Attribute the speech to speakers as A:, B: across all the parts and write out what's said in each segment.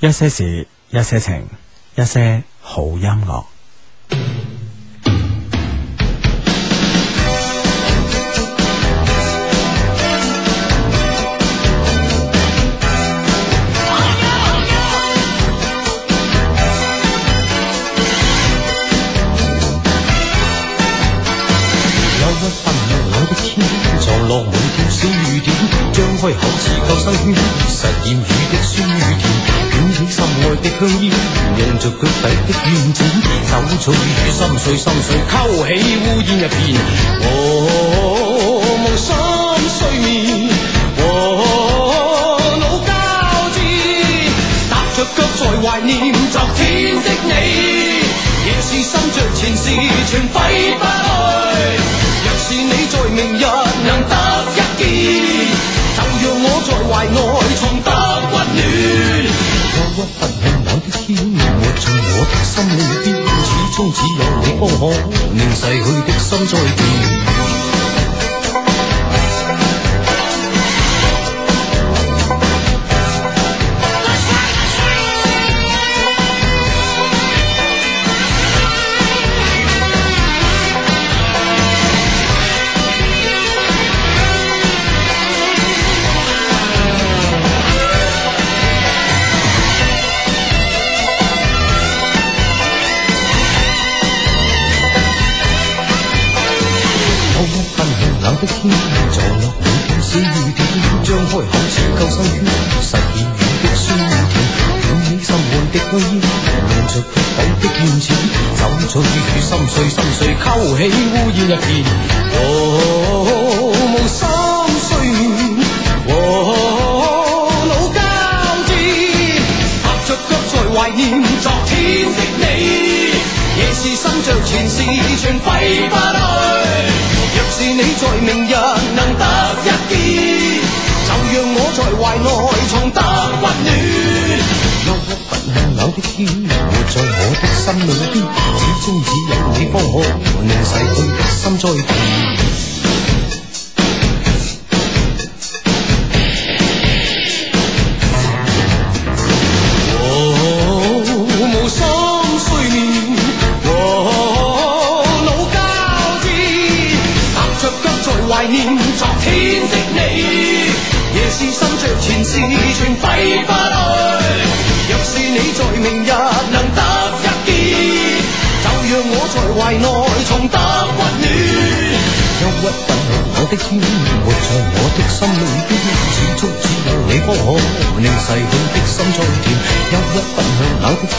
A: 一些事，一些情，一些好音樂。
B: 有一百年兩的天，撞落每點小雨點，張開口似救生圈，實驗雨的酸與甜，捲起心愛的香煙，凝着腳底的怨展，酒醉與心碎，心碎勾起烏煙一片。我夢心睡眠，我腦交織。踏着腳在懷念昨天的你，亦是心着前事，全揮不去。若是你在明日能得一見，就讓我在懷內藏得溫暖。我不恨我的天，活在我的心裏邊，始終只有你幫我，令逝去的心再見。我一瞓去冷的天，坐落每點小雨點，張開口似救生圈，實現雨的酸與甜，捲起心愛的灰煙，望着腳底的怨淺，酒醉與心碎，心碎勾起烏煙一片。我無心睡眠，我腦交織。踏着腳在懷念昨天的你，夜是心着前事全揮不去。若是你在明日能得一見，就讓我在懷內藏得溫暖。落日不恨冷的天，活在我的心裏邊，始終只有你方可令逝去的心再見。我無心睡眠，我腦交織，踏着腳在懷念昨天的你，夜是心着前事全揮不去。若是你在明日能得一見，就讓我在懷內重得溫暖。憂鬱憤怒，我的天，活在我的心裏邊，始終只有你方可令逝去的心再甜。憂鬱憤怒，我的天，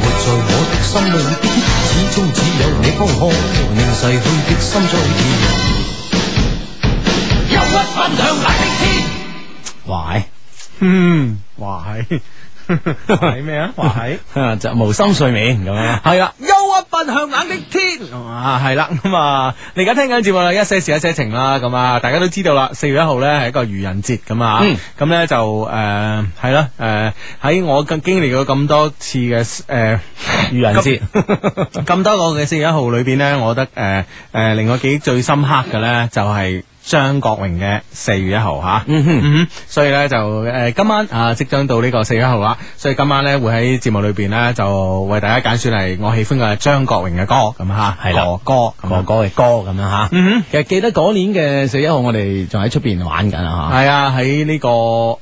B: 活在我的心裏邊，始終只有你方可令逝去的心再甜。憂鬱憤怒，我的天。
A: 喂，
C: 嗯，哇係，係咩啊？哇係。
A: 就無心睡眠咁啊樣。
C: 系啦，憂鬱奔向冷的天啊，系啦，咁啊，你而家聽緊節目啦，一些事一些情啦，咁啊，大家都知道啦，四月一號咧係一個愚人節咁啊
A: 嗯，
C: 咁咧就诶系啦，诶喺我嘅經歷過咁多次嘅诶
A: 愚人節
C: 咁 多個嘅四月一號裏边咧，我覺得诶诶令我記憶最深刻嘅咧就係張國榮嘅四月一號吓，
A: 嗯哼
C: 嗯哼，所以咧就誒、呃今晚啊即將到呢個四月一號啦，所以今晚咧會喺節目裏邊咧就為大家揀選嚟我喜歡嘅張國榮嘅歌咁嚇，
A: 係啦
C: 哥哥咁
A: 哥
C: 啊
A: 哥嘅歌咁樣吓。
C: 嗯
A: 其實記得嗰年嘅四月一號，我哋仲喺出邊玩緊
C: 哼，
B: 嗯
A: 啊
C: 係啊喺呢個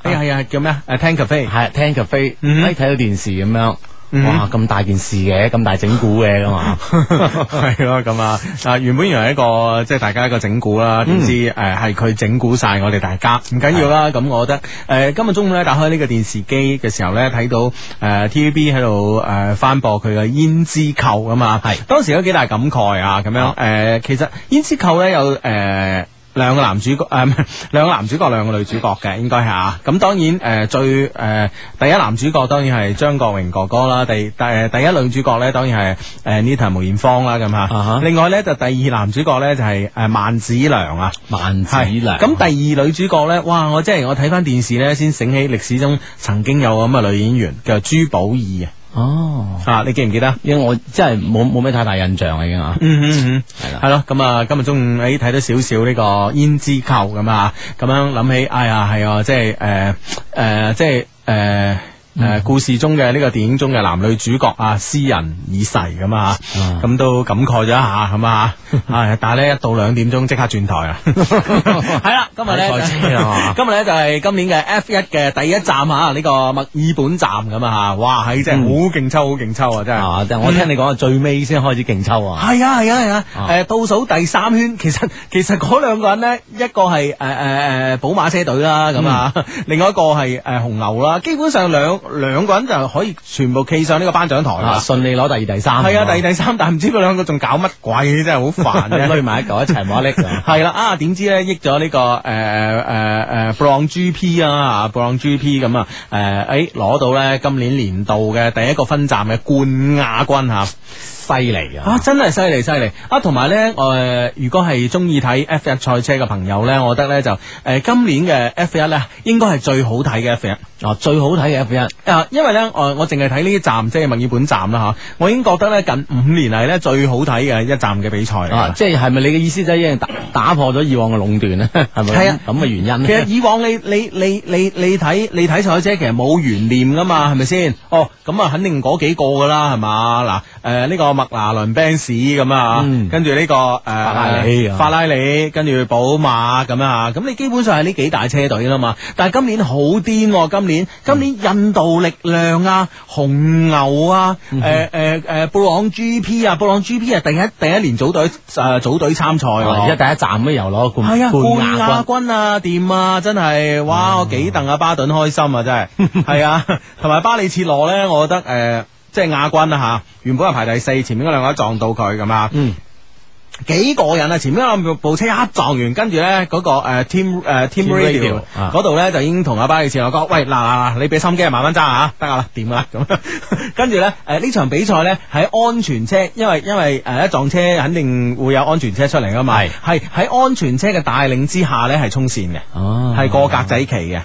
C: 哎呀係啊叫咩啊誒 Tank Cafe
A: 吓，係聽 cafe，
C: 嗯
A: 哎睇到電視咁樣，
C: 嗯
A: 哇咁大件事嘅，咁大整蠱嘅咁啊，
C: 系咯，咁啊，啊原本以為一個即係大家一個整蠱啦，點知诶係佢整蠱晒我哋大家，唔緊要啦。咁我覺得诶今日中午咧打開呢個電視機嘅時候咧，睇到呃诶 TVB 喺度诶翻播佢嘅《胭脂扣》啊嘛，
A: 係
C: 當時都幾大感慨啊，咁樣诶其實《胭脂扣》咧有呃诶。兩個男主角，啊誒、唔係 兩個男主角，兩個女主角嘅應該係啊。咁當然誒、呃最誒、呃第一男主角當然係張國榮哥哥啦，第第呃第一女主角咧當然係誒呃 Nita 梅艷芳啦咁
A: 哈
C: 嚇。另外咧就第二男主角咧就係、誒萬梓良啊。
A: 萬子
C: 係
A: 良。
C: 咁第二女主角咧，哇！我真係我睇翻電視咧，先醒起歷史中曾經有咁嘅女演員叫做朱寶意啊。
A: 哦，
C: 啊，你記唔記得？
A: 因為我真係冇冇咩太大印象啦已經啊。
C: 嗯嗯嗯，
A: 係啦
C: 系咯，咁啊，今日中
B: 哎
C: 午诶睇到少少呢個胭脂扣
A: 嗯
C: 咁啊，咁樣諗起，哎呀，係啊，即係诶诶，呃即係诶。呃
B: 诶故事中嘅呢個電影中嘅男女主角啊，斯人已逝咁啊，咁都感慨咗一下咁 啊，啊但係咧一到兩點鐘即刻轉台啊，係啦，今日咧
A: 睇賽車啊嘛
B: 今日咧就係今年嘅 F 一嘅第一站啊，呢個墨爾本站咁啊吓，哇，係
A: 嗯
B: 真係好勁抽，好勁抽啊，真係。
A: 啊！但我聽你講啊，最尾先開始勁抽啊！
B: 系啊系啊系啊！诶、
A: 啊
B: 倒數第三圈， 其實其實嗰兩個人咧，一個係诶诶诶宝马車隊啦，咁啊，
A: 嗯
B: 另外一個係诶红牛啦，基本上兩兩個人就可以全部企上呢個頒獎台
A: 啊，
B: 啦。
A: 順利攞第二、第三。
B: 係啊，第二第三，但唔知佢兩個仲搞乜鬼， 真 係好煩
A: 啊
B: 嘅。
A: 堆埋一嚿一齊冇得 拎啊！
B: 係啦，啊點知咧益咗呢、個誒誒誒 Brown GP 啊啊，Brown GP 咁啊誒，誒攞到咧今年年度嘅第一個分站嘅冠亞軍啊嚇、
A: 犀利
B: 啊，
A: 啊！
B: 真係犀利犀利啊！同埋咧，誒、如果係中意睇 F 一賽車嘅朋友咧，我覺得咧就誒、呃今年嘅 F 一咧，應該係最好睇嘅 F 一。
A: 哦，最好睇嘅 F 一。
B: 啊，因為咧，我我淨係睇呢一站，即係墨爾本站啦吓，我已經覺得咧近五年嚟咧最好睇嘅一站嘅比賽嚟㗎
A: 啊，
B: 啦。
A: 即係係咪你嘅意思即係已經打打破咗以往嘅壟斷咧？ 係咪？
B: 係啊
A: 咁嘅原因
B: 其實
A: 咧？
B: 以往你你你你你睇你睇賽車，其實冇懸念噶嘛，係咪先？哦，咁啊，肯定嗰幾個噶啦，係嘛？嗱，誒、呢、個麥拿倫 Benz 咁啊，
A: 嗯
B: 跟住呢個誒、
A: 法拉利啊
B: 法拉利，跟住寶馬咁啊，咁你基本上係呢幾大車隊啦嘛。但係今年好癲喎，今年今年
A: 嗯
B: 印度力量啊，紅牛啊，
A: 嗯
B: 誒誒誒，布朗 GP 啊，布朗 GP 係第一第一年組隊誒、組隊參賽喎
A: 啊而家第一站咧又攞冠
B: 哦系啊，
A: 冠
B: 冠
A: 亞
B: 亞
A: 軍。
B: 軍啊，掂啊，真係，哇！我幾戥阿巴頓開心啊，真係，係啊，同埋巴里切羅咧，我覺得诶、呃即係亞軍啊吓，原本係排第四，前面嗰兩個人撞到佢咁啊，
A: 嗯，
B: 幾個人啊，前面嗰部部車一撞完，跟住咧嗰個诶 team 诶 team
A: Team
B: radio
A: Radio，啊
B: 嗰度咧就已經同阿巴里切羅講，喂嗱嗱嗱，你俾心機啊，慢慢揸啊，得㗎啦，掂㗎啦咁， 跟住咧诶呢場比賽咧喺安全車，因為因為诶一撞車肯定會有安全車出嚟㗎嘛，
A: 係
B: 係喺安全車嘅帶領之下咧係衝線嘅，
A: 哦
B: 係過格仔旗嘅，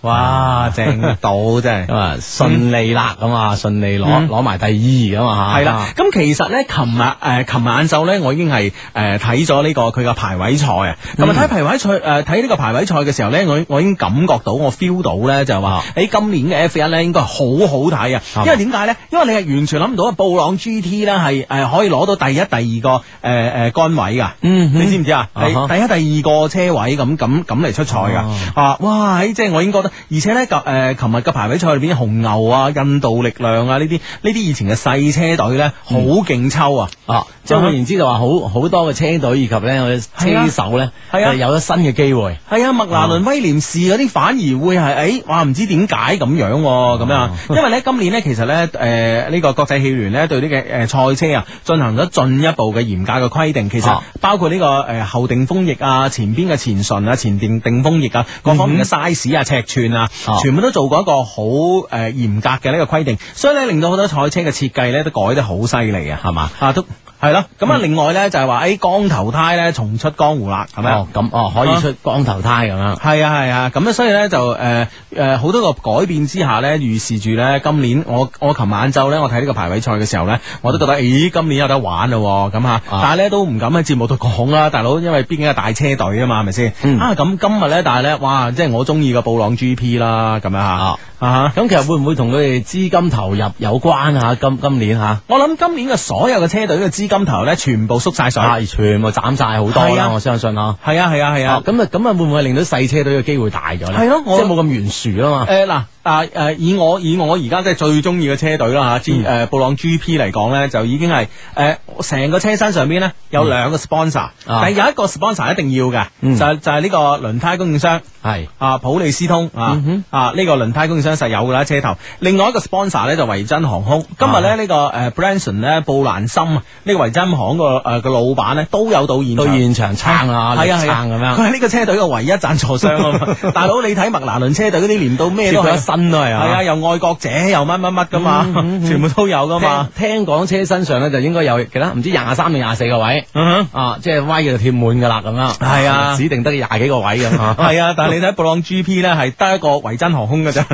B: 哇正 到真係
A: 咁。啊，順利啦，咁啊，順利攞
B: 嗯
A: 攞埋第二咁啊，
B: 系啦，咁其實咧，琴日诶，琴日晏晝咧，我已經係诶睇咗呢個佢嘅排位賽啊。咁啊睇排位賽诶，睇呢個排位賽嘅時候咧，我我已經感覺到我 feel 到咧，就係話喺今年嘅 F 一咧，應該好好睇啊。因為點解咧？因為你係完全諗唔到布朗 GT 咧係诶可以攞到第一、第二個诶诶杆位噶。
A: 嗯哼
B: 你知唔知啊？
A: 啊
B: 係
A: 哈
B: 第一、第二個車位咁咁咁嚟出賽
A: 哦
B: 噶。啊，哇！喺即係我已經覺得，而且咧，誒、琴日嘅排位賽裏邊，紅牛啊、印度力量啊呢啲呢啲以前嘅細車隊咧，好
A: 嗯
B: 勁抽啊！
A: 啊，即係換言之就話好好多嘅車隊以及咧我
B: 係啊
A: 嘅車手咧，
B: 係啊
A: 就有咗新嘅機會。
B: 係啊，麥拿倫、威廉士嗰啲反而會係，誒、哎哇，唔知點解咁樣喎咁、樣，啊因為咧今年咧其實 咧，誒、呢、個國際汽聯咧對呢個誒賽車啊進行咗進一步嘅嚴格嘅規定，其實
A: 啊
B: 包括呢、個誒、後定風翼啊、前邊嘅前唇啊、前定定風翼啊，各方面嘅 size 啊、尺寸啊，
A: 啊
B: 全部都做過一個好誒、嚴格嘅呢個規定，所以咧令到好多賽車嘅設計咧都改得好犀利啊，係嘛啊都。係咯，咁啊，另外咧就係話，誒光頭胎咧重出江湖啦，係咪啊？
A: 哦，咁哦，可以出光頭胎咁樣。
B: 系啊系啊，咁咧所以咧就诶诶好多個改變之下咧，預示住咧今年我我琴晚晝咧我睇呢個排位賽嘅時候咧，我都覺
A: 嗯
B: 得咦今年有得玩咯喎咁
A: 啊
B: 吓，但係咧都唔敢喺節目度講啦，大佬，因為畢竟係大車隊啊嘛，係咪先？
A: 嗯
B: 啊咁今日咧，但係咧哇，即係我中意嘅布朗 GP 啦，咁樣吓啊
A: 啊
B: 哈
A: 咁其實會唔會同佢哋資金投入有關吓？今今年吓，
B: 我諗今年嘅所有嘅車隊嘅資金頭咧，全部縮晒水。
A: 啊，全部斬晒好多
B: 係啊
A: 啦，我相信啊。
B: 係啊係啊係啊
A: 啊，，咁啊，咁啊，會唔會令到細車隊嘅機會大咗咧？
B: 係咯我
A: 即係冇咁懸殊啊嘛。
B: 诶嗱啊诶，以我以我而家即係最中意嘅車隊啦吓，G
A: 嗯
B: 诶布朗 GP 嚟講咧，就已經係诶成個車身上邊咧有兩個 sponsor，但係有一個 sponsor 一定要嘅，
A: 啊嗯
B: 就係就係呢個輪胎供應商。
A: 係
B: 啊，普利斯通啊
A: 嗯，哼
B: 啊呢個輪胎供應商實有噶啦，車頭。另外一個 sponsor 咧就維珍航空。今日
A: 啊
B: 咧呢個誒 Branson 咧布蘭森啊，呢個維珍航空個誒個老闆咧都有到現
A: 到
B: 場
A: 現場撐啊，力
B: 係啊係啊
A: 撐咁樣，
B: 佢係呢個車隊嘅唯一贊助商啊 嘛。大佬你睇麥拿倫車隊嗰啲連到咩
A: 接
B: 都
A: 咗一
B: 係。
A: 身都係
B: 系
A: 啊。
B: 啊，又愛國者又乜乜乜噶嘛，
A: 嗯嗯嗯
B: 全部都有噶嘛。
A: 聽聽講車身上咧就應該有幾多？唔知廿三定廿四個位
B: 嗯
A: 啊，即係威嘅就貼滿噶啦咁樣。
B: 係啊
A: 指定得廿幾個位咁啊。
B: 系啊，但系你睇布朗 GP 咧，係得一個維珍航空嘅 啫。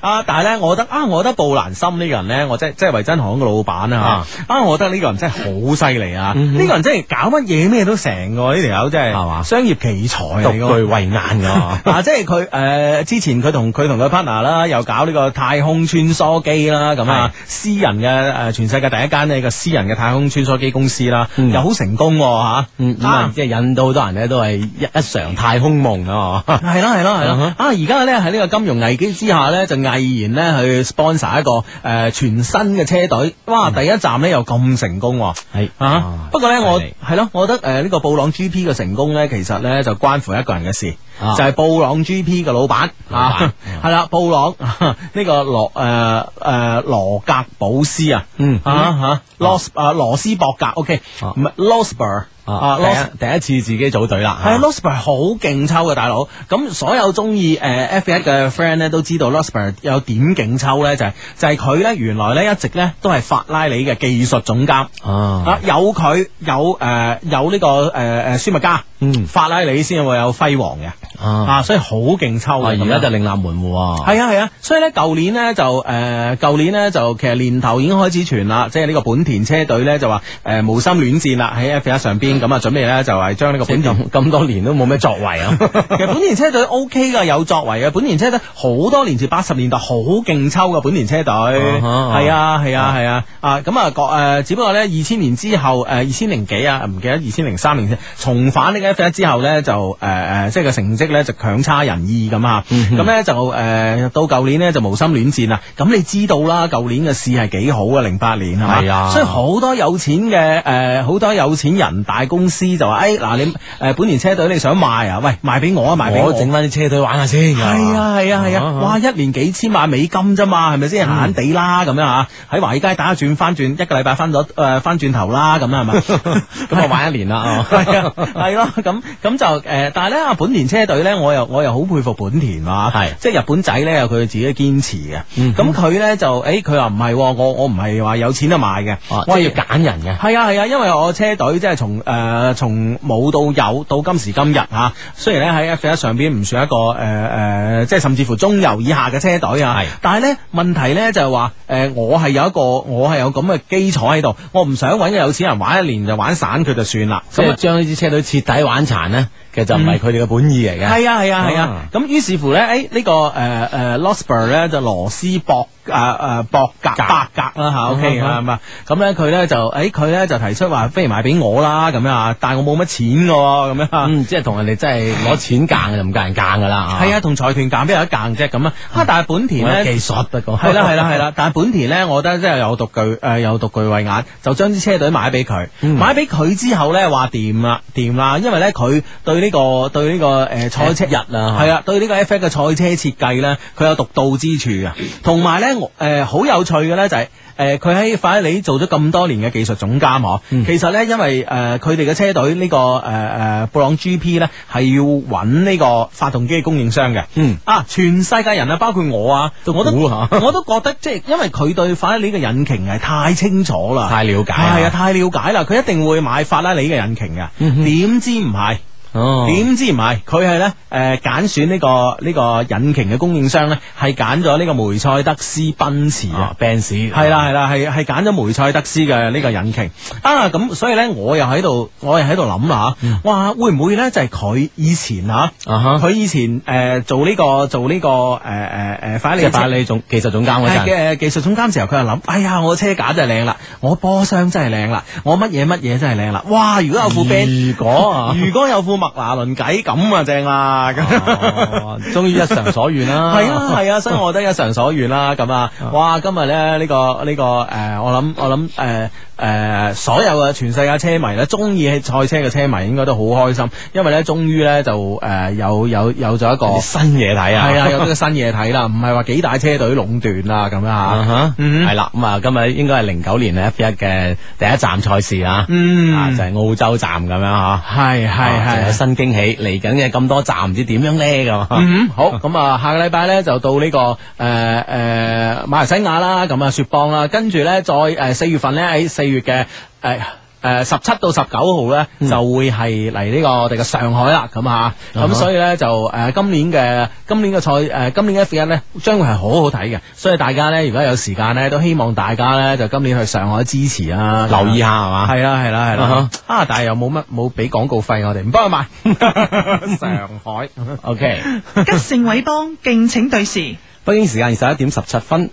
B: 啊，但係咧，我覺得啊，我覺得布蘭森呢個人咧，我真係即係維珍航空嘅老闆啊
A: 啊，
B: 啊，我覺得呢個人真係好犀利啊！
A: 嗯哼
B: 呢個人真係搞乜嘢咩都成㗎喎，呢條友真係
A: 係嘛
B: 商業奇才嚟
A: 獨
B: 㗎
A: 具慧眼㗎。
B: 啊，即係佢誒之前佢佢同佢同佢 partner 啦，又搞呢個太空穿梭機啦，咁啊，私人嘅诶、呃全世界第一間呢個私人嘅太空穿梭機公司啦，
A: 嗯
B: 又好成功喎吓。
A: 嗯，咁
B: 啊
A: 啊，即係引到好多人咧，都係一一場太 空夢啊！嗬
B: 系啦系啦系啦
A: 嗯哼！
B: 啊，而家咧喺呢個金融危機之下咧，就毅然咧去 sponsor 一個诶、呃全新嘅車隊，哇！
A: 嗯
B: 第一站咧又咁成功、喎。
A: 係
B: 啊！不過咧，我係咯，我覺得诶呢個布朗 GP 嘅成功咧，其實咧就關乎一個人嘅事，
A: 啊
B: 就係布朗 GP 嘅老闆
A: 老闆
B: 啊， 係啦，布朗啊呢個羅诶诶罗格保斯啊，
A: 嗯
B: 啊吓羅斯啊羅斯伯格，OK，
A: 啊
B: 唔係 Losber
A: 啊，
B: Los
A: 第一第一次自己組隊啦，
B: 系啊 l o s p e r 好勁抽嘅大佬，咁所有中意诶 F 一嘅 friend 咧都知道 l o s p e r 有點勁抽咧，就係就係佢咧原來咧一直咧都係法拉利嘅技術總監。
A: 啊，
B: 啊，有佢有诶、呃有呢、個个诶诶舒密加，
A: 嗯
B: 法拉利先會有輝煌嘅，
A: 啊，
B: 啊，所以好勁抽嘅，
A: 哇而
B: 咁
A: 家
B: 樣
A: 就另立門户啊，
B: 係啊係啊，所以咧舊年咧就誒舊、年咧就其實年頭已經開始傳啦，即係呢個本田車隊咧就話誒、呃、無心戀戰啦喺 F1 上
A: 嗯
B: 邊，咁啊準備咧就係將呢個
A: 即
B: 本
A: 係
B: 田。
A: 咁咁多年都冇咩作為啊，
B: 其實本田車隊 O K 噶，有作為嘅。本田車隊好多年前八十年代好勁抽嘅本田車隊，
A: 啊哈啊哈
B: 係啊係啊係啊啊咁啊國誒，只不過咧二千年之後誒二千零幾啊，唔記得二千零三年先重返呢個 F 1之後咧就誒誒，即係個成績咧就強差人意咁啊。
A: 嗯
B: 咁咧就誒到舊年咧就無心戀戰啦。咁你知道啦，舊年嘅市係幾好啊，零八年係嘛？
A: 係啊
B: 所以好多有錢嘅誒，好多有錢人大公司就話誒哎嗱你誒本田車隊你想賣啊？喂賣俾我 啊，賣俾
A: 我整翻啲車隊玩下先，
B: 系啊系啊系啊！哇，一年幾千萬美金咋嘛，係咪先
A: 嗯
B: 閒閒地啦咁樣吓？喺華爾街打一轉，翻轉一個禮拜翻咗诶翻轉頭啦咁啊係咪？
A: 咁我玩一年啦，啊
B: 係啊，係咯，咁咁就诶，但係咧，啊本田車隊咧，我又我又好佩服本田啊，
A: 係嗯
B: 即係日本仔咧有佢自己堅持嘅，咁佢咧就诶，佢話唔係喎，我我唔係話有錢得買嘅
A: 啊，
B: 我
A: 即
B: 係
A: 係要揀人嘅，
B: 系啊系啊，因為我車隊即係從诶从冇到有到今時今日吓、啊，虽然咧喺 F 一上邊唔算一個诶诶、呃即係甚至乎中游以下嘅車隊啊
A: 係，
B: 但係咧問題咧就係話诶，我係有一個我係有咁嘅基礎喺度，我唔想揾個有錢人玩一年就玩散佢就算啦，
A: 即
B: 咁
A: 係
B: 啊。嗯
A: 將呢支車隊徹底玩殘咧，其實就唔係佢哋嘅本意嚟嘅，
B: 係啊係啊係啊
A: 啊，
B: 咁於是乎咧，誒呢個誒誒 Losper 咧就羅斯博誒 誒博格
A: 格
B: 伯格啦嚇，OK
A: 嗯
B: 啊嘛，咁咧佢咧就誒佢咧就提出話，不如賣俾我啦咁樣啊，但係我冇乜錢嘅喎，咁樣啊。
A: 嗯，即係同人哋真係攞錢揀嘅就唔揀人揀噶啦，啊
B: 係啊，同財團揀邊有得揀啫咁啊！啊，但係本田
A: 我有
B: 咧
A: 技術不過
B: 係啦係啦係啦，但係本田咧，我覺得真係有獨具誒有獨具慧眼，就將啲車隊買俾佢，買俾佢之後咧話掂啦掂啦，因為咧佢對呢個對呢個誒賽車
A: 日啊
B: 係啊，對呢個 F1 嘅賽車設計咧，佢有獨到之處啊，同埋咧我誒好有趣嘅咧就係。誒佢喺法拉利做咗咁多年嘅技術總監嗬，
A: 嗯
B: 其實咧因為誒佢哋嘅車隊呢、個誒誒、呃布朗 GP 咧係要揾呢個發動機供應商嘅，
A: 嗯
B: 啊全世界人啊包括我啊，我都
A: 估下
B: 我都覺得即係因為佢對法拉利嘅引擎係太清楚啦，
A: 太了解啦
B: 係啊，太了解啦，佢一定會買法拉利嘅引擎嘅。
A: 嗯
B: 點知唔係？
A: 哦
B: 點知唔係？佢係咧誒揀選呢、個呢、個引擎嘅供應商咧，係揀咗呢個梅賽德斯奔馳啊
A: 啊。，Benz
B: 係啦係啦係係揀咗梅賽德斯嘅呢個引擎啊，咁所以咧我又喺度我又喺度諗啦吓，哇會唔會咧就係佢以前吓，
A: 嗯啊哈
B: 佢以前誒做呢個做呢個誒誒誒法拉利
A: 即
B: 車
A: 係法理總技術總監嗰陣，
B: 嘅技術總監時候，佢就諗：哎呀，我車架真係靚啦，我波箱真係靚啦，我乜嘢乜嘢真係靚啦！哇，如果有副 band，
A: 如果 啊
B: 如果有副麥拿倫計咁啊正啦！咁
A: 哦終於一償所願啦，
B: 係啊係啊，所以我覺得一償所願啦咁啊！哇，今日咧呢個呢個誒，我諗我諗誒誒，所有嘅全世界車迷咧，中意賽車嘅車迷應該都好開心，因為咧終於咧就誒有有有咗一個
A: 有啲新嘢睇啊，
B: 係啊，有咗個新嘢睇啦，唔係話幾大車隊壟斷啦咁樣嚇。
A: 啊哈，
B: 嗯
A: 係啦，咁啊，今日應該係零九年 F 一嘅第一站賽事啊，
B: 嗯
A: 啊就係澳洲站咁樣吓，
B: 系
A: 啊仲有
B: 系系。
A: 新驚喜嚟緊嘅咁多站唔知點樣咧咁，
B: 嗯，好，咁啊，下個禮拜咧就到呢、個个诶诶马來西亞啦，咁啊雪邦啦，跟住咧再诶四、月份咧喺四月嘅诶。誒诶十七到十九號咧就會係嚟呢個我哋嘅上海啦，咁啊，
A: 啊哈
B: 咁所以咧就诶今年嘅今年嘅賽诶今年嘅 F 一咧將會係好好睇嘅，所以大家咧如果有時間咧都希望大家咧就今年去上海支持啊，
A: 留意下
B: 係嘛？係啦係啦係啦，啊但係又冇乜冇俾廣告費我哋，唔幫佢賣 上海。
A: O K，
D: 吉盛偉邦敬請對時。
A: 北京時間二十一點十七分。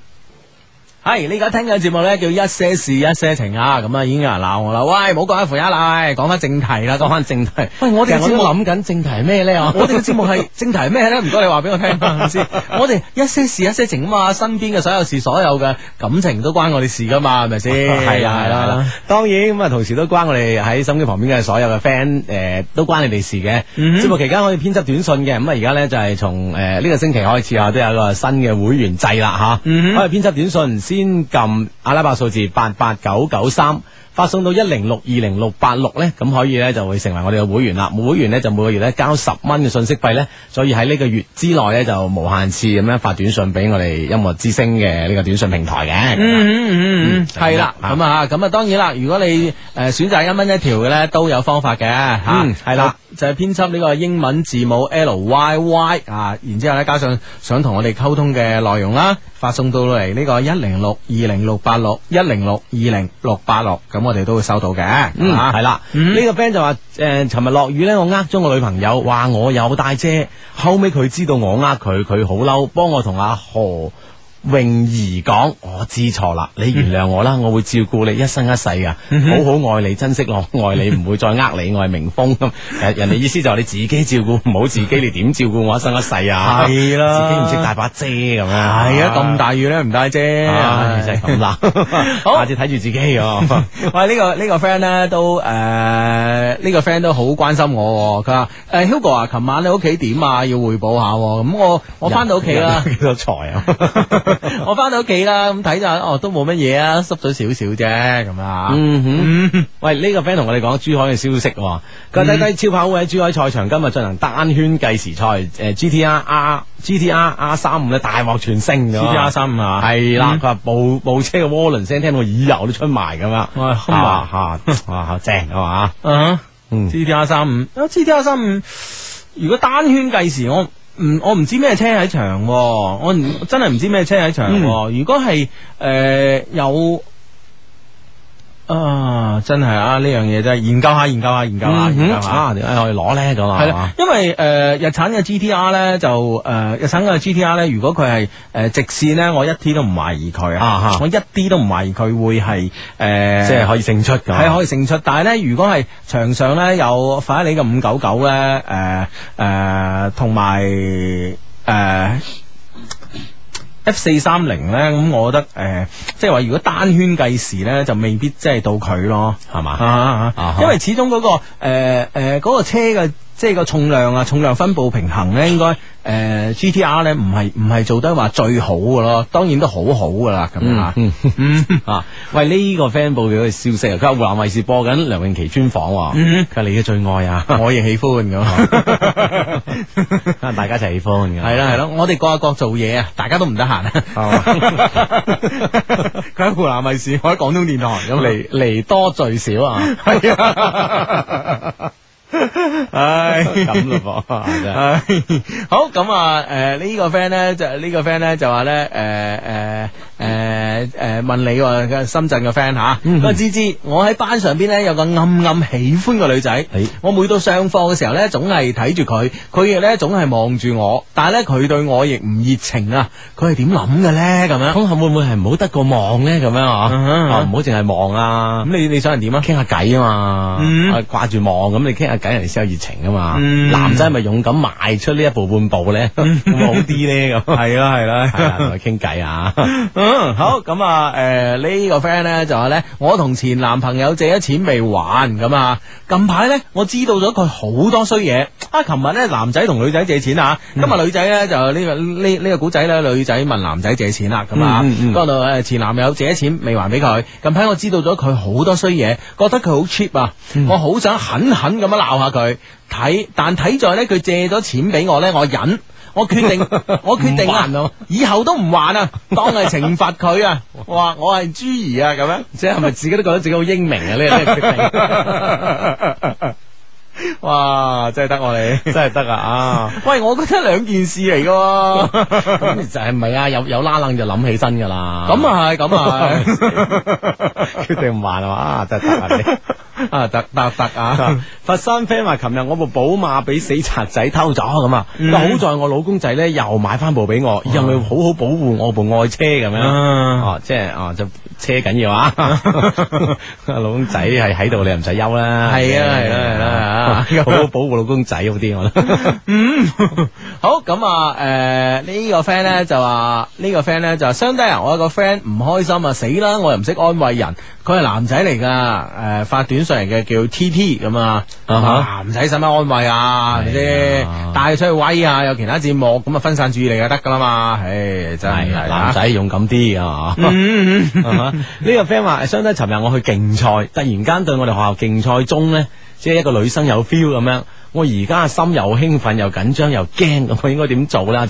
B: 系你而家聽嘅節目咧，叫一些事一些情啊，咁啊已經有人鬧我啦，喂，唔好講一負一啦，喂講翻正題啦，講翻正題。喂，我
A: 其實我都
B: 諗，
A: 諗緊正題係咩咧？
B: 我哋嘅節目係正題係咩咧？唔該，你話俾我聽啦， 先。我哋一些事一些情啊嘛，身邊嘅所有事、所有嘅感情都關我哋事噶 嘛，係咪先？
A: 係啦係啦係啦，
B: 當然咁啊，同時都關我哋喺心機旁邊嘅所有嘅 friend 誒，都關你哋事嘅。
A: 節目期間可以編輯短信嘅，咁啊而家咧就係從誒呢個星期開始啊，都有一個新嘅會員制啦吓，
B: 嗯哼
A: 可以編輯短信，先撳阿拉伯數字八八九九三。發送到一零六二零六八六咧，咁可以咧就會成為我哋嘅會員啦。每會員咧就每個月咧交十蚊嘅信息費咧，所以喺呢個月之內咧就無限次咁樣發短信俾我哋音樂之聲嘅呢個短信平台嘅。
B: 嗯嗯嗯嗯，系嗯啦，
A: 嗯
B: 咁啊，咁啊，當然啦，如果你诶选择一蚊一條嘅咧，都有方法嘅吓，
A: 嗯係啦，
B: 就係編輯呢個英文字母 L Y Y 啊，然之后咧加上想同我哋溝通嘅內容啦，發送到嚟呢個一零六二零六八六一零六二零六八六，咁我哋都會收到嘅，
A: 嗯，
B: 啊
A: 系啦，
B: 嗯
A: 呢個 friend 就話诶，寻日落雨咧，我呃咗我女朋友，話我有帶遮，後尾佢知道我呃佢，佢好嬲，幫我同阿何泳兒講，我知錯啦，你原諒我啦，我會照顧你一生一世噶，
B: 嗯
A: 好好愛你，珍惜我， 愛你，唔會再呃你，我係明峰咁。人人哋意思就係你自己照顧唔好自己，你點照顧我一生一世啊？
B: 係啦
A: 自己唔識帶把遮咁樣。系
B: 係啊，咁大雨咧唔帶啫，
A: 啊，就係咁啦。
B: 好
A: 下次睇住自己啊。
B: 喂，呢、個呢、個 friend 咧都诶，呃呢、個 friend 都好關心我喎。佢話诶，Hugo 啊，琴晚你屋企點啊？要匯報下喎。咁我 我翻到屋企 啦，
A: 幾多財啊？
B: 我翻到屋企啦，咁睇就哦，都冇乜嘢啊，濕咗少少啫，咁啊。
A: 嗯哼，喂，呢、個 friend 同我哋講珠海嘅消息喎，佢
B: 嗯
A: 話低低超跑會喺珠海賽場今日進行單圈計時賽，誒、GTR R GTR R 三五咧大獲全勝㗎嘛
B: GTR 35啊
A: 係啦，
B: 嗯
A: 佢話部部車嘅渦輪聲聽到我耳油都出埋咁啊，
B: 哇咁
A: 啊嚇哇正係嘛，
B: 嗯
A: 嗯
B: g T R 三五啊，G T R 三五，如果單圈計時，我唔我唔知咩車喺場喎，我唔真係唔知咩車喺場
A: 嗯
B: 喎。如果係诶、呃有。啊，真係啊！呢樣嘢真係研究下，研究下，研究下，
A: 嗯
B: 研
A: 哼
B: 究下。
A: 啊點解可以攞咧咁啊？
B: 係啦，因為诶、呃日產嘅 GTR 咧就诶、呃日產嘅 GTR 咧，如果佢係诶直線咧，我一啲都唔懷疑佢
A: 啊哈
B: 我一啲都唔懷疑佢會係诶，呃
A: 即係可以勝出咁啊，
B: 係可以勝出，但係咧，如果係場上咧有法拉利嘅五九九咧，誒、誒，同埋誒 F 四三零咧，咁我覺得誒、即係話如果單圈計時咧，就未必即係到佢咯。
A: 係嘛？
B: 啊
A: 啊
B: 因為始終嗰、個誒誒嗰個車嘅即係個重量啊，重量分布平衡咧，應該誒、G T R 咧唔係唔係做得話最好嘅咯，當然都好好噶啦咁樣啊。
A: 嗯
B: 嗯
A: 啊！喂，呢、個 friend 報嘅消息啊，佢話湖南衛視播緊梁詠琪專訪喎，
B: 嗯
A: 佢話你嘅最 愛 啊，
B: 我亦喜歡咁。
A: 啊大家一齊喜歡嘅，
B: 係啦係啦，我哋各有各做嘢啊，大家都唔得閒啊。佢喺湖南卫視，我喺廣東電台咁啊
A: 嚟嚟多聚少啊，
B: 係啊。唉，
A: 咁咯噃真係
B: 唉，好咁啊！诶，呢個 friend 咧就呢個 friend 咧就話咧，诶诶诶诶，問你喎嘅深圳嘅 friend 吓，
A: 嗯
B: 佢話芝芝，我喺班上邊咧有個暗暗喜歡嘅女仔
A: 咦，
B: 我每到上課嘅時候咧，總係睇住佢，佢亦咧總係望住我，但係咧佢對我亦唔熱情啊！佢係點諗嘅咧？咁樣
A: 咁會唔會係唔好得個望咧？咁
B: 嗯
A: 樣
B: 哼嗯
A: 啊，
B: 哼
A: 啊唔好淨係望啊，
B: 咁你你想人點啊？
A: 傾下偈啊嘛，
B: 嗯
A: 啊掛住望咁你傾下偈，人哋先有熱情啊嘛。
B: 嗯
A: 男仔係咪勇敢邁出呢一步半步咧，會唔會好啲咧咁。
B: 係啦係啦
A: 係啊，同佢傾偈 啊，
B: 嗯，好咁啊，诶、呢、個 friend 咧就話咧，我同前男朋友借咗錢未還咁啊，近排咧我知道咗佢好多衰嘢啊，琴日咧男仔同女仔借錢啊，今日女仔咧就呢、個呢呢、個古仔咧，女仔問男仔借錢啦咁啊
A: 嗯嗯嗯，
B: 嗰度诶前男友借咗錢未還俾佢，近排我知道咗佢好多衰嘢，覺得佢好 cheap 啊，
A: 嗯
B: 我好想狠狠咁樣鬧下佢，睇但睇在咧佢借咗錢俾我咧，我忍。我決 定，我決定啊，以後都唔還啊，當係懲罰佢 啊！我話我係朱兒啊，咁樣。
A: 即係咪自己都覺得自己好英明啊？呢個呢個決定
B: 哇，真係得我你。
A: 真係得啊！
B: 喂，我覺得兩件事嚟噶 喎。
A: 啊，咁就係唔係啊？有有拉楞就諗起身㗎啦。
B: 咁啊係，咁 啊係
A: 決定唔還啊嘛，啊真係得啊你。
B: 啊，得得得 啊！
A: 佛山 friend 話：琴日我部寶馬俾死賊仔偷咗咁啊，
B: 嗯
A: 但好在我老公仔咧又買翻部俾我，以後佢好好保護我部愛車咁樣。
B: 啊
A: 哦，即係哦，就車緊要啊！ 老公仔係喺度，你又唔使憂啦。
B: 係啊係啊係啦啊
A: 好好保護老公仔好啲，我覺得。
B: 好咁啊，诶、呢、個 friend 咧就話，呢、個 friend 咧就話，相低啊人，我有個 friend 唔開心啊，死啦，我又唔識安慰人，佢係男仔嚟㗎，诶、發短信嚟嘅叫 T T 咁啊，
A: 啊哈
B: 男仔使乜安慰啊，係咪
A: 係
B: 先
A: 啊？
B: 帶佢出去威啊，有其他節目咁啊，分散注意力就得㗎啦嘛，唉，真係啊
A: 係男。仔勇 敢啲啊！
B: 嗯嗯嗯
A: 啊哈呢個 friend 話，相低尋日我去競賽，突然間對我哋學校競賽中呢，即係一個女生有 feel 咁樣。我而家心又興奮又緊張又驚，咁我應該點做啦？
B: 嗯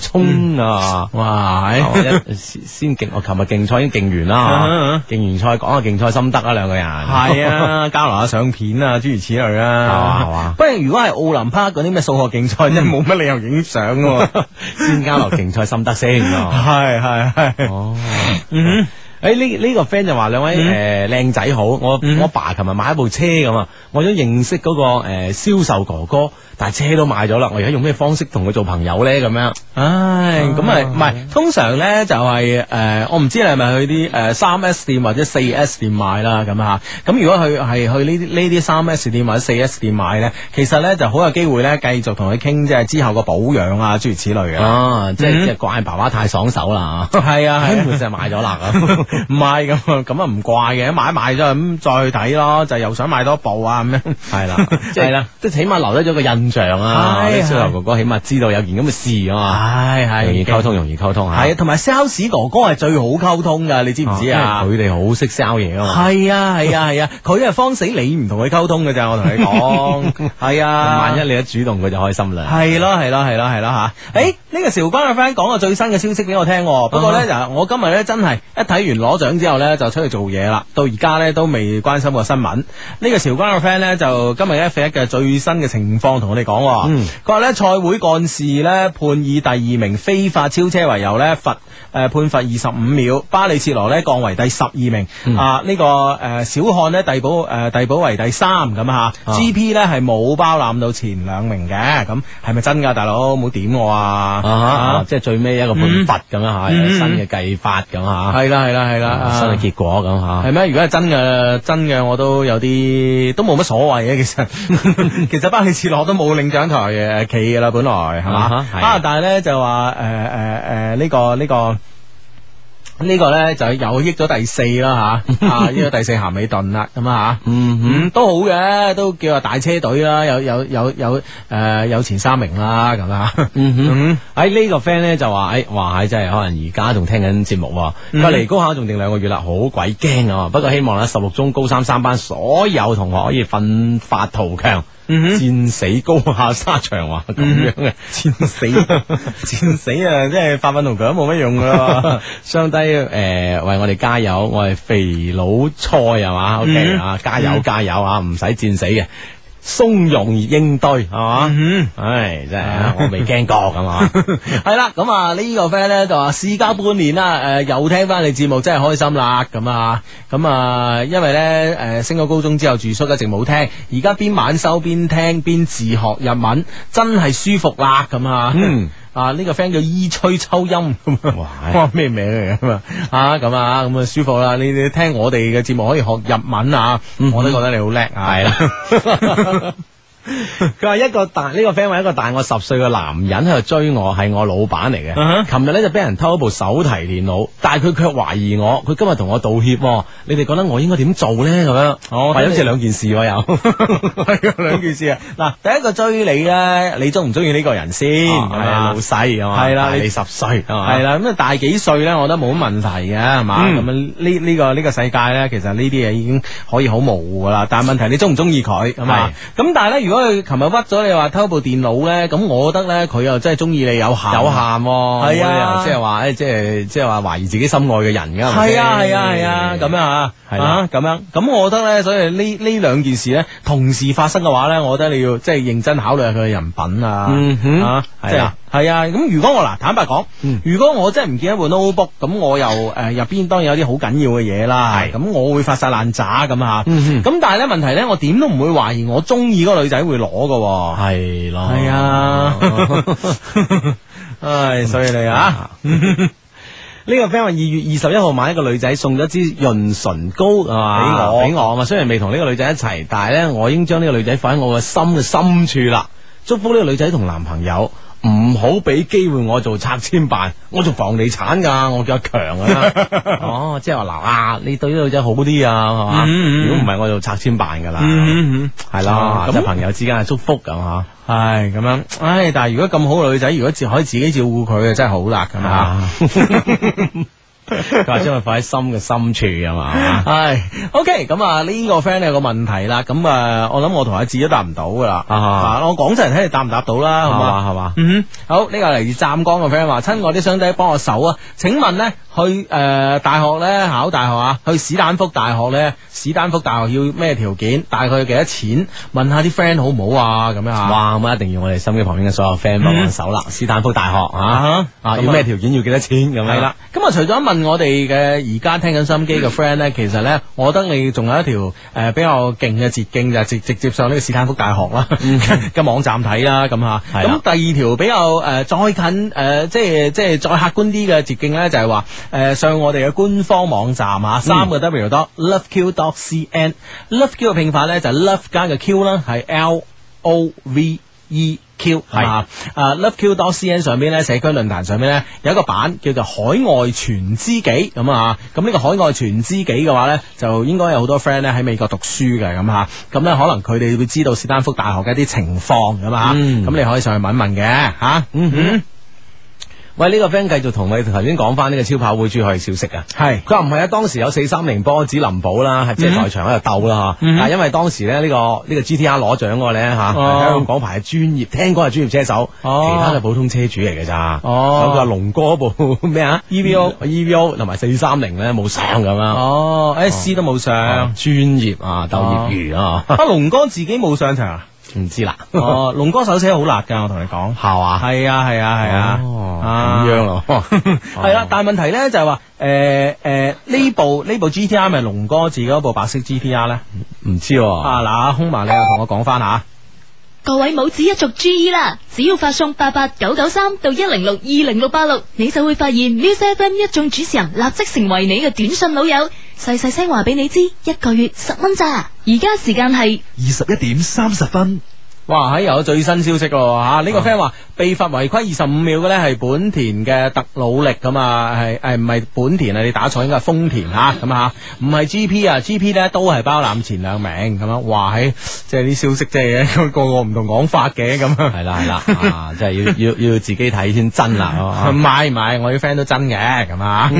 A: 衝啊！
B: 哇，
A: 係嘛
B: 係
A: 一先先競，我琴日競賽已經競 完
B: 啊哈
A: 啦
B: 啊，
A: 競完賽講下競賽心得啊，兩個人
B: 係 啊，交流下相片啊，諸如此類
A: 嘛
B: 啊，
A: 係嘛
B: 不過如果係奧林匹克嗰啲咩數學競賽，真係冇乜理由影相喎。
A: 先交流競賽心得先。啊
B: 係係係。
A: 哦，
B: 嗯。
A: 诶哎呢呢個 friend 就話兩位诶靚仔好，我
B: 嗯
A: 我爸琴日買一部車咁啊，我想認識嗰個诶銷售哥哥，但係車都買咗啦，我而家用咩方式同佢做朋友咧？咁樣
B: 唉，
A: 啊
B: 咁咪唔係通常咧就係、誒、我唔知你係咪去啲誒三 S 店或者四 S 店買啦咁嚇。咁如果去係去呢啲呢啲三 S 店或者四 S 店買咧，其實咧就好有機會咧繼續同佢傾即係之後個保養啊諸如此類嘅。
A: 啊，即係
B: 嗯
A: 即係怪爸爸太爽手啦，
B: 係啊，
A: 根本
B: 係
A: 就係買咗啦。
B: 啊 唔係咁啊咁啊唔怪嘅，買一買咗咁再去睇咯，就又想買多部啊咁樣。
A: 係啦，即 係
B: 係啦，
A: 即係起碼留低咗個印象啊！
B: 係
A: 啲銷售哥哥起碼知道有件咁嘅事啊嘛，
B: 唉，係
A: 容易溝
B: 嘅。
A: 通，容易溝通嚇。
B: 係啊，同埋 sales 哥哥係最好溝通噶，你知唔知啊？
A: 哦因為佢哋好識 sell 嘢啊嘛。
B: 系啊系啊系啊，佢系方死你唔同佢溝通嘅咋，我同你 講，係啊，
A: 萬一你一主動，佢就開心啦。
B: 係咯係咯係咯係咯吓，诶呢個韶關嘅 friend 講個最新嘅消息俾我聽喎，不
A: 啊
B: 過咧就啊我今日咧真係一睇完攞獎之後咧就出去做嘢啦，到而家咧都未關心過新聞。呢個韶關嘅 friend 咧就今日 F 一嘅最新嘅情況同我哋講喎，佢話咧賽會幹事咧判以第二名非法超車為由咧罰誒判罰二十五秒，巴里切羅咧降為第十二名，啊呢個誒小漢咧遞補誒遞補為第三咁啊嚇，GP 咧係冇包攬到前兩名嘅，咁係咪真㗎大佬？冇點我啊！
A: 啊啊即係最尾一個判罰咁樣嚇，有
B: 嗯
A: 新嘅計法咁嚇，
B: 係啦係啦係啦，啊
A: 新嘅結果咁啊嚇。
B: 系咩？如果係真嘅，真嘅我都有啲都冇乜所謂嘅。其 實其實巴里切洛都冇領獎台嘅企嘅啦，本來係
A: 啊
B: 嘛
A: 哈係
B: 啊，但係咧就話诶诶诶呢個呢、個呢個咧就有益咗第四啦吓，啊益咗第四咸美頓啦咁啊吓，嗯都好嘅，都叫做大車隊啦，有有有有诶、呃有前三名啦咁啊，
A: 嗯哼
B: 嗯
A: 喺呢個 friend 咧就話：，誒，哇！真係可能而家仲聽緊節目喎，佢話
B: 嗯
A: 離高考仲剩兩個月啦，好鬼驚啊！不過希望咧，十六中高三三班所有同學可以奮發圖強，
B: 嗯哼
A: 戰死高考沙場啊！咁樣嘅 戰死戰
B: 死啊！即係發奮圖強冇乜用噶 啊啦。
A: 相低誒、呃為我哋加油，我係肥佬菜係嘛？OK
B: 嗯
A: 啊，加油加油啊，唔使戰死嘅，從容而應對係嘛？
B: 嗯
A: 唉，真係 啊我未驚過咁啊！
B: 系啦，咁啊呢個 friend 咧就話事隔半年啦，诶、又聽翻你節目真係開心啦，咁啊咁啊，因為咧诶、誒升咗高中之後住宿一直冇聽，而家邊晚修邊聽邊自學日文，真係舒服啦，咁啊。
A: 嗯
B: 啊！呢、個 friend 叫伊吹秋音咁啊，
A: 哇
B: 哇咩名嚟咁啊？啊咁啊咁啊舒服啦！你你聽我哋嘅節目可以學日文啊，我都覺得你好叻啊！
A: 嗯係 啦。佢話一個大呢、個 friend 話一個大我十歲嘅男人喺度追我，係我老闆嚟
B: 嗯
A: 嘅。琴日咧就俾人偷一部手提電腦，但係佢卻懷疑我，佢今日同我道歉喎。你哋覺得我應該點做咧？咁樣，
B: 哦
A: 係好
B: 咁
A: 似
B: 你
A: 兩件事喎又。
B: 系啊，两件事啊。嗱，第一個追你咧，你中唔中意呢個人先？
A: 哦係啊老
B: 细
A: 啊嘛
B: 系啦，
A: 大你
B: 十岁系
A: 嘛
B: 啦。咁啊，大幾歲咧，我覺得冇乜問題嘅，係嘛？咁
A: 嗯
B: 啊，呢呢個呢個世界咧，其實呢啲嘢已經可以好模糊噶啦。但係問題你中唔中意佢咁啊？咁但係咧，如如果佢琴日屈咗你話偷部電腦咧，咁我覺得咧佢又真係中意你有限，
A: 有限喎，
B: 係啊
A: 冇理由即係話，誒即係即係話懷疑自己心愛嘅人㗎，係咪
B: 係啊係
A: 先
B: 啊係啊，咁樣啊，
A: 係啦
B: 啊咁樣，咁我覺得咧，所以呢呢兩件事咧同時發生嘅話咧，我覺得你要即係認真考慮下佢嘅人品啊，
A: 嗯哼
B: 啊，即
A: 係
B: 係
A: 啊嗯
B: 係啊，咁如果我嗱坦白講，如果我真係唔見一部 notebook，咁我又誒入邊當然有啲好緊要嘅嘢啦，咁我會發晒爛渣咁嚇，
A: 嗯
B: 咁但係咧問題咧，我點都唔會懷疑我中意嗰個女仔會攞嘅喎。
A: 係咯，
B: 系啊，唉，所以你啊，
A: 呢個 friend 話二月二十一號晚，一個女仔送咗支潤唇膏係嘛
B: 俾我
A: 俾我啊嘛。雖然未同呢個女仔一齊，但係呢，我已經將呢個女仔放喺我嘅心嘅深處啦。祝福呢個女仔同男朋友唔好俾機會我做拆遷辦，我做房地產㗎，我叫阿強 啊。哦，即係話嗱啊，你對呢個女仔好啲啊，係嘛？
B: 嗯嗯嗯
A: 如果唔係，我做拆遷辦㗎啦。
B: 嗯嗯
A: 係
B: 啊
A: 啦，
B: 咁
A: 即係朋友之間嘅祝福咁嚇。
B: 唉，咁樣，唉，但係如果咁好嘅女仔，如果自可以自己照顧佢嘅，真係好啦，咁啊。
A: 佢話將佢放喺心嘅深處啊嘛。
B: 唉 o k 咁啊呢個 friend 有個問題啦，咁啊，我諗我同阿志都答唔到噶啦，
A: 啊
B: 啊我廣州人睇你答唔答到啦，好
A: 係
B: 嘛？
A: 嘛係嘛，
B: 嗯哼，好，呢個嚟自湛江嘅 friend 話，親愛啲相弟幫我手啊！請問呢，去誒、呃大學呢，考大學啊，去史丹福大學呢，史丹福大學要咩條件？大概幾多錢？問下啲 friend 好唔好啊？咁樣啊？嗯
A: 哇！咁啊一定要我哋心機旁邊嘅所有 friend 幫幫手啦。斯坦福大學啊，啊要咩條件，要幾多錢咁樣
B: 系啦，，咁啊，除咗問我哋嘅而家聽緊心機嘅 friend 咧，其實咧，我覺得你仲有一條誒、呃比較勁嘅捷徑，就係直直接上呢個斯坦福大學啦 嘅網站睇啦，咁吓。
A: 係啦
B: 咁第二條比較誒、呃再近誒、呃即係即係再客觀啲嘅捷徑咧，就係話誒上我哋嘅官方網站啊，
A: 嗯
B: 三個 W dot loveq dot cn。loveq 嘅拼法咧就係 love 加嘅 Q 啦，係 L O V E。Q 係嘛？啊 loveq.cn 上邊咧，社區論壇上邊咧有一個版叫做海外全知己咁啊，咁呢個海外全知己嘅話咧，就應該有好多 friend 咧喺美國讀書嘅咁嚇，咁咧可能佢哋會知道斯坦福大學嘅一啲情況咁啊，
A: 嗯
B: 咁你可以上去問一問嘅嚇，嗯
A: 喂，呢個 friend 繼續同你頭先講翻呢個超跑會珠海嘅消息啊。
B: 係
A: 佢話唔係啊，當時有四三零波子林寶啦，係即係在場喺度鬥啦嚇。
B: 嗯
A: 但係因為當時咧呢個呢個 GTR 攞獎嗰個咧嚇，
B: 哦
A: 喺香港牌嘅專業，聽講係專業車手，其
B: 哦
A: 他嘅普通車主嚟嘅咋。
B: 哦
A: 咁佢話龍哥嗰部咩啊
B: EVO
A: EVO 同埋四三零咧冇上咁啊。
B: 哦，S 哦 C 都冇上
A: 專，業啊，鬥業餘啊，
B: 啊龍哥自己冇上場 啊，
A: 唔知啦，
B: 哦龍哥手車好辣㗎，我同你講。
A: 係嘛？
B: 係啊係啊係
A: 哦
B: 啊，
A: 咁樣咯， 哦
B: 係啦，但係問題咧就係話，誒誒呢部呢部 G T R 咪龍哥自己嗰部白色 G T R 咧？
A: 唔知喎，
B: 啊嗱，空麻你又同我講翻吓，
E: 各位母子一族注意啦！只要發送八八九九三到一零六二零六八六，你就會發現 Music FM 一眾主持人立即成為你嘅短信老友。細細聲話俾你知，一個月十蚊咋。而家時間係
F: 二十一點三十分，
B: 哇喺又有最新消息咯吓，呢個 friend 話被罰違規二十五秒嘅咧係本田嘅特努力咁啊，係誒唔係本田啊，你打錯應該係豐田吓咁啊，唔係 G P 啊，G P 咧都係包攬前兩名咁樣，啊哇喺即係啲消息即係 個個唔同講法嘅咁啊。
A: 係啦係啦，啊，即係要要要自己睇先真 啦，嗯啊
B: 唔係唔係，我啲 friend 都真嘅咁啊。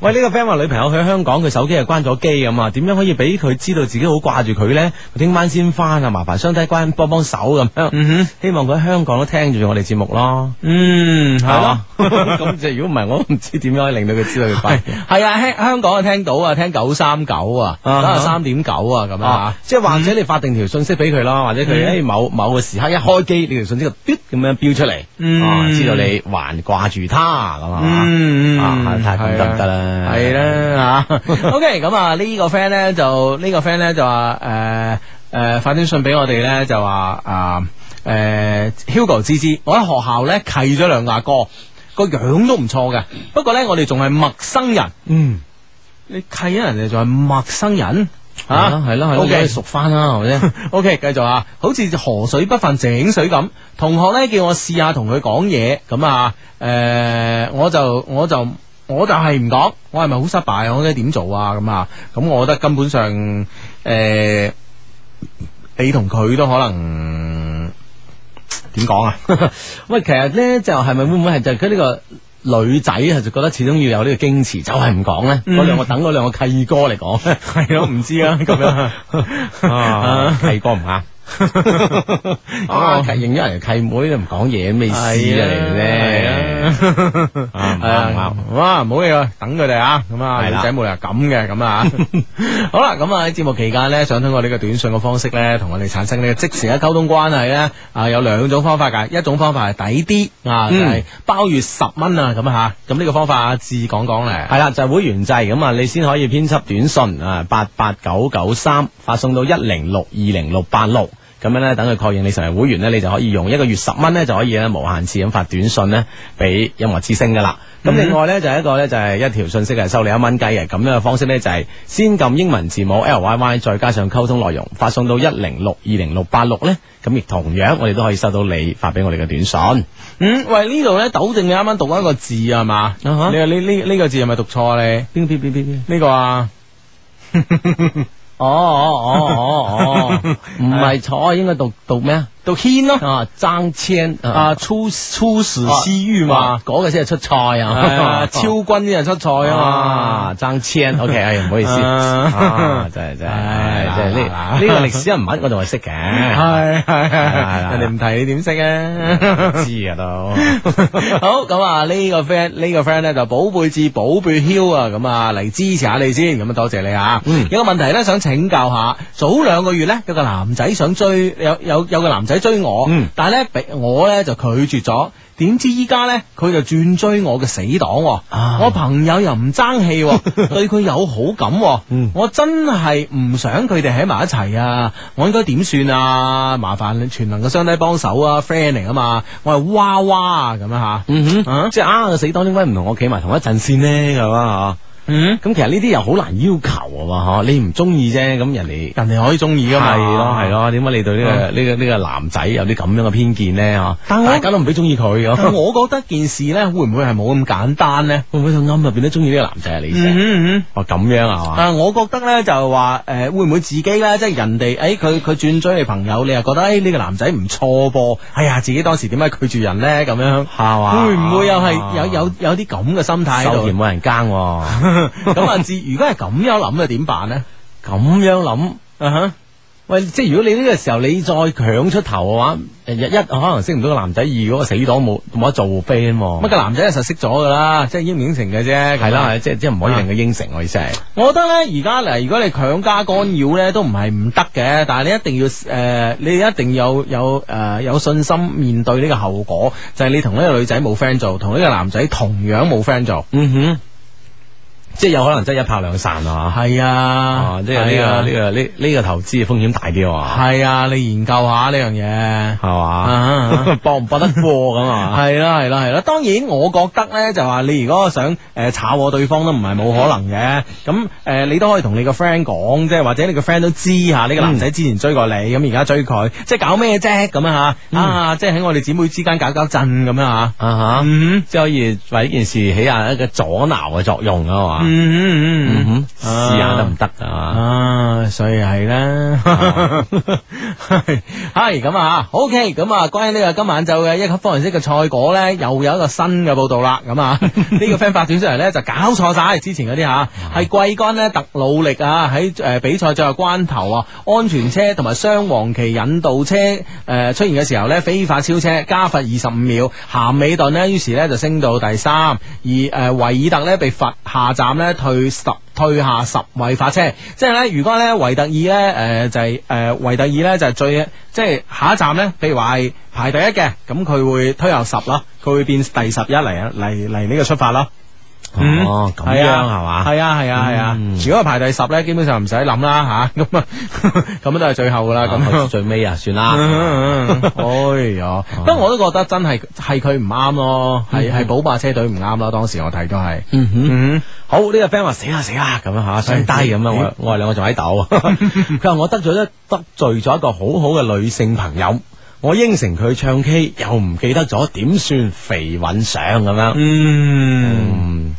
A: 喂，呢、個 friend 話女朋友去香港，佢手機係關咗機咁啊，點樣可以俾佢知道自己好掛住佢呢？佢聽晚先翻啊，麻煩雙低關幫幫手咁樣。
B: 嗯哼，
A: 希望佢喺香港都聽住我哋節目咯，
B: 嗯，係咯
A: 係嘛。 咁就如果唔係，我都唔知點樣可以令到佢知道佢
B: 係
A: 翻。
B: 係啊，香香港啊聽到啊，聽九三九啊，
A: 啊哈
B: 九三點九啊咁
A: 啊
B: 啊，，
A: 即係或者你發定條信息俾佢咯，或者佢
B: 嗯
A: 喺某某個時刻一開機，你條信息就嘟咁樣標出嚟，
B: 嗯
A: 啊，知道你還掛住他咁啊，
B: 嗯
A: 啊睇下咁得唔得啦
B: 係 啦吓。OK，咁啊呢個 friend 咧就呢個 friend 咧就話誒誒發短信俾我哋咧就話啊誒 Hugo 芝芝，我喺學校咧契咗兩個阿哥，個樣都唔錯嘅，不過咧我哋仲係陌生人。
A: 嗯，
B: 你契咗人哋仲係陌生人
A: 係
B: 啊
A: 咯？係咯係咯
B: OK
A: 可以熟翻 啦，係咪先？
B: O K，繼續啊，好似河水不犯井水咁。同學咧叫我試下同佢講嘢，咁啊，誒、我就我就我就係唔講，我係咪好失敗啊？我應該點做啊？咁啊，咁我覺得根本上誒、你同佢都可能點講啊？
A: 喂，其實咧就係咪會唔會係就係佢呢個女仔係就覺得始終要有呢個矜持，就係唔講咧。
B: 嗯
A: 嗰兩個等嗰兩個契哥嚟講，係
B: 係咯，唔知啊，咁樣
A: 啊，契哥唔啱。 啊，認咗人契妹都唔講嘢，咩意思啊你哋咧？
B: 啊
A: 啱唔 啱唔啱？
B: 哇，唔好嘢啊，等佢哋啊，咁啊，
A: 係
B: 女
A: 啦
B: 仔冇理由咁嘅，咁 啊，好啦，咁啊喺節目期間咧，想通過呢個短信嘅方式咧，同我哋產生呢個即時嘅溝通關係咧，啊，有兩種方法㗎，一種方法係抵啲啊，就係包月十蚊啊，咁啊吓，咁呢個方法阿志講講咧，
A: 係啦，就係會員制咁啊，你先可以編輯短信啊，八八九九三發送到一零六二零六八六。咁樣咧，等佢確認你成為會員咧，你就可以用一個月十蚊咧，就可以咧無限次咁發短信咧，俾音樂之星噶啦。
B: 嗯
A: 咁另外咧就係一個咧就係一條信息係收你一蚊雞嘅，咁樣嘅方式咧就係先撳英文字母 L Y Y，再加上溝通內容，發送到一零六二零六八六咧，咁亦同樣我哋都可以收到你發俾我哋嘅短信。
B: 嗯，喂，呢度咧糾正你啱啱讀一個字啊係嘛，你
A: 啊哈
B: 話呢呢呢個字係咪讀錯你？
A: 邊邊邊邊邊？
B: 呢個啊，
A: 哦哦哦哦哦， 唔係錯，應該讀 讀咩啊？
B: 讀軒咯，
A: 啊，爭千
B: 啊，初初時私語嘛
A: 哇，。嗰個先係出菜
B: 係啊，
A: 啊，
B: 超軍呢就出賽啊
A: 啊，爭 千，OK，哎唔好意思，
B: 啊
A: 啊真 係真啊
B: 唉
A: 係，真係呢
B: 嗱嗱
A: 呢個歷史人物我仲係識
B: 嘛，
A: 嘅，
B: 係係
A: 係
B: 係，人哋唔提你點識啊？
A: 知 啊 都。
B: 好咁啊！呢個 friend 呢個 friend 咧就寶貝至寶貝囂啊，咁啊嚟支持下你先，咁啊多謝你啊！有個問題咧想請教下，早兩個月咧有個男仔想追，有有有個男仔追我，
A: 嗯
B: 但係咧俾我咧就拒絕咗。點知依家咧，佢就轉追我嘅死黨喎、
A: 啊
B: 我朋友又唔爭氣、喎， 對佢有好感、喎。
A: 嗯
B: 我真係唔想佢哋喺埋一齊啊！我應該點算啊？麻煩全能嘅雙低幫手啊，friend 嚟啊嘛，我係娃娃啊咁樣吓。
A: 嗯
B: 啊
A: 哼，即係啊個死黨點解唔同我企埋同一陣線呢？咁啊
B: 嗯，
A: 嚇，咁其實呢啲又好難要求啊嘛嚇，你唔中意啫，咁人哋
B: 人哋可以中意噶嘛？
A: 係咯係。啊咯，點解你對呢、個呢、個呢、個男仔有啲咁樣嘅偏見咧？嚇，
B: 啊但我
A: 大家都唔俾中意佢
B: 但
A: 咁，
B: 我覺得件事咧，會唔會係冇咁簡單咧？
A: 會唔會個暗入邊都中意呢個男仔啊？你
B: 嗯
A: 啫，
B: 嗯嗯。
A: 哦咁樣啊係嘛？
B: 啊，我覺得咧就係話，誒、會唔會自己咧，即係人哋，誒、哎佢佢轉追你朋友，你又覺得，誒、哎呢、個男仔唔錯噃，哎呀，自己當時點解拒啊絕人咧？咁樣
A: 係嘛
B: 會唔會又係有有有啲咁嘅心態喺
A: 收
B: 度
A: 田？冇人耕喎，
B: 咁啊，至如果係咁樣諗嘅點辦咧？
A: 咁樣諗。
B: 啊哈，
A: 喂，即係如果你呢個時候你再強出頭嘅話，日一可能識唔到個男仔，二嗰個死黨冇冇得做 friend 喎。
B: 啊乜個男仔就實識咗噶啦，即係應唔應承嘅啫。啊
A: 係啦，，即係即係唔可以令佢應承我意思係。
B: 我覺得咧而家嚟，如果你強加干擾咧，都唔係唔得嘅，但係你一定要誒、呃你一定有有誒、呃有信心面對呢個後果，就係、你同呢個女仔冇 friend 做，同呢個男仔同樣冇 friend 做。
A: 嗯哼，即係有可能真係一拍兩散啊！
B: 係啊
A: 啊，即係呢個呢個呢呢個投資嘅風險大啲喎，
B: 係啊，你研究下呢樣嘢。
A: 係
B: 啊
A: 嘛？ 搏唔搏得過咁啊？
B: 系啦系啦系啦，當然我覺得咧就話你如果想诶炒我對方都唔係冇可能嘅，咁诶、呃你都可以同你個 friend 講，即係或者你個 friend 都知吓呢個男仔之前追過你，
A: 嗯
B: 咁而家追佢，即係搞咩啫咁啊吓，啊即係喺我哋姊妹之間搞搞震咁啊
A: 啊哈
B: 吓，，嗯
A: 即係可以為呢件事起下一個阻撓嘅作用啊
B: 嗯
A: 嘛。嗯
B: 嗯嗯
A: 哼，試下得唔得啊？
B: 啊，所以係啦， 係咁啊，OK，咁啊，關於呢個今晚晝嘅一級方程式嘅賽果咧，又有一個新嘅報道啦，咁 啊，呢個 friend 發短出嚟咧就搞錯晒之前嗰啲吓，係桂杆咧特努力啊喺誒比賽最後關頭啊，安全車同埋雙黃旗引導車誒、呃出現嘅時候咧，非法超車加罰二十五秒，咸美頓呢，於是咧就升到第三，而誒、呃、維爾特咧被罰下站咧退十。退下十位發車，即係咧，如果咧維特爾咧，誒、就係、誒維特爾咧就係、最即係下一站咧，譬如話係排第一嘅，咁佢會推後十啦，佢會變第十一嚟嚟嚟呢個出發啦。嗯
A: 哦，咁
B: 係
A: 樣
B: 啊
A: 係嘛？
B: 係啊係啊係啊！
A: 嗯
B: 如果係排第十咧，基本上唔使諗啦吓，咁啊 咁都係最後噶啦
A: 啊
B: 咁
A: 咁
B: 樣。
A: 最尾啊，算啦。
B: 嗯哎呀，不過我都覺得真係係佢唔啱咯，係係寶馬車隊唔啱啦。當時我睇都係，
A: 嗯哼，
B: 嗯，
A: 好呢個 friend 話死啦死啦咁樣吓，想低咁樣，我我哋兩個仲 喺度。佢話我得罪咗得罪咗一個好好嘅女性朋友，我應承佢唱 K 又唔記得咗，點算肥揾相咁樣？
B: 嗯，
A: 嗯，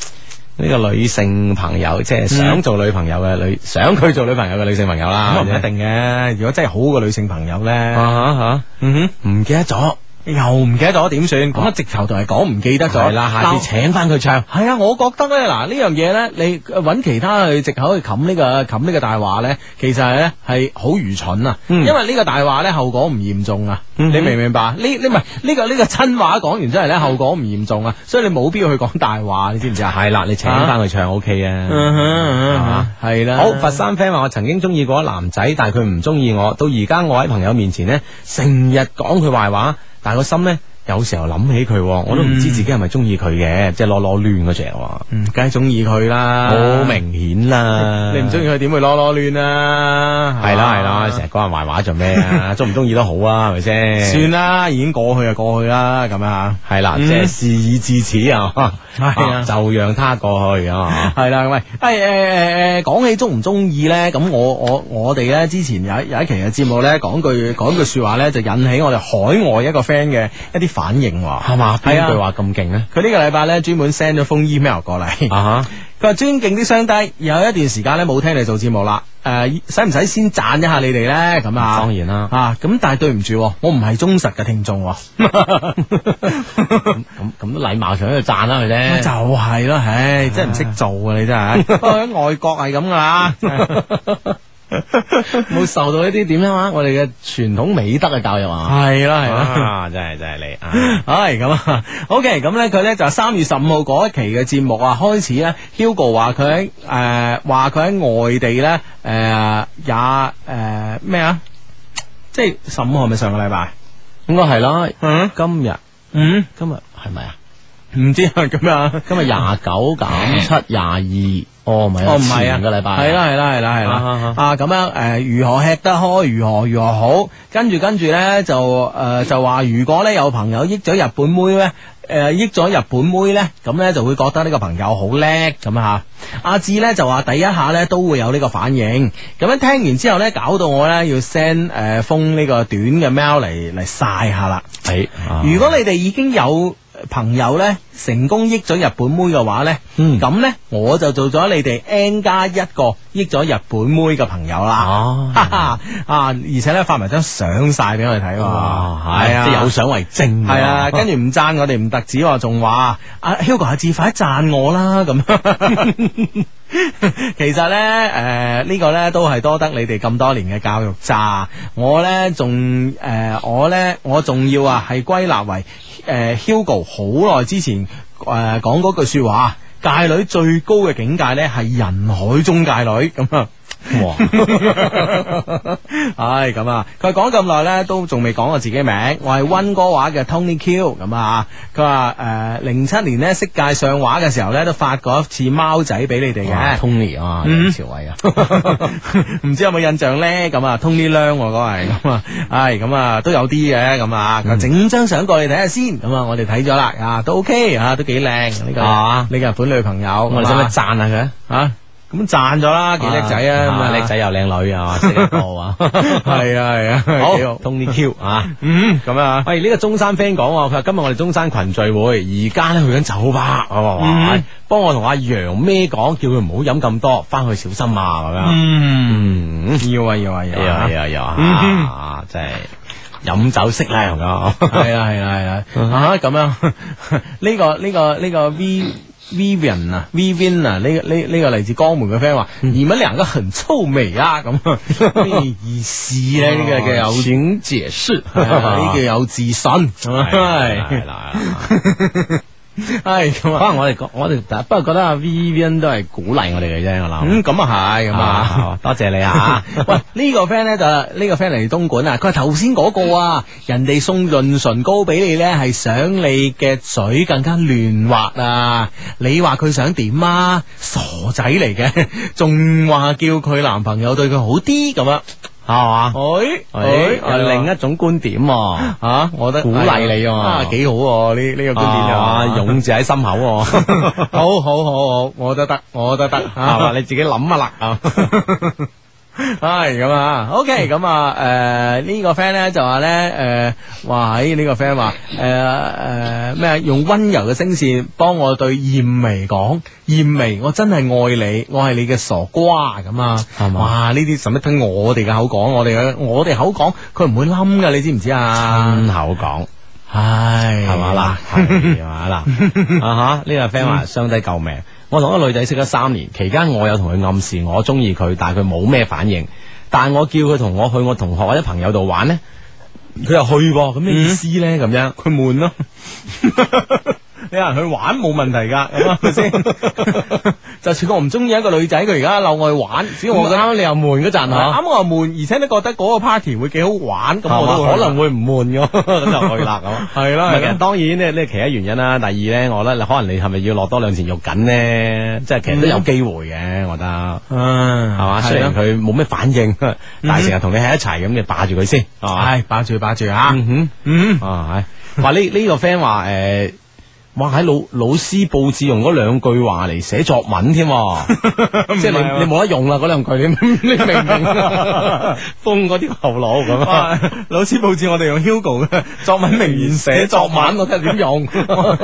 A: 呢個女性朋友即係想做女朋友嘅女，想佢做女朋友嘅女性朋友
B: 咁啊
A: 啦
B: 唔。一定嘅。如果真係好嘅女性朋友咧，
A: 啊吓，
B: 嗯哼。
A: 唔記得咗，又唔記得咗點算？咁啊，直頭同人講唔記得咗。
B: 係啦，下次請翻佢唱。
A: 系啊，我覺得咧，嗱呢樣嘢咧，你揾其他去藉口去冚呢、個冚呢個大話咧，其實係咧係好愚蠢啊！
B: 嗯
A: 因為呢個大話咧後果唔嚴重啊，
B: 嗯哼
A: 你明唔明白？呢呢唔係呢個呢、個真話講完之後咧後果唔嚴重啊，所以你冇必要去講大話，你知唔知啊？
B: 係啦，你請翻佢唱 OK 啊。
A: 嗯哼，係啦。
B: 好，佛山 friend 話我曾經中意過一男仔，但係佢唔中意我，到而家我喺朋友面前呢，成日講佢壞話，但係個心呢，有時候諗起佢喎，我都唔知自己係咪中意佢嘅，即係攞攞亂嗰只喎，
A: 嗯，梗係中意佢啦，
B: 好明顯啦。
A: 你唔中意佢點會囉囉攣啊？
B: 啊係啦係啦，
A: 嘛
B: 成日講人壞話做咩 啊？中唔中意都好啊，係咪先？
A: 算啦，已經過去就過去啦，咁樣啊。
B: 系啦，即
A: 嗯
B: 係事已至此 啊，
A: 係啊
B: 就讓他過去啊。
A: 系啦，喂，诶诶诶诶，讲起中唔中意咧，咁我我我哋咧之前有一有一期嘅節目咧，講句講句说話咧，就引起我哋海外一個 friend 嘅一啲反應喎。
B: 係嘛？
A: 係
B: 邊
A: 啊
B: 句話咁勁咧？
A: 佢呢個禮拜咧專門 send 咗封 email 過嚟，
B: 啊哈！
A: 佢話尊敬啲雙低，有一段時間咧冇聽你做節目啦，诶、使唔使先讚一下你哋咧？咁啊，
B: 當然啦
A: 啊，咁但係對唔住喎，我唔係忠實嘅聽眾喎。
B: 咁咁都禮貌上喺度讚啦佢
A: 咪就
B: 啫。
A: 係咯，
B: 嗯
A: 唉，真係唔識做啊！你真係，不過 喺外國係咁噶
B: 啊
A: 啦。
B: 冇受到一啲點樣啊？我哋嘅傳統美德嘅教育啊！
A: 系啦系啦。
B: 啊，真係真係你啊！
A: 唉，咁啊，OK，咁咧佢咧就三月十五號嗰一期嘅節目啊，開始咧，Hugo 話佢喺诶話佢喺外地咧诶、呃也诶咩啊，即係十五號係咪上個禮拜？
B: 應該係啦。今日
A: 嗯，
B: 今日係咪啊？
A: 唔知啊咁啊，
B: 今日廿九減七廿二，哦唔係
A: 哦
B: 啊，
A: 唔係啊，
B: 前個禮拜
A: 係啦係啦係啦係
B: 啊
A: 啦
B: 啊
A: 啊咁樣诶，如何吃得開，如何如何好，跟住跟住咧就诶、呃就話如果咧有朋友益咗日本妹咧。誒、益咗日本妹呢，咁呢就會覺得呢個朋友好叻咁嚇。阿志呢就話第一下呢都會有呢個反應，咁樣聽完之後呢，搞到我呢要 send 誒、呃封呢個短嘅 mail 嚟嚟晒下啦。
B: 係啊
A: 如果你哋已經有朋友咧成功益咗日本妹嘅話咧，
B: 嗯
A: 咁咧、我就做咗你哋 N 加一個益咗日本妹嘅朋友啦。
B: 啊
A: 哈哈 啊！而且咧發埋張相晒俾我哋睇喎，
B: 哇，係啊
A: 啊，
B: 即係有相為證
A: 係啊，跟住唔讚我哋唔特止喎，仲話阿 Hugo 阿志快啲讚我啦咁。 其實咧，诶、呢、個咧都係多得你哋咁多年嘅教育咋。我咧仲诶，我咧我仲要啊，係歸納為诶、呃 Hugo 好耐之前诶讲嗰句说話，界女最高嘅境界咧係人海中界女咁啊。
B: 哇！
A: 唉，咁啊，佢講咁耐咧，都仲未講我自己名，我係温哥華嘅 Tony Q 咁啊，佢話诶零七年咧色戒上畫嘅時候咧，都發過一次貓仔俾你哋
B: 哇
A: 嘅。
B: Tony 啊，
A: 嗯
B: 梁朝偉啊，
A: 唔知有冇印象咧？咁啊，Tony 梁我嗰位咁啊，唉，咁啊都有啲嘅咁啊，
B: 嗯
A: 佢整張相過嚟睇下先，咁啊，我哋睇咗啦，啊都 OK 啊，都幾靚呢個
B: 啊
A: 呢個日本女朋友，
B: 我哋使唔使讚下佢啊？
A: 啊？咁讚咗啦，幾叻仔啊，咁啊
B: 叻仔又靚女啊，識得多 啊，
A: 係啊係啊，
B: 好
A: 幾好，
B: Tony Q 啊。
A: 嗯，咁啊。
B: 喂，呢、個中山 friend 講喎，佢話今日我哋中山群聚會，而家咧去緊酒吧，哇！
A: 嗯
B: 幫我同阿楊咩講，叫佢唔好飲咁多，翻去小心啊咁樣。
A: 嗯，
B: 嗯，
A: 要啊要啊要
B: 有啊
A: 啊！
B: 有啊有
A: 嗯哼
B: 啊，真係飲酒適量啊！
A: 系啦系啦系啦，啊咁样 呢個呢個呢個 V Vivian 啊 Vivian 啊呢呢呢個嚟自江門嘅 friend 話，你们兩個很臭 美啊咁，咩意思咧？呢個叫有
B: 請解釋，
A: 係啊 呢叫有自信，係
B: 係啦
A: 咪
B: 係 啦係啦。
A: 係咁
B: 可
A: 啊，
B: 能我哋覺我哋不過覺得阿 Vivian 都係鼓勵我哋嘅啫，我諗。
A: 咁咁啊係咁啊。
B: 啊，多謝你 啊！
A: 喂，呢、個 friend 咧就呢、個 friend 嚟東莞啊，佢話頭先嗰個啊，人哋送潤唇膏俾你咧，係想你嘅嘴更加嫩滑啊！你話佢想點啊？傻仔嚟嘅， 仲話叫佢男朋友對佢好啲咁啊？
B: 係嘛？
A: 哎
B: 誒，
A: 哎
B: 係另一種觀點喎，
A: 啊，我覺得
B: 鼓勵你啊嘛
A: 啊，幾好喎呢呢個觀點
B: 啊，
A: 啊，
B: 勇字喺心口喎，
A: 好好好好，我覺得得，我覺得得，
B: 係嘛？你自己諗下 啦啊！
A: 系咁啊，OK，咁啊，诶、呢、個 friend 咧就話咧，诶、哇喺呢、個 friend 話，诶、诶咩、啊用温柔嘅聲線幫我對燕眉講，燕眉我真係愛你，我係你嘅傻瓜咁啊，
B: 係嘛
A: 哇呢啲使乜聽我哋嘅口講，我哋嘅我哋口講，佢唔會冧噶，你知唔知啊？
B: 親口講，
A: 唉，
B: 係嘛啦
A: 係嘛嗱，啊吓呢個 friend 話相低救命！我同一個女仔識咗三年，期間我有同佢暗示我中意佢，但係佢冇咩反應。但我叫佢同我去我同學或者朋友度玩呢，佢又去喎，咁咩意思呢？咁樣
B: 佢悶咯。你有人去玩冇問題㗎，係咪先？就算我唔中意一個女仔，佢而家溜我去玩，只要我覺
A: 咁
B: 得
A: 啱啱你又悶嗰陣
B: 啱
A: 嚇，
B: 啱我又悶，而且你覺得嗰個 party 會幾好玩，咁
A: 咁
B: 我
A: 我
B: 都
A: 可能會唔悶嘅，咁就去啦咁。
B: 係啦
A: 唔係
B: 係
A: 其
B: 啦
A: 實當然咧，呢係其一原因啦。第二咧，我覺得可能你係咪要落多兩錢肉緊咧？即係其實都有機會嘅，我覺得。
B: 嗯，
A: 係嘛？雖
B: 係
A: 然
B: 咯，
A: 佢冇咩反應，但係成日同你喺一齊咁，你霸住佢先，係嘛？
B: 唉，把住把住啊，
A: 嗯
B: 嗯
A: 哼，啊係。話呢呢個 friend 話誒，哇喺老老師佈置用嗰兩句話嚟寫作文添 喎，即係啊
B: 唔係喎
A: 你你冇得用啦嗰兩句，你你明唔明 啊？封嗰啲後腦咁啊！
B: 哇老師佈置我哋用 Hugo 嘅作文名言寫作文，我睇下點 用。呢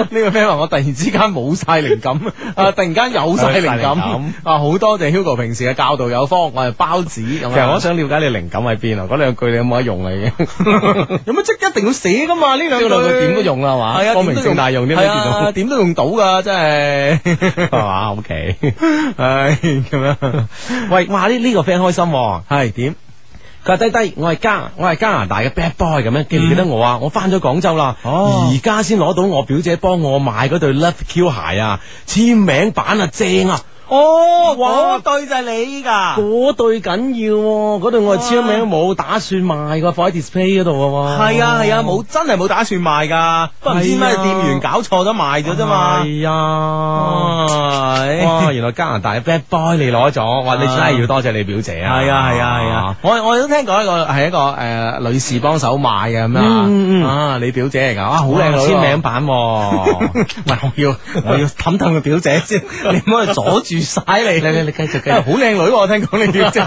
B: 個 friend 話我突然之間冇晒靈感，啊突然間有晒靈感，
A: 有晒靈
B: 啊好多謝 Hugo 平時嘅教導有方，我係包子咁樣。
A: 其實我想了解你靈感喺邊啊！嗰兩句你有冇得用啊？已經
B: 有乜即一定要寫噶嘛？呢兩
A: 呢
B: 句
A: 兩句點都用啦係嘛
B: 係啊，
A: 光明正大用啲咩
B: 係啊點都用到噶，真係。
A: 係嘛？OK，
B: 唉，咁樣
A: 喂，哇！呢呢個 friend 開心喎。
B: 係點？
A: 佢話低低，我係加我係加拿大嘅 bad boy 咁樣，記唔記得我啊？我翻咗廣州啦，
B: 嗯哦
A: 而家先攞到我表姐幫我買嗰對 Love Q 鞋啊，簽名版啊，正啊！
B: 哦，
A: 哇
B: 嗰對就係你噶。
A: 嗰對緊要喎，嗰對我係簽名冇打算賣㗎，放喺 display 嗰度喎。
B: 係啊係啊，冇真係冇打算賣噶，不過唔知咩
A: 係啊
B: 店員搞錯咗賣咗啫嘛。哦
A: 係啊。
B: 哇
A: 哇！原來加拿大嘅 bad boy 你攞咗，哇！你真係要多謝你表姐啊！
B: 係啊係啊係啊！我我都聽講一個係一個誒女士幫手買嘅咁樣啊
A: 嗯嗯嗯
B: 啊，你表姐嚟㗎，哇好
A: 好
B: 靚
A: 靚
B: 女
A: 簽
B: 喎
A: 名版喎。
B: 喂，我要我要氹氹個表姐先，你唔好去阻住晒你。你你你繼續繼續，好靚女喎！我聽講你表姐。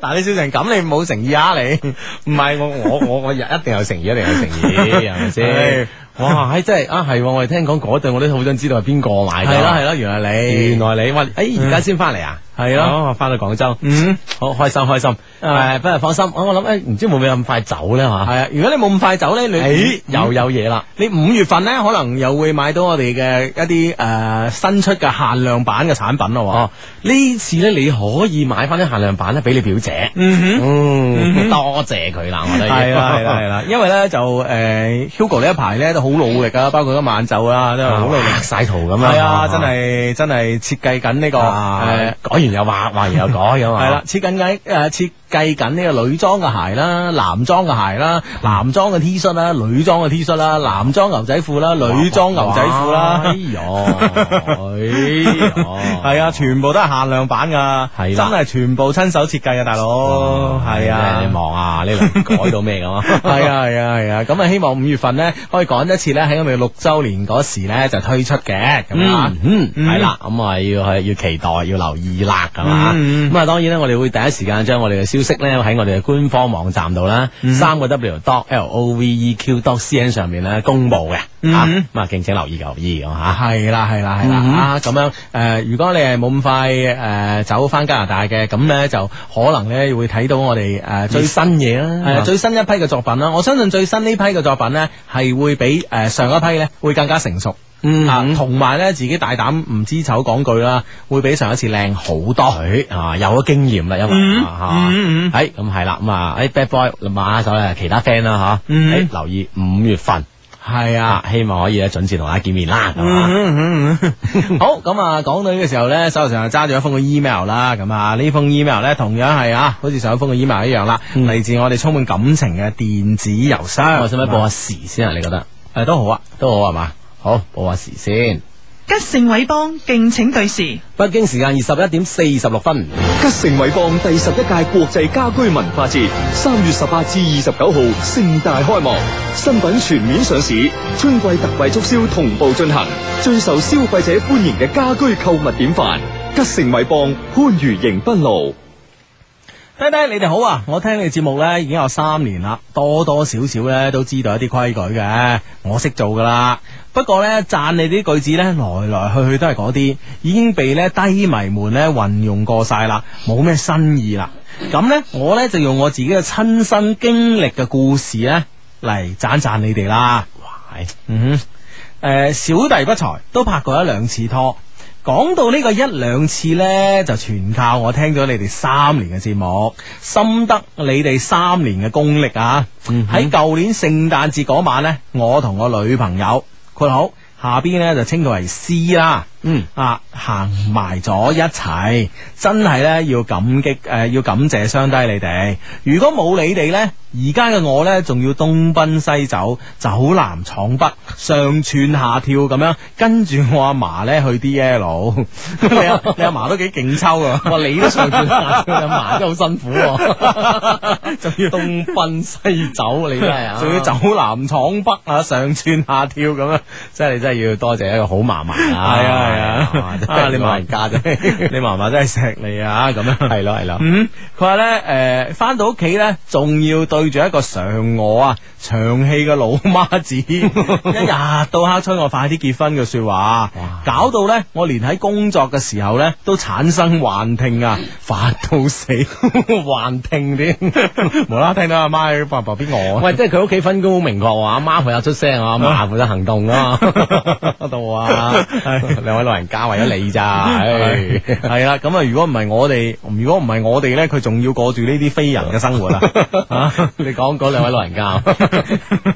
B: 嗱，你笑成咁，你冇誠意啊！你
A: 唔係我我我我一定有誠意，一定有誠意，係咪
B: 係
A: 先？ 哇！唉，真係啊，係喎我哋聽講嗰對，我都好想知道係邊個買㗎。
B: 係啦係啦，原來你嗯
A: 原來你喂，誒而家先翻嚟啊？
B: 係咯
A: 咯，翻到廣州，
B: 嗯啊
A: 好開心開心。誒，不過放心，啊我諗誒，唔知會唔會咁快走咧
B: 係
A: 嚇？
B: 啊！如果你冇咁快走咧，你
A: 誒，又有嘢啦。
B: 你五月份咧，可能又會買到我哋嘅一啲誒新出嘅限量版嘅產品咯
A: 哦，呢次咧你可以買翻啲限量版咧俾你表姐。
B: 嗯哼。
A: 嗯，多謝佢啦，我覺得要
B: 係啦係啦係 啦，因為咧就誒、Hugo 呢一排咧都好努力啊，包括今晚晝啦，都係好努力
A: 畫晒圖啊咁樣。
B: 係啊，真係真係設計緊呢個
A: 啊
B: 誒。
A: 改完又畫，畫完又 改咁啊。
B: 係啦，設計緊誒設計緊呢個女裝嘅鞋啦，男裝嘅鞋啦，男裝嘅 T 恤啦，女裝嘅 T 恤啦，男裝牛仔褲啦，女裝牛仔褲啦，
A: 哎
B: 哎
A: 呀，
B: 係啊，全部都係限量版噶，
A: 哦係
B: 真
A: 啦哦
B: 係全部親手設計嘅大佬，係啊
A: 你。望啊，呢輪改到咩咁啊？
B: 係啊係啊係啊，咁啊希望五月份咧可以趕一次咧喺我哋六周年嗰時咧就推出嘅咁啊
A: 嗯，嗯，
B: 嗯
A: 係啦，咁啊要係要期待，要留意啦，咁啊，
B: 嗯嗯
A: 咁啊當然咧，我哋會第一時間將我哋嘅消息咧喺我哋嘅官方網站度啦，三個 W dot L O V E Q dot C N 上面咧公佈嘅，
B: 嗯
A: 啊咁啊敬請留意留意咁吓，
B: 係啦係啦係啦
A: 嗯
B: 啊咁樣誒、如果你係冇咁快誒、走翻加拿大嘅，咁咧就可能咧會睇到我哋誒、最
A: 最
B: 新
A: 新嘢啦，
B: 係啊最新一批嘅作品啦。我相信最新呢批嘅作品咧係會比誒、上一批咧會更加成熟。
A: 嗯
B: 啊，同埋咧，自己大膽唔知醜講句啦，會比上一次靚好多。
A: 佢啊有咗經驗啦，因為
B: 嗯
A: 啊
B: 嗯嗯
A: 係咁係啦，咁啊誒 Bad Boy 馬下手咧，其他 friend 啦吓，
B: 嗯
A: 誒留意五月份
B: 係啊
A: 啊，希望可以咧準時同大家見面啦，咁啊
B: 嗯嗯嗯嗯好咁啊，講到呢個時候咧，手頭上就揸住一封嘅 email 啦。咁啊，呢封 email 咧，同樣係啊，好似上一封嘅 email 一樣啦，
A: 嗯
B: 嚟、自我哋充滿感情嘅電子郵箱。
A: 我使唔使報下時先啊？你覺得
B: 誒，都好啊。
A: 都好係嘛？好，報下時先。
D: 吉盛偉邦敬請對視。
A: 北京時間二十一點四十六分，
F: 吉盛偉邦第十一屆國際家居文化節三月十八至二十九號盛大開幕，新品全面上市，春季特惠促銷同步進行，最受消費者歡迎嘅家居購物典範。吉盛偉邦番禺迎賓路。
B: 低低，你哋好啊！我聽你節目呢已經有三年啦，多多少少呢都知道一啲規矩嘅，我識做噶啦。不過呢，讚你啲句子呢，來來去去都係嗰啲，已經被呢低迷們呢運用過晒啦，冇咩新意啦。咁呢，我呢就用我自己嘅親身經歷嘅故事呢。嚟赞赞你哋啦。哇，嗯哼，诶、小弟不才，都拍過一兩次拖。講到呢個一兩次呢，就全靠我聽咗你哋三年嘅節目，深得你哋三年嘅功力啊！
A: 嗯
B: 喺舊、年聖誕節嗰晚呢，我同我女朋友（括號下邊呢就稱佢為 C 啦），嗯啊行埋咗一齊，真係呢要感激誒、呃要感謝雙低你哋。如果冇你哋呢，而家嘅我呢，仲要東奔西走，走南闖北，上蹿下跳咁樣，跟住我阿嫲呢去 D L，你 阿你阿嫲都幾勁抽啊！
A: 哇！你都上半下，佢阿嫲真係好辛苦 喎， 仲要東奔西走，你真係啊！
B: 仲要走南闖北啊，上蹿下跳咁啊！
A: 真係你真係要多謝一個好嫲嫲啊！係
B: 係啊係啊，啊你嫲
A: 你老人家 真係
B: 你嫲嫲真係錫你啊，咁樣
A: 係咯係咯，
B: 嗯，佢話咧，诶、翻到屋企咧，仲要對住一個常我啊，長氣嘅老媽 子，一日到黑催我快啲結婚嘅说話，搞到咧，我連喺工作嘅時候咧，都產生幻聽啊，煩到死， 幻聽 添，無啦啦聽到阿媽喺旁邊我啊。
A: 喂，即係佢屋企分工好明確喎，阿媽負責出聲，阿嫲負責行 動啊嘛，度啊，兩位老人家為咗你咋， 唉
B: 系啦，咁啊，如果 唔係我哋，如果唔係我哋咧，佢仲要過住呢啲非人嘅生 活啊！啊
A: 你講嗰兩位老 人家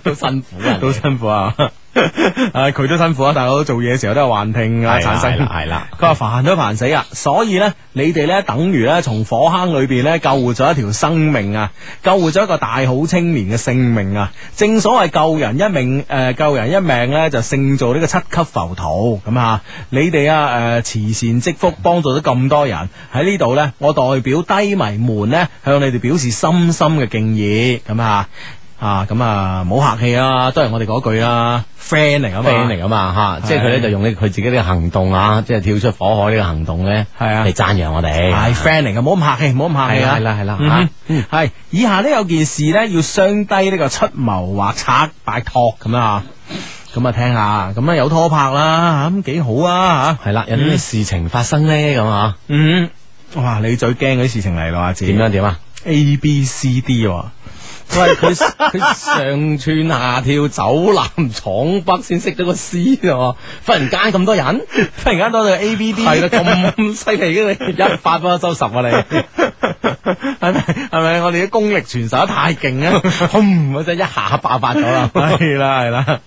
A: 都辛苦啊，
B: 都辛苦啊！ 啊，佢都辛苦啊，大佬做嘢嘅時候都有幻聽啊，產生
A: 係啦係啦
B: 佢話煩都煩死啊！所以咧，你哋咧等於咧從火坑裏邊咧救活咗一條生命啊，救活咗一個大好青年嘅性命啊！正所謂救人一命，誒、救人一命咧就勝造呢個七級浮屠咁啊！你哋啊誒、慈善積福，幫助咗咁多人喺呢度咧，我代表低迷們咧向你哋表示深深嘅敬意咁啊！啊，咁啊，唔好客氣啊，都係我哋嗰句啦，friend 嚟啊嘛
A: friend 嚟噶嘛吓，即係佢咧
B: 係
A: 就用呢佢自己呢個行動啊，即係跳出火海呢個行動咧，
B: 係啊
A: 嚟讚揚我哋，
B: 系 friend 嚟嘅，唔好咁客氣，唔好咁客氣啊！
A: 啊係啦係啦係啦
B: 嗯哼係以下呢有件事呢，要相低呢個出謀劃策，拜托咁樣啊！咁啊，聽下，咁啊有拖拍啦，咁幾好啊吓！
A: 係啦，有啲咩事情發生咧咁啊？
B: 嗯，哇！你最驚嗰啲事情嚟咯，阿志
A: 點樣點啊？
B: A B C D 喎，
A: 喂，佢佢上蹿下跳、走南闖北，先識咗個詩咯。忽然間咁多人，
B: 突然間多到 A B D，
A: 係啦，咁犀利嘅你，一發不可收拾啊你！
B: 係咪係咪？我哋啲功力傳授得太勁啊！
A: 轟！我真係一下爆發咗 啦。
B: 系啦系啦。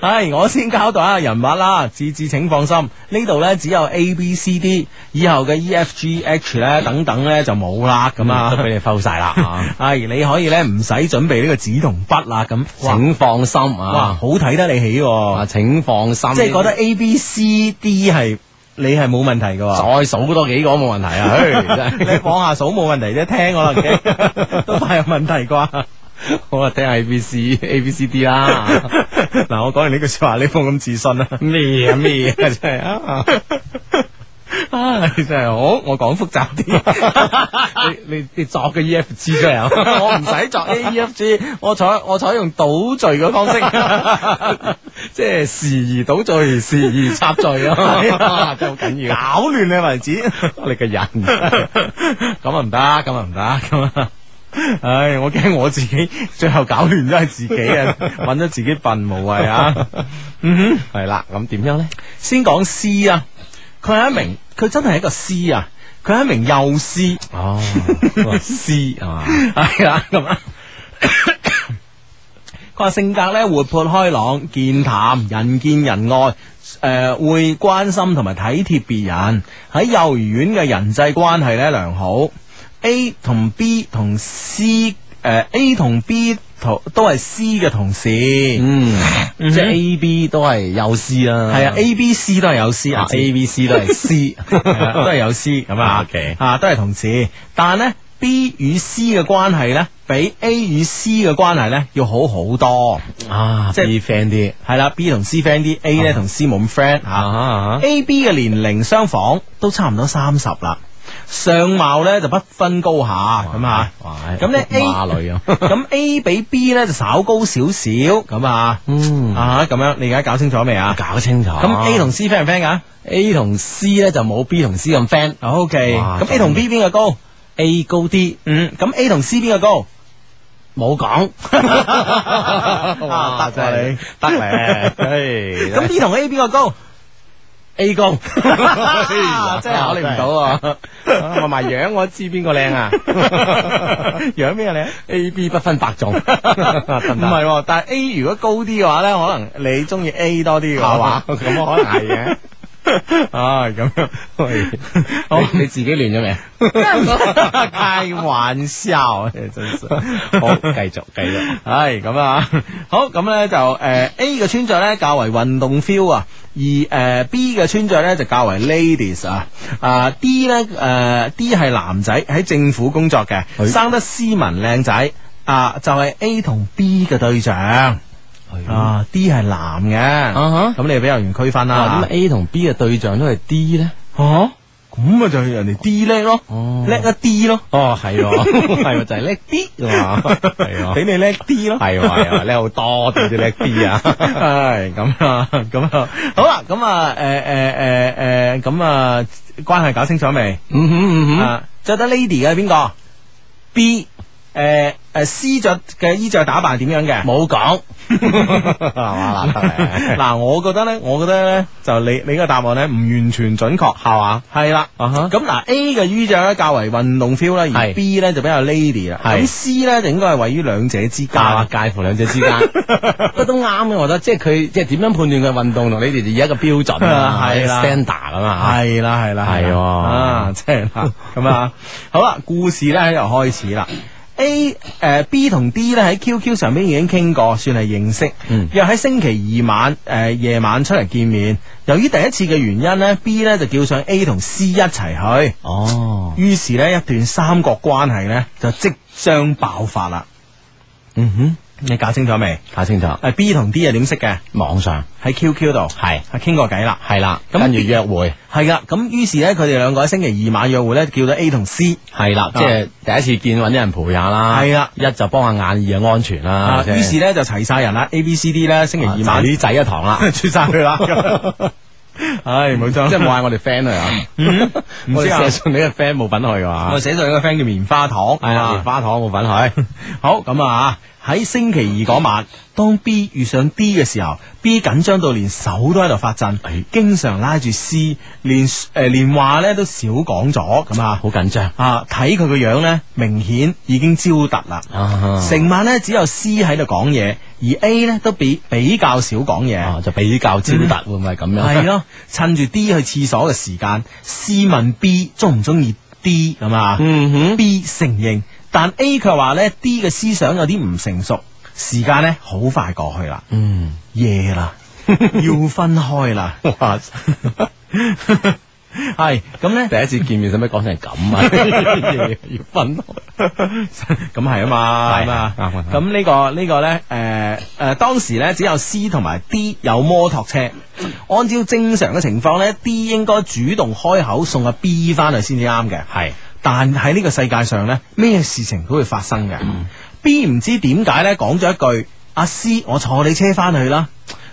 B: 唉，我先交代一下人物啦，志志請放心，呢度呢只有 A、B、C、D，以後嘅 E、F、G、H 呢等等呢就冇啦，咁啊
A: 都俾你
B: 摟晒
A: 啦 啊
B: 係你可以呢唔使準備呢個紙同筆啦，咁哇
A: 請放心
B: 哇
A: 啊！
B: 好睇得你起
A: 啊，
B: 喎，
A: 請放心，
B: 即係覺得 A、B、C、D 係你係冇問題嘅喎。
A: 再數多幾個冇問題啊！唉，真
B: 你
A: 係
B: 往下數冇問題啫，聽可能 嘅都快有問題啩。
A: 好啊，聽 A B C A B C D 啦。
B: 嗱，我講完呢句说話，你冇咁自信啦。咩啊 咩啊，真係啊！啊，真係好，我講複雜 啲，你你你作嘅 E F G 出嚟啊！ 我唔使作 A E F G，我採我採用倒序嘅方式， 即係時而倒序，時而插序啊， 真係好緊要，搞亂你為止， 你嘅人咁啊唔得，咁啊唔得，咁啊。唉，我驚我自己最後搞亂咗係自己啊， 揾咗自己笨無謂啊。嗯哼，係啦，咁點樣咧？先講詩啊，佢係一名，佢真係一個詩啊，佢係一名幼 師。
A: 哦，
B: 詩啊，系啦咁啊。 佢話性格咧活潑開朗、健談、人見人愛，诶、會關心同埋體貼別人，喺幼兒園嘅人際關係咧良好。A 同 B 同 C 诶、A 同 B 同都係 C 嘅同事，係
A: 嗯，即係
B: 嗯
A: A B 都係幼師啦。
B: 啊，A、B、C 都係有 C 啊
A: 啊 A B C 都係 C，
B: 係啊都係有 C 咁啊
A: OK
B: 啊都係同事，但係咧 B 與 C 嘅關係咧，比 A 與 C 嘅關係咧要好好多，
A: 啊，
B: 即係
A: B friend 啲
B: 係啦，B 同 C friend 啲，A 咧同 C 冇咁 friend 吓。
A: 啊
B: A、B 嘅年齡相仿，都差唔多三十啦，相貌咧就不分高下咁啊。
A: 哇
B: 咁咧 A
A: 孖女啊
B: 咁 A 比 B 咧就稍高少少咁啊。
A: 嗯
B: 啊咁樣，你而家搞清楚未啊？
A: 搞清楚。
B: 咁 A 同 C friend 唔 friend 噶
A: A 同 C 咧就冇 B 同 C 咁 friend，
B: ？O K，
A: 哇
B: 咁 A 同 B 邊個高？
A: A 高啲
B: 嗯，咁 A 同 C 邊個高
A: 冇 講，
B: 哇
A: 哇
B: 真係
A: 得咧，
B: 咁
A: 咁 B 同 A 邊個高？A 高，
B: 真係考慮唔到
A: 啊！同埋樣我知邊個靚 啊？
B: 樣咩咧？
A: A、B 不分伯 仲，唔
B: 唔係喎，但係 A 如果高啲嘅話咧，可能你中意 A 多啲嘅
A: 係
B: 話
A: 嘛，？ 咁可能係嘅。
B: 啊，咁樣，
A: 好，你自己亂咗未？
B: 開玩笑，真是。
A: 好，繼續繼續。
B: 唉，咁啊，好咁咧就诶、呃 A 嘅穿着咧較為運動 feel 啊，而诶、呃 B 嘅穿着咧就較為 ladies 啊，啊 D 咧诶、呃 D 係男仔喺政府工作嘅，
A: 係
B: 生得斯文靚仔啊，就係 A 同 B 嘅對象。啊，D 係男嘅，
A: 哎啊哈
B: 咁你比較容易區分
A: 啊，
B: 啦
A: 咁。A 同 B 嘅對象都係 D 咧？
B: 哦，咁咪就係人哋 D 叻咯，
A: 哦
B: 叻一 D 咯，
A: 哦，係 喎，係喎，就係叻啲㗎嘛，係喎
B: 俾你叻 D 咯。
A: 係喎，係喎，叻好多，點知叻啲 啊？
B: 唉，咁啊，咁啊，好啦，咁啊，诶诶诶诶，誒咁啊，關係搞清楚未？
A: 嗯哼嗯
B: 啊，着得 lady 嘅係邊個？B，诶诶，C 着嘅衣着打扮係點樣嘅？
A: 哼，冇
B: 啊
A: 講，係嘛嗱得 咧，
B: 嗱，我覺得咧，我覺得咧，就你你個答案咧唔完全準確，係嘛？Uh-huh 係啦，咁嗱 A 嘅衣着咧較為運動 feel 啦，而
A: 係
B: B 咧就比較 lady 啦，
A: 係
B: 咁 C 咧就應該係位於兩者之
A: 介
B: 間。
A: 介 乎兩者之間，不過都啱嘅，我覺得，即係佢即係點樣判斷佢運動同你哋而家嘅標準 啊，
B: 係啦
A: standard 咁啊，
B: 系啦系啦
A: 係喎
B: 啊，即系啦咁啊，好啦，故事咧又開始啦。A 诶、B 同 D 咧喺 QQ 上邊已經傾過，算係認識。
A: 嗯
B: 約喺星期二晚诶、誒夜晚出嚟見面。由於第一次嘅原因咧，B 咧就叫上 A 同 C 一齊去，
A: 哦，
B: 於是咧一段三角關係咧就即將爆發啦。
A: 嗯哼，
B: 你搞清楚未？
A: 搞清楚，
B: 诶、B 同 D 係點識嘅？
A: 網上
B: 喺 QQ 度
A: 係
B: 係傾過偈啦。
A: 係啦，
B: 咁
A: 跟住約會。
B: 係噶，咁於是咧佢哋兩個喺星期二晚約會咧叫咗 A 同 C。
A: 係啦，即係第一次見揾啲人陪下啦，
B: 啊係啦
A: 一就幫下眼耳啊安全啦
B: 啊，，
A: 即係
B: 於是咧就齊晒人啦，A、B、C、D 咧星期
A: 啊
B: 二
A: 就係
B: 晚
A: 呢仔一堂啦，
B: 出晒佢啦。唉，冇錯，
A: 即係冇嗌我哋 friend 去啊，我
B: 唔知
A: 哋
B: 啊
A: 寫信你嘅 friend 冇份去㗎嘛
B: 我，寫咗一個 friend 叫棉花糖，
A: 係啊，棉花糖 冇份去，
B: 好咁啊！喺星期二嗰晚，當 B 遇上 D 嘅時候，B 緊張到連手都喺度發震，經常拉住 C，連誒、呃、連話咧都少講咗咁啊！
A: 好緊張
B: 啊，睇佢個樣咧，明顯已經焦突啦。
A: 啊
B: 成晚咧只有 C 喺度講嘢，而 A 咧都比比較少講嘢。
A: 啊就比較招突，會唔會係咁樣？
B: 系，嗯咯，趁住 D 去廁所嘅時間，C 問 B 中唔中意 D 咁啊、
A: 嗯哼，
B: b 承認，但 A 卻話咧 D 嘅思想有啲唔成熟，時間咧好快過去啦，
A: 嗯，
B: 夜 啦，要分開啦，
A: 哇，
B: 係咁咧。
A: 第一次見面使唔使講成咁啊？ 要分開，
B: 咁係啊嘛，
A: 係
B: 咁啊，
A: 啱啊啱
B: 咁呢個呢個咧，誒誒，當時咧只有 C 同埋 D 有摩托車，按照正常嘅情況咧，D 應該主動開口送阿 B 翻去先至啱嘅，
A: 係
B: 但喺呢個世界上咧，咩事情都會發生嘅。B 唔知點解咧講咗一句：阿 C，我坐你車翻去啦。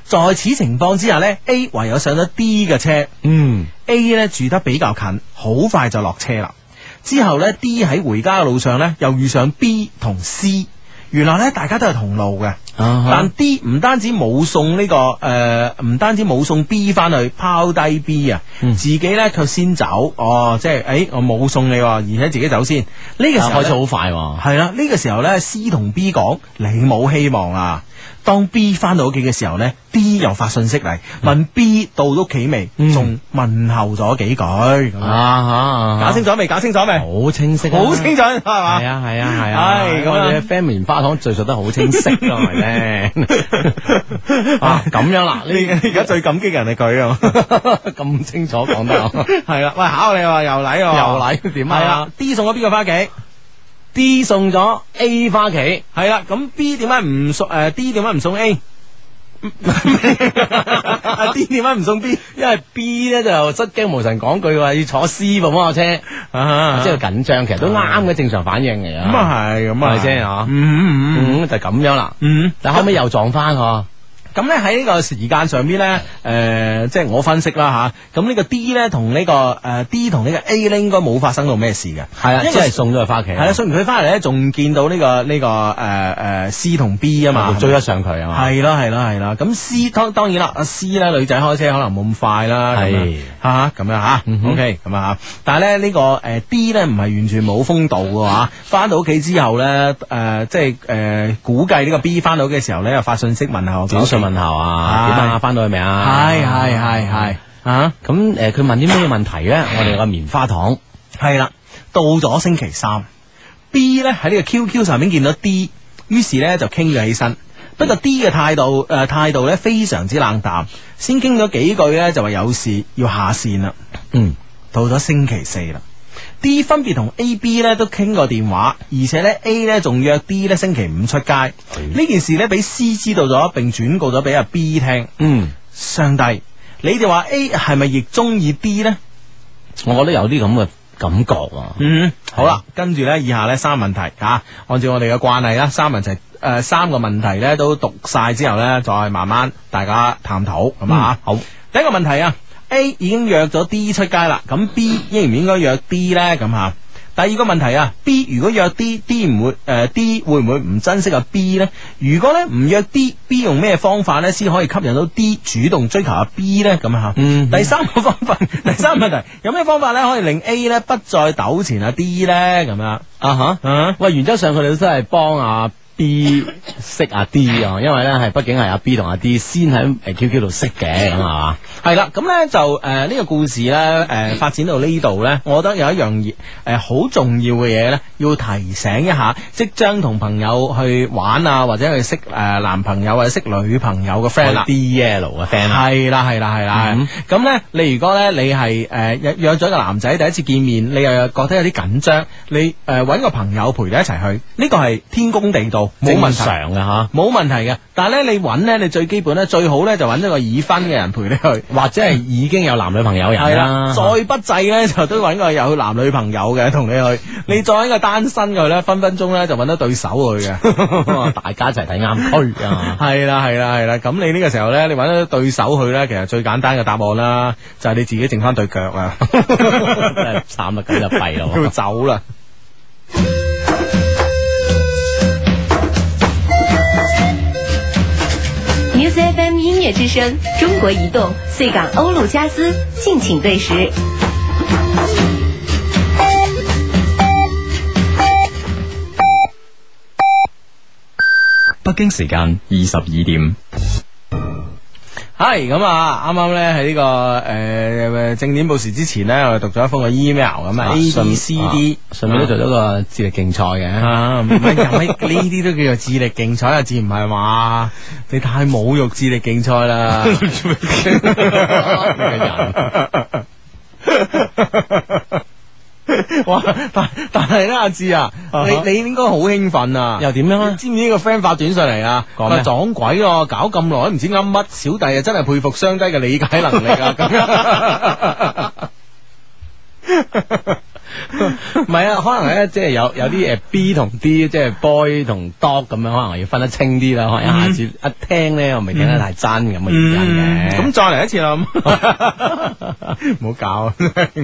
B: 在此情況之下咧，A 唯有上咗 D 嘅車。
A: 嗯
B: A 咧住得比較近，好快就落車啦。之後咧，D 喺回家嘅路上咧，又遇上 B 同 C。原來咧，大家都係同路嘅，但
A: 啊
B: D 唔單止冇送呢、個誒，呃唔、單止冇送 B 翻去，拋低 B 啊，
A: 嗯
B: 自己咧卻先走。哦，即係誒、欸我冇送你喎，而且自己走先。呢、個時候
A: 啊開
B: 呢
A: 始好快喎，
B: 係啦，啊呢、個時候呢 c 同 B 講你冇希望啦。當 B 翻到屋企嘅時候呢 d 又發信息嚟問 B 到屋企未，仲問候咗幾句咁樣。
A: 啊
B: 搞清楚未？搞清楚未？
A: 好清晰啊，
B: 好清楚係嘛？
A: 系啊系啊系啊，
B: 唉咁
A: 我
B: 啊
A: 哋嘅 friend 棉花糖敘述得好清晰噶，係咪 咧？啊咁樣啦，
B: 你而家最感激人係佢啊！
A: 咁清楚講 得，啊
B: 係啦，喂，考你話又嚟喎，又
A: 又嚟點
B: 係
A: 啊
B: 啦？，D 送咗邊個翻屋企？
A: ？D 送咗 A 花旗，
B: 係啦，咁 B 點解唔送？誒 D 點解唔送 A？啊 D 點解唔送 B？
A: 因為 B 咧就失驚無神講句話要坐 C 部摩托車，
B: 啊
A: 即係緊張，其實都啱嘅正常反應嚟啊。
B: 咁啊係，咁啊
A: 係咪先啊
B: 嗯嗯嗯
A: 嗯，就咁樣啦。
B: 嗯。
A: 但後尾又撞翻嗬，
B: 咁咧喺呢個時間上邊呃咧，誒、即係我分析啦吓，咁呢個 D 咧同呢個誒、D 同呢個 A 咧應該冇發生到咩事嘅，
A: 係啊，
B: 因為
A: 即係送咗佢翻屋企，
B: 係啦，送完佢翻嚟咧，仲見到呢、個呢、個誒誒、C 呃同 B 啊嘛，
A: 追得上佢啊嘛，
B: 係啦係啦係啦，咁 C 當當然啦，阿 C 咧女仔開車可能冇咁快啦，咁樣
A: 係
B: 嚇咁樣嚇
A: 嗯哼
B: ，OK 咁啊嚇，但係咧呢個誒 D 咧唔係完全冇風度嘅話，翻到屋企之後咧誒即係誒估計呢個 B 翻到屋企嘅時候咧又發信息問候，
A: 短信問候啊，
B: 係
A: 點啊，翻到去未啊？
B: 係係係係啊。
A: 咁呃誒，佢問啲咩問題咧？我哋有個棉花糖，
B: 系啦，到咗星期三，B 咧喺呢個 QQ 上面見到 D，於是咧就傾咗起身。不過 D 嘅態度诶、呃、态度咧非常之冷淡，先傾咗幾句咧就話有事要下線啦。
A: 嗯，
B: 到咗星期四啦。D 分別同 A、B 咧都傾過電話，而且咧 A 咧仲約 D 咧星期五出街。呢件事咧俾 C 知道咗，並轉告咗俾阿 B 聽。
A: 嗯，
B: 上帝，你哋話 A 係咪亦中意 D 呢？
A: 我覺得有啲咁嘅感覺啊。
B: 嗯，好啦，跟住呢，以下呢三問題啊，按照我哋嘅慣例啦，三問題誒、呃三個問題呢都讀晒之後呢，再慢慢大家探討咁啊。
A: 嗯
B: 好，第一個問題啊，A 已經約咗 D 出街啦，咁 B 應唔應該約 D 呢？咁嚇？第二個問題啊，B 如果約 D，D 唔會誒、呃 D 會唔會唔珍惜啊 B 呢？如果呢唔約 D，B 用咩方法呢先可以吸引到 D 主動追求阿 B 呢？咁嚇？
A: 嗯
B: 第三個方法， 第三個問題，有咩方法咧可以令 A 咧不再糾纏阿 D 咧啊咁樣
A: 啊哈，
B: 啊？
A: 喂，原則上佢哋都真係幫阿 B 識阿 D 啊，因為咧係畢竟係阿 B 同阿 D 先喺誒 QQ 度識嘅，咁啊
B: 係啦，咁咧就呃誒呢、個故事咧誒、呃、發展到呢度咧，我覺得有一樣嘢誒好重要嘅嘢咧，要提醒一下即將同朋友去玩啊，或者去識誒、呃男朋友或者識女朋友嘅 friend 啦。
A: ，D L 嘅 friend 啊，
B: 系啦系啦系啦
A: 嗯，
B: 咁咧、你如果咧你係诶約約咗個男仔第一次見面，你又覺得有啲緊張，你诶搵、個朋友陪你一齊去，呢個係天公地道，冇問
A: 正
B: 題。
A: 常嘅吓，
B: 冇問題嘅，但係咧你揾咧，你最基本咧最好咧就揾一個已婚嘅人陪你去，
A: 或者係已經有男女朋友人
B: 係
A: 啦，
B: 再不濟咧就都揾個有男女朋友嘅同你 去，你再揾個單身嘅咧，分分鐘咧就揾到對手去嘅。
A: 大家一齊睇啱區 啊。
B: 係啦係啦係啦，咁你呢個時候咧，你揾到對手去咧，其實最簡單嘅答案啦，就係你自己剩翻對腳啦。
A: 真係慘啦，咁就弊 咯。
B: 要走啦。
G: Music FM 音乐之声，中国移动穗港欧陆加斯，敬请对时。
F: 北京时间二十二点。
B: 系咁啊！啱啱咧喺呢個诶、呃正點報時之前咧，我哋讀咗一封嘅 email 咁啊，A B C D，
A: 順便都做咗個智力競賽嘅。
B: 啊，唔係有咩呢啲都叫做智力競賽啊？字唔係嘛？你太侮辱智力競賽 啦！ 哇！但但係咧，阿志啊，你你應該好興奮啊！
A: 又點樣啊？
B: 知唔知呢個 friend 發短信嚟啊？
A: 講咩
B: 佢話撞鬼喎，搞咁耐都唔知啱乜，小弟啊真係佩服雙低嘅理解能力啊！咁樣。
A: 唔係啊，可能咧即係有有啲誒 B 同 D，即係 boy 同 dog 咁樣，可能我要分得清啲啦。可
B: 嗯
A: 能一下次一聽咧，我咪聽得太真咁嘅原因嘅。
B: 嗯 咁再嚟一次啦，咁 唔好搞啊，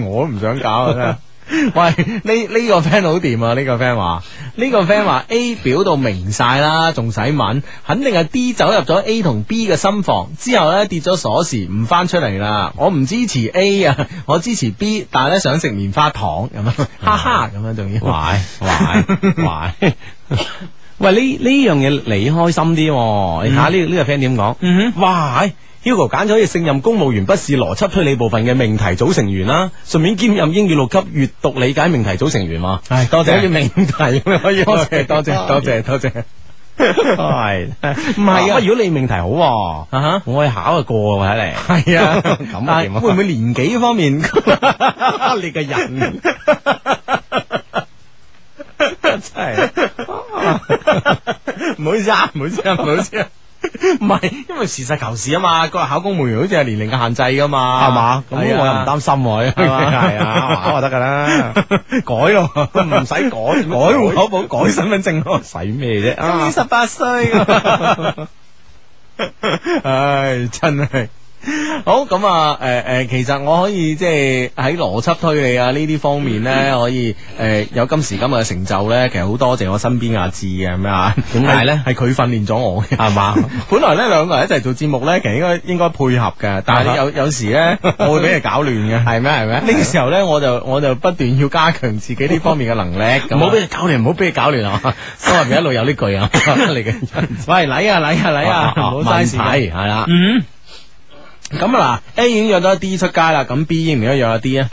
B: 我都唔想搞啊！真 係喂，呢呢個 friend 好掂啊！呢個 friend 話，呢個 friend 話 A 表到明晒啦，仲使問？肯定係 D 走入咗 A 同 B 嘅心房之後咧，跌咗鎖匙唔翻出嚟啦。我唔支持 A 啊，我支持 B，但係咧想食棉花糖咁啊樣，哈哈咁樣仲要。
A: 喂 喂喂！喂，呢呢樣嘢你開心啲喎，你睇下呢呢個 friend 點講？
B: 嗯
A: 哇係！Hugo 揀咗可以勝任公務員筆試邏輯推理部分嘅命題組成員啦，順便兼任英語六級閱讀理解命題組成員喎。
B: 唉，多
A: 好似
B: 謝，
A: 命題咁樣 可以
B: 多謝，多 謝，多謝，多謝。
A: 系，唔
B: 係啊
A: 如果你命題好喎，
B: 啊哈
A: 我去考就過喎，睇嚟。
B: 系啊，
A: 咁啊
B: 但
A: 點
B: 係
A: 啊
B: 會唔會年紀方面？
A: 你個人真係
B: 唔好意思啊，唔好意思啊，唔好意思啊。唔係，因為實事求是啊嘛，個考公務員好似係年齡嘅限制噶嘛，
A: 係嘛？咁我又唔擔心喎，
B: 啊係嘛
A: 係啊，考就得㗎啦，
B: 擔改 咯，
A: 唔使改改
B: 改啊
A: 啊
B: 户口簿，改身份證咯，
A: 使咩啫？
B: 今年
A: 啊
B: 十八歲。 唉，真系。好咁啊，诶、诶，其實我可以即係喺邏輯推理啊呢啲方面咧，
A: 嗯
B: 可以诶、有今時今日嘅成就咧，其實好多謝我身邊阿志嘅咁啊。
A: 點解呢
B: 係係佢訓練咗我嘅。
A: 係 嘛？
B: 本來咧兩個人一齊做節目咧，其實應該應該配合嘅，
A: 啊
B: 但係有有時 咧，我會俾你搞亂嘅。 係咩？係咩？呢個時候咧，我就我就不斷要加強自己呢方面嘅能力。咁
A: 唔
B: 啊
A: 好俾佢搞亂，唔好俾佢搞 亂啊！心入面一路有呢句啊， 你嘅
B: 喂，嚟啊嚟啊嚟啊，唔好嘥時間。
A: 係啦。
B: 嗯，咁啊嗱，A 已經約咗 D 出街啦，咁 B 應唔應該約阿 D 啊？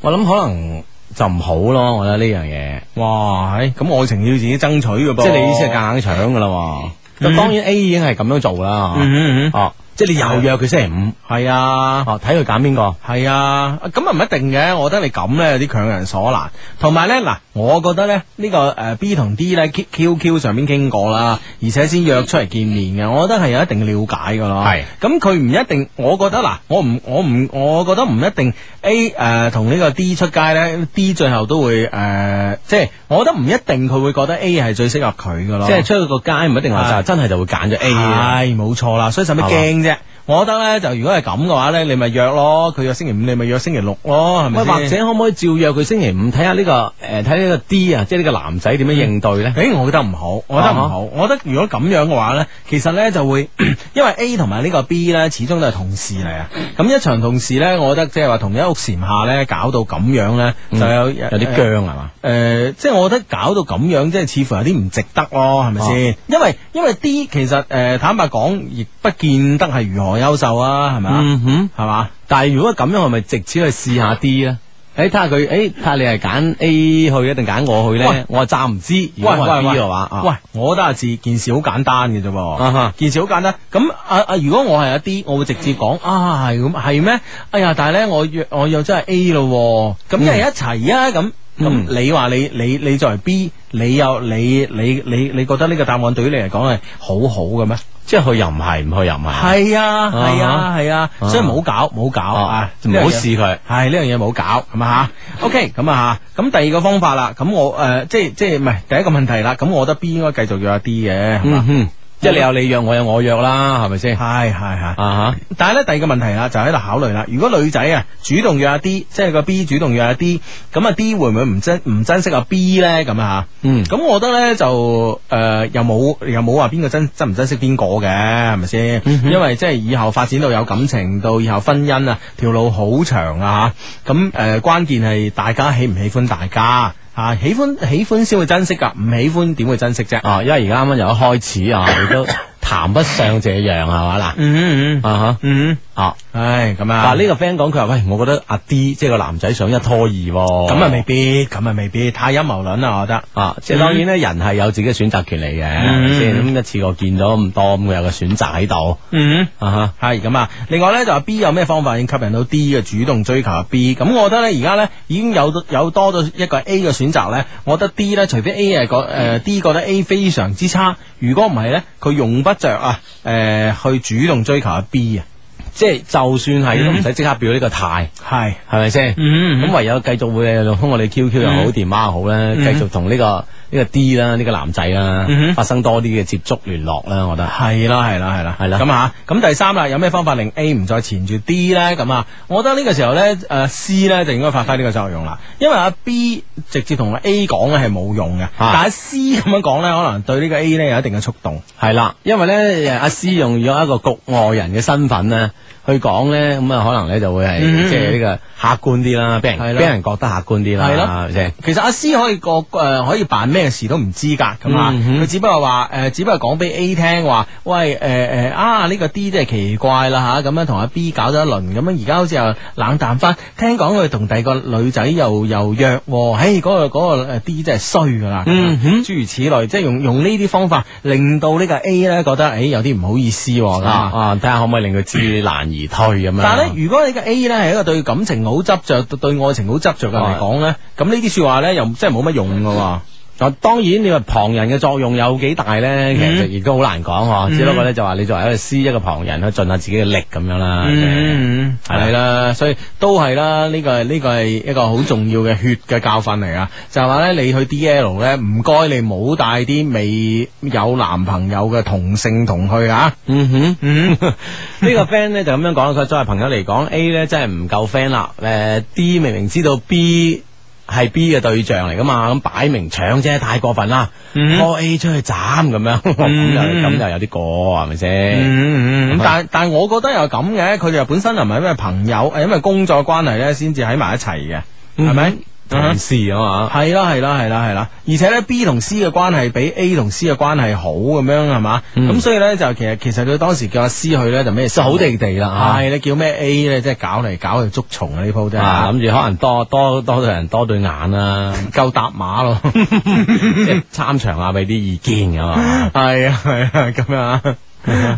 A: 我諗可能就唔好咯，我覺得呢樣嘢，
B: 哇，係咁愛情要自己爭取嘅噃，啊
A: 即係你意思係夾硬搶噶啦喎。咁當然 A 已經係咁樣做啦，
B: 嗯嗯嗯
A: 哦，即係你又約佢星期五，
B: 係啊。
A: 哦，睇佢揀邊個。
B: 係啊，咁啊唔一定嘅，我覺得你咁咧有啲強人所難。同埋咧嗱，我覺得咧呢、個誒、呃 B 同 D 咧 Q- QQ 上面傾過啦，而且先約出嚟見面嘅，我覺得係有一定嘅了解噶咯。
A: 係
B: 咁佢唔一定，我覺得嗱，我唔我唔我覺得唔一定 A 誒同呢個 D 出街咧，D 最後都會誒、呃即係我覺得唔一定佢會覺得 A 係最適合佢噶咯。
A: 即係出去個街唔一定話
B: 係
A: 就啊真係就會揀咗 A 啊
B: 係啊冇錯啦，所以使乜驚啫？我覺得咧，就如果係咁嘅話咧，你咪約咯，佢約星期五，你咪約星期六咯，係咪先
A: 喂，或者可唔可以照約佢星期五睇下呢個诶睇呢個 D 啊，即係呢個男仔點樣應對咧？
B: 诶、我覺得唔好，我覺得
A: 啊
B: 唔好，我覺得如果咁樣嘅話呢，其實呢就會， 因為 A 同埋呢個 B 呢，始終都係同事嚟啊。咁一場同事呢，我覺得即係話同一屋檐下呢，搞到咁樣呢，就有有
A: 嗯有啲僵啊係嘛？
B: 誒、呃即係我覺得搞到咁樣，即係似乎有啲唔值得咯，係咪先？因為因為 D 其實誒、呃坦白講，亦不見得係如何優秀啊，係咪啊？
A: 嗯哼，
B: 係嘛、
A: 但係如果咁樣，係咪直接去試下 D 咧？诶，睇下佢，诶，睇下你係揀 A 去一定揀我去
B: 喂
A: 咧？我暫唔知，如果我係 B 嘅話，啊
B: 喂，我覺得阿志件事好簡單嘅啫喎，
A: 啊哈
B: 件事好簡單。咁啊啊，如果我係阿 D，我會直接講啊，係咁係咩？哎呀，但係咧，我約我約真係 A 咯喎，咁一係一齊啊，咁咁
A: 嗯
B: 你話你你你作為 B，你有你你你你覺得呢個答案對於你嚟講係好好嘅咩？
A: 即係去又唔係，唔去又唔係，
B: 係啊，係啊，
A: 啊
B: 係啊，所以唔好搞，唔好搞啊
A: 啊，，
B: 呢
A: 唔
B: 樣
A: 好
B: 嘢
A: 試佢。
B: 係呢樣嘢冇搞，咁啊吓，OK，咁啊吓，咁第二個方法啦，咁我诶、呃即係即係唔係第一個問題啦，咁我覺得 B 應該繼續約阿 D 嘅，係嘛
A: 嗯，哼，即係你有你約，我有我約啦，係咪先？啊
B: 係係係。
A: 哈，
B: 但係咧，第二個問題啦，啊就喺度考慮啦。如果女仔啊主動約阿 D，即係個 B 主動約阿 D，咁啊 D 會唔會唔珍唔珍惜阿 B 咧？咁啊
A: 嗯
B: 吓，咁我覺得咧就诶、呃又冇又冇話邊個珍珍唔珍惜邊個嘅，係咪先？
A: 嗯
B: 因為即係以後發展到有感情，到以後婚姻啊，條路好長啊吓。咁诶、呃關鍵係大家喜唔喜歡大家。啊，喜歡喜歡先會珍惜噶，唔喜歡點會珍惜啫？
A: 啊，因為而家啱啱由一開 始啊，你都談不上這樣係嘛嗱，
B: 嗯嗯
A: 啊哈。
B: 嗯，
A: 啊，
B: 唉，咁啊，
A: 嗱呢個 friend 講佢話喂，我覺得阿 D 即係個男仔想一拖二喎，
B: 咁啊未必，咁啊未必，太陰謀論啦，我覺得。
A: 啊，即係當然咧，人係有自己嘅選擇權利嘅，係咪先？咁一次過見咗咁多，咁佢有個選擇喺度
B: 嗯。
A: 啊哈。
B: 系咁啊！另外咧就話 B 有咩方法已經吸引到 D 嘅主動追求啊 B，咁我覺得咧而家咧已經有有多咗一個 A 嘅選擇咧，我覺得 D 咧除非 A 係覺诶 D 覺得 A 非常之差，如果唔係咧佢用不着啊诶、呃去主動追求啊 B 啊，
A: 即係就算係都唔使即刻表呢個態，
B: 係
A: 係咪先？
B: 嗯
A: 咁唯有繼續會通過你 QQ 又好，電話又好咧，繼續同呢個呢個 D 啦，呢個男仔啦
B: 嗯哼，
A: 發生多啲嘅接觸聯絡啦，我覺得。
B: 係啦，係啦，係啦，
A: 係啦
B: 咁啊，咁第三啦，有咩方法令 A 唔再纏住 D 咧？咁啊，我覺得呢個時候咧，诶、C 咧就應該發揮呢個作用啦。因為阿 B 直接同阿 A 講咧係冇用嘅，但係 C 咁樣講咧，可能對呢個 A 咧有一定嘅觸動。
A: 系啦，因为咧，阿思用咗一个局外人嘅身份咧，去讲咧，咁啊，可能咧就会系、
B: 嗯
A: 即系呢个客观啲啦，俾人
B: 係咯
A: 俾人觉得客观啲啦，
B: 係咯
A: 係咪先？
B: 其實阿 C 可以個诶、呃可以扮咩事都唔知噶，咁啊，佢、
A: 嗯哼
B: 只不過話诶、呃只不過講俾 A 聽話，喂诶诶、呃啊呢、個 D 真係奇怪啦吓，咁樣同阿 B 搞咗一輪，咁樣而家好似又冷淡翻，聽講佢同第二個女仔又又約喎，嘿嗰、個嗰、個个呃 D 真係衰噶啦，啊
A: 嗯哼
B: 諸如此類，即係用用呢啲方法令到呢個 A 咧覺得诶、欸有啲唔好意思喎咁
A: 啊
B: 啊
A: 啊，睇下可唔可以令佢知難而退咁樣。
B: 但系咧，如果你嘅 A 咧係一個對感情好執着、對愛情好執着嘅人嚟講咧，咁呢啲说話咧又真係冇乜用噶喎。
A: 啊，當然你話旁人嘅作用有幾大
B: 嗯
A: 咧，其實亦都好難講嗬。只不過咧就話你作為一個師一個旁人去盡下自己嘅力咁樣啦。
B: 嗯，系啦，所以都係啦，呢個係呢個係一個好重要嘅血嘅教訓嚟啊！就係話咧，你去 D L 咧，唔該你冇帶啲未有男朋友嘅同性同去啊！
A: 嗯哼。
B: 嗯，
A: 呢個 friend 咧就咁樣講，佢作為朋友嚟講，A 咧真係唔夠 friend 啦。誒、d 明明知道 B 係 B 嘅對象嚟噶嘛，咁擺明搶啫，太過分啦，
B: 嗯
A: 拖 A 出去斬咁樣， 咁
B: 嗯
A: 就咁就有啲過係咪先？啊
B: 嗯嗯，但但係我覺得又咁嘅，佢哋本身又唔係因為朋友，係因為工作關係咧先至喺埋一齊嘅，係咪？
A: 同事啊嘛，
B: 系嗯啦系啦系啦系啦，而且咧 B 同 C 嘅關係比 A 同 C 嘅關係好咁樣係嘛，咁、
A: 嗯
B: 所以咧就其實其實佢當時叫阿 C 去咧就咩事
A: 就好地地啦啊
B: 係你叫 咩 A 咧，即係搞嚟搞去捉蟲啊呢鋪真
A: 啊
B: 係
A: 諗住可能多多多對人多對眼啦，
B: 夠搭馬 咯，
A: 即係參詳下俾啲意見噶嘛。
B: 係啊係啊咁樣啊。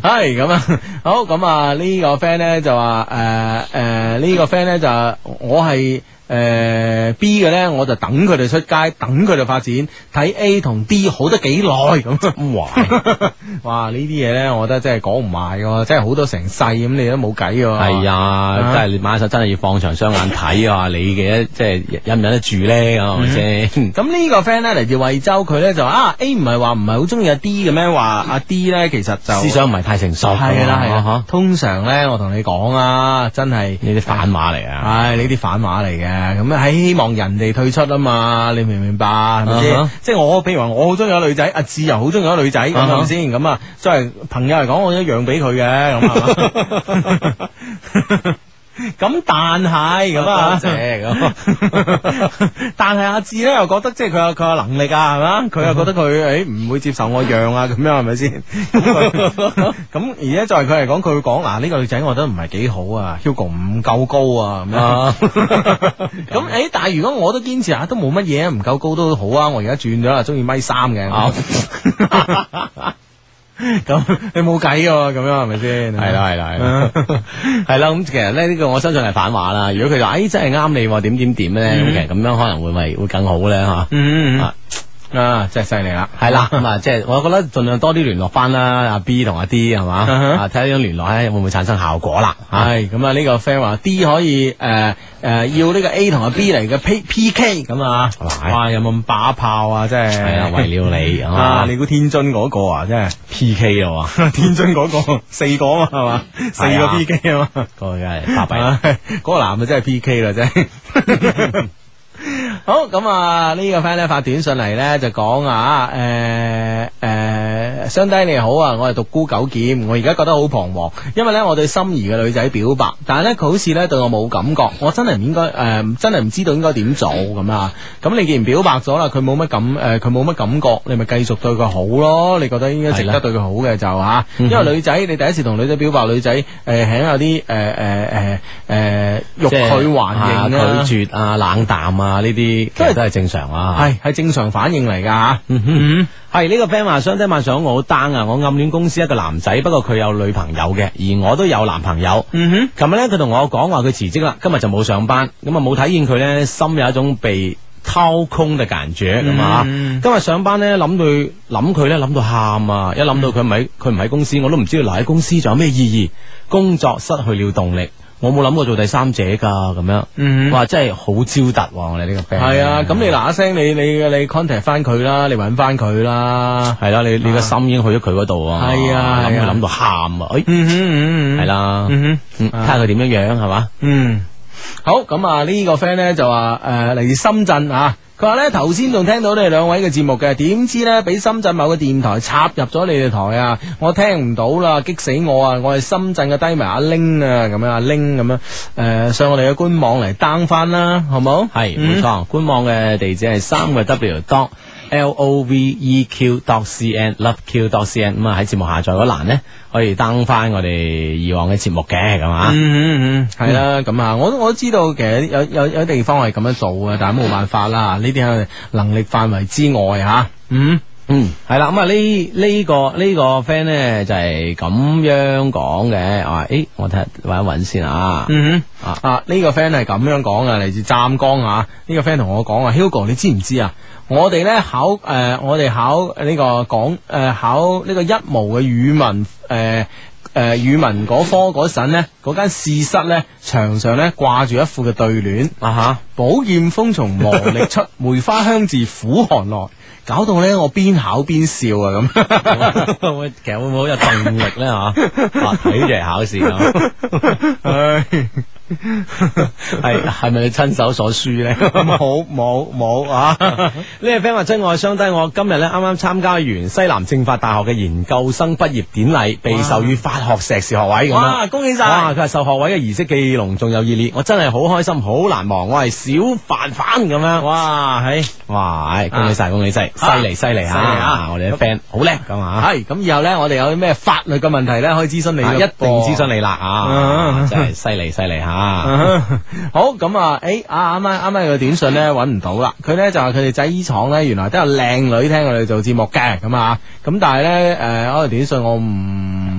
B: 係咁啊，好咁啊，呢、個 friend 咧就話誒誒呢個 friend 咧就話我係誒、呃 B 嘅咧，我就等佢哋出街，等佢哋發展，睇 A 同 D 好得幾耐咁。啊
A: 哇！
B: 哇！呢啲嘢咧，我覺得真係講唔埋嘅，真係好多成世咁，你都冇計嘅。
A: 係啊，真係你買手真係要放長雙眼 睇啊！你嘅即係忍唔忍得住咧？係咪先？
B: 嗯咁呢個 friend 咧嚟自惠州，佢咧就話啊 A 唔係話唔係好中意阿 D 嘅咩？話阿 D 咧其實就
A: 思想唔係太成熟啊㗎嘛，
B: 係啦係啦
A: 嚇。
B: 通常咧，我同你講啊，真係
A: 呢啲反馬嚟啊！
B: 唉，呢啲反話嚟嘅，咁喺希望人哋退出啊嘛，你明唔明白？係咪
A: 啊
B: 先
A: 哈？
B: 即係我，譬如話我好中意個女仔，阿志又好中意個女仔，咁
A: 啊哈
B: 係咪先？咁啊，作為朋友嚟講，我一樣俾佢嘅，咁 啊。 咁但係咁啊，
A: 多謝咁
B: 但係阿志咧又覺得即係佢有佢有能力啊，係嘛？佢又覺得佢誒唔會接受我讓啊，咁樣係咪先？咁佢咁而且作為佢嚟講，佢會講嗱呢個女仔我覺得唔係幾好啊，Hugo 唔夠高啊咁樣。
A: 啊，
B: 咁誒、但係如果我都堅持啊下，都冇乜嘢，唔夠高都好啊！我而家轉咗啦，中意米三嘅。
A: 啊
B: 咁你冇計喎，咁樣係咪先？啊
A: 係啦係啦係啦， 係啦咁其實咧呢個我相信係反話啦。如果佢就誒真係啱你喎點點點咧，咁其實咁樣可能會咪會更好咧嚇。
B: 嗯，嗯
A: 啊
B: 嗯啊，真係犀利啦！
A: 係 啦，咁啊，即係我覺得盡量多啲聯絡翻啦，阿 B 同阿 D 係嘛，
B: 嗯哼
A: 啊睇下呢種聯絡咧會唔會產生效果啦嚇。
B: 系咁啊！呢個 friend 話 D 可以誒誒、呃呃要呢個 A 同阿 B 嚟嘅 P P K 咁啊！
A: 哇
B: 哇，有冇咁把炮啊？真係
A: 係啊，為了你
B: 啊！
A: 啊
B: 你估天津嗰個啊，真係
A: P K 咯喎，
B: 天津嗰、個四個啊嘛，係嘛？四
A: 係
B: 個
A: 啊
B: P K 啊嘛。
A: 嗰個梗係巴閉啦。
B: 啊嗰個男嘅真係 P K 啦，真係。好咁啊！呢、個 friend 咧發短信嚟咧就講啊，誒、誒、相低你好啊，我係獨孤九劍，我而家覺得好彷徨，因為咧我對心儀嘅女仔表白，但係咧佢好似咧對我冇感覺，我真係唔應該誒、真係唔知道應該點做咁啊！咁你既然表白咗啦，佢冇乜感誒，佢冇乜感覺，
A: 嗯
B: 你咪繼續對佢好咯，你覺得應該值
A: 係
B: 得
A: 啦
B: 對佢好嘅就吓，因為女仔你第一次同女仔表白，女仔誒係有啲誒誒誒誒欲
A: 即係
B: 拒還迎
A: 啊
B: 啦，
A: 拒絕啊、冷淡啊呢啲，其
B: 都係
A: 實都係正常啊。
B: 係係正常反應嚟㗎嚇。嗯
A: 係呢、個 friend 話，相低晚上我好 down 啊，我暗戀公司一個男仔，不過佢有女朋友嘅，而我都有男朋友。
B: 嗯哼，
A: 琴日咧，佢同我講話佢辭職啦，今日就冇上班，咁啊冇睇見佢咧，心有一種被掏空嘅感覺咁啊。
B: 嗯
A: 今日上班咧，諗到諗佢咧，諗到喊啊！一諗
B: 嗯
A: 到佢唔喺佢唔喺公司，我都唔知道留喺公司仲有咩意義，工作失去了動力。我冇諗過做第三者㗎，咁樣，
B: 嗯
A: 哇，真係好招突喎！我哋呢個 friend
B: 係啊，咁你嗱一聲，你你你 contact 翻佢啦，你揾翻佢啦。
A: 系啦，你你個心已經去咗佢嗰度啊，
B: 係啊
A: 諗
B: 係啊
A: 佢諗到喊啊，诶，
B: 嗯哼嗯
A: 係
B: 係啦，
A: 啦，
B: 嗯
A: 嗯睇下佢點樣樣係嘛，
B: 嗯，好咁啊！呢個 friend 咧就話誒嚟自深圳啊，佢話咧頭先仲聽到你哋兩位嘅節目嘅，點知咧俾深圳某個電台插入咗你哋台啊！我聽唔到啦，激死我啊！我係深圳嘅低迷阿玲啊，咁樣阿玲咁樣誒、上我哋嘅官網嚟 down 翻啦，好冇？
A: 係
B: 嗯
A: 冇錯，官網嘅地址係三個 W dot L O V E Q dot C N Love Q dot C N 咁啊喺節目下載嗰欄呢，可以 down 翻我哋以往嘅節目嘅咁啊，
B: 嗯嗯嗯，系啦，咁啊，我都我都知道，其實有有有地方係咁樣做嘅，但係冇辦法啦，呢啲係能力範圍之外吓。嗯，
A: 嗯，系啊啦，咁啊呢呢个呢、個个 friend 咧就係咁樣講嘅，啊，诶，我睇下揾一揾先啊，
B: 嗯哼
A: 啊，
B: 啊呢、個 friend 係咁樣講啊，嚟自湛江啊，呢、個 friend 同我講啊，Hugo 你知唔知啊？我哋咧考誒、呃我哋考呢、個講誒、呃考呢個一模嘅語文誒。呃誒、呃、語文嗰科嗰陣呢，嗰間試室呢，牆上呢掛住一副嘅對聯，
A: 啊
B: 寶劍鋒從磨砺出，梅花香自苦寒來，搞到呢，我邊考邊笑啊咁。
A: 吓，會啊其實會唔會好有動力咧吓？啊睇住嚟考試啊， 係係咪你親手所輸咧？
B: 冇冇冇啊！
A: 呢個 friend 話：真愛相低，我今日咧啱啱參加完西南政法大學嘅研究生畢業典禮，被授予法學碩士學位咁
B: 哇，
A: 樣。
B: 恭喜
A: 哇！
B: 晒！
A: 佢話授學位嘅儀式既隆重又熱烈，我真係好開心，好難忘。我係小凡凡咁樣。
B: 哇，係。
A: 哇！唉恭喜晒，恭喜晒，犀
B: 啊
A: 利犀利
B: 犀利啊
A: 吓！我哋啲 friend 好叻咁啊！
B: 系咁，以後咧，我哋有啲咩法律嘅問題咧，可以諮詢你
A: 啊
B: 嘅
A: 一定諮詢
B: 噃。
A: 你啦啊
B: 啊！
A: 真係犀利犀利吓！
B: 啊好咁啊！诶，啊啱啱啱啱有個短信咧揾唔到啦。佢咧就話佢哋製衣廠咧，原來都有靚女聽我哋做節目嘅咁啊。咁但係咧诶，嗰個短信我唔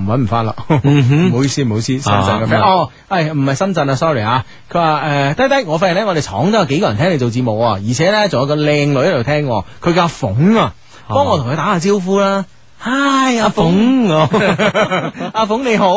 B: 揾唔翻啦。唔好意思，唔好意思，深圳嘅
A: 啊
B: friend 哦，係唔係深圳啊？sorry 啊。佢話诶，低低，我發現咧，我哋廠都有幾個人聽你做節目啊，而且咧仲有個靚女喺度聽喎，佢叫阿鳳啊，幫我同佢打下招呼啦。嗨，阿鳳，
A: 哦
B: 阿鳳你好，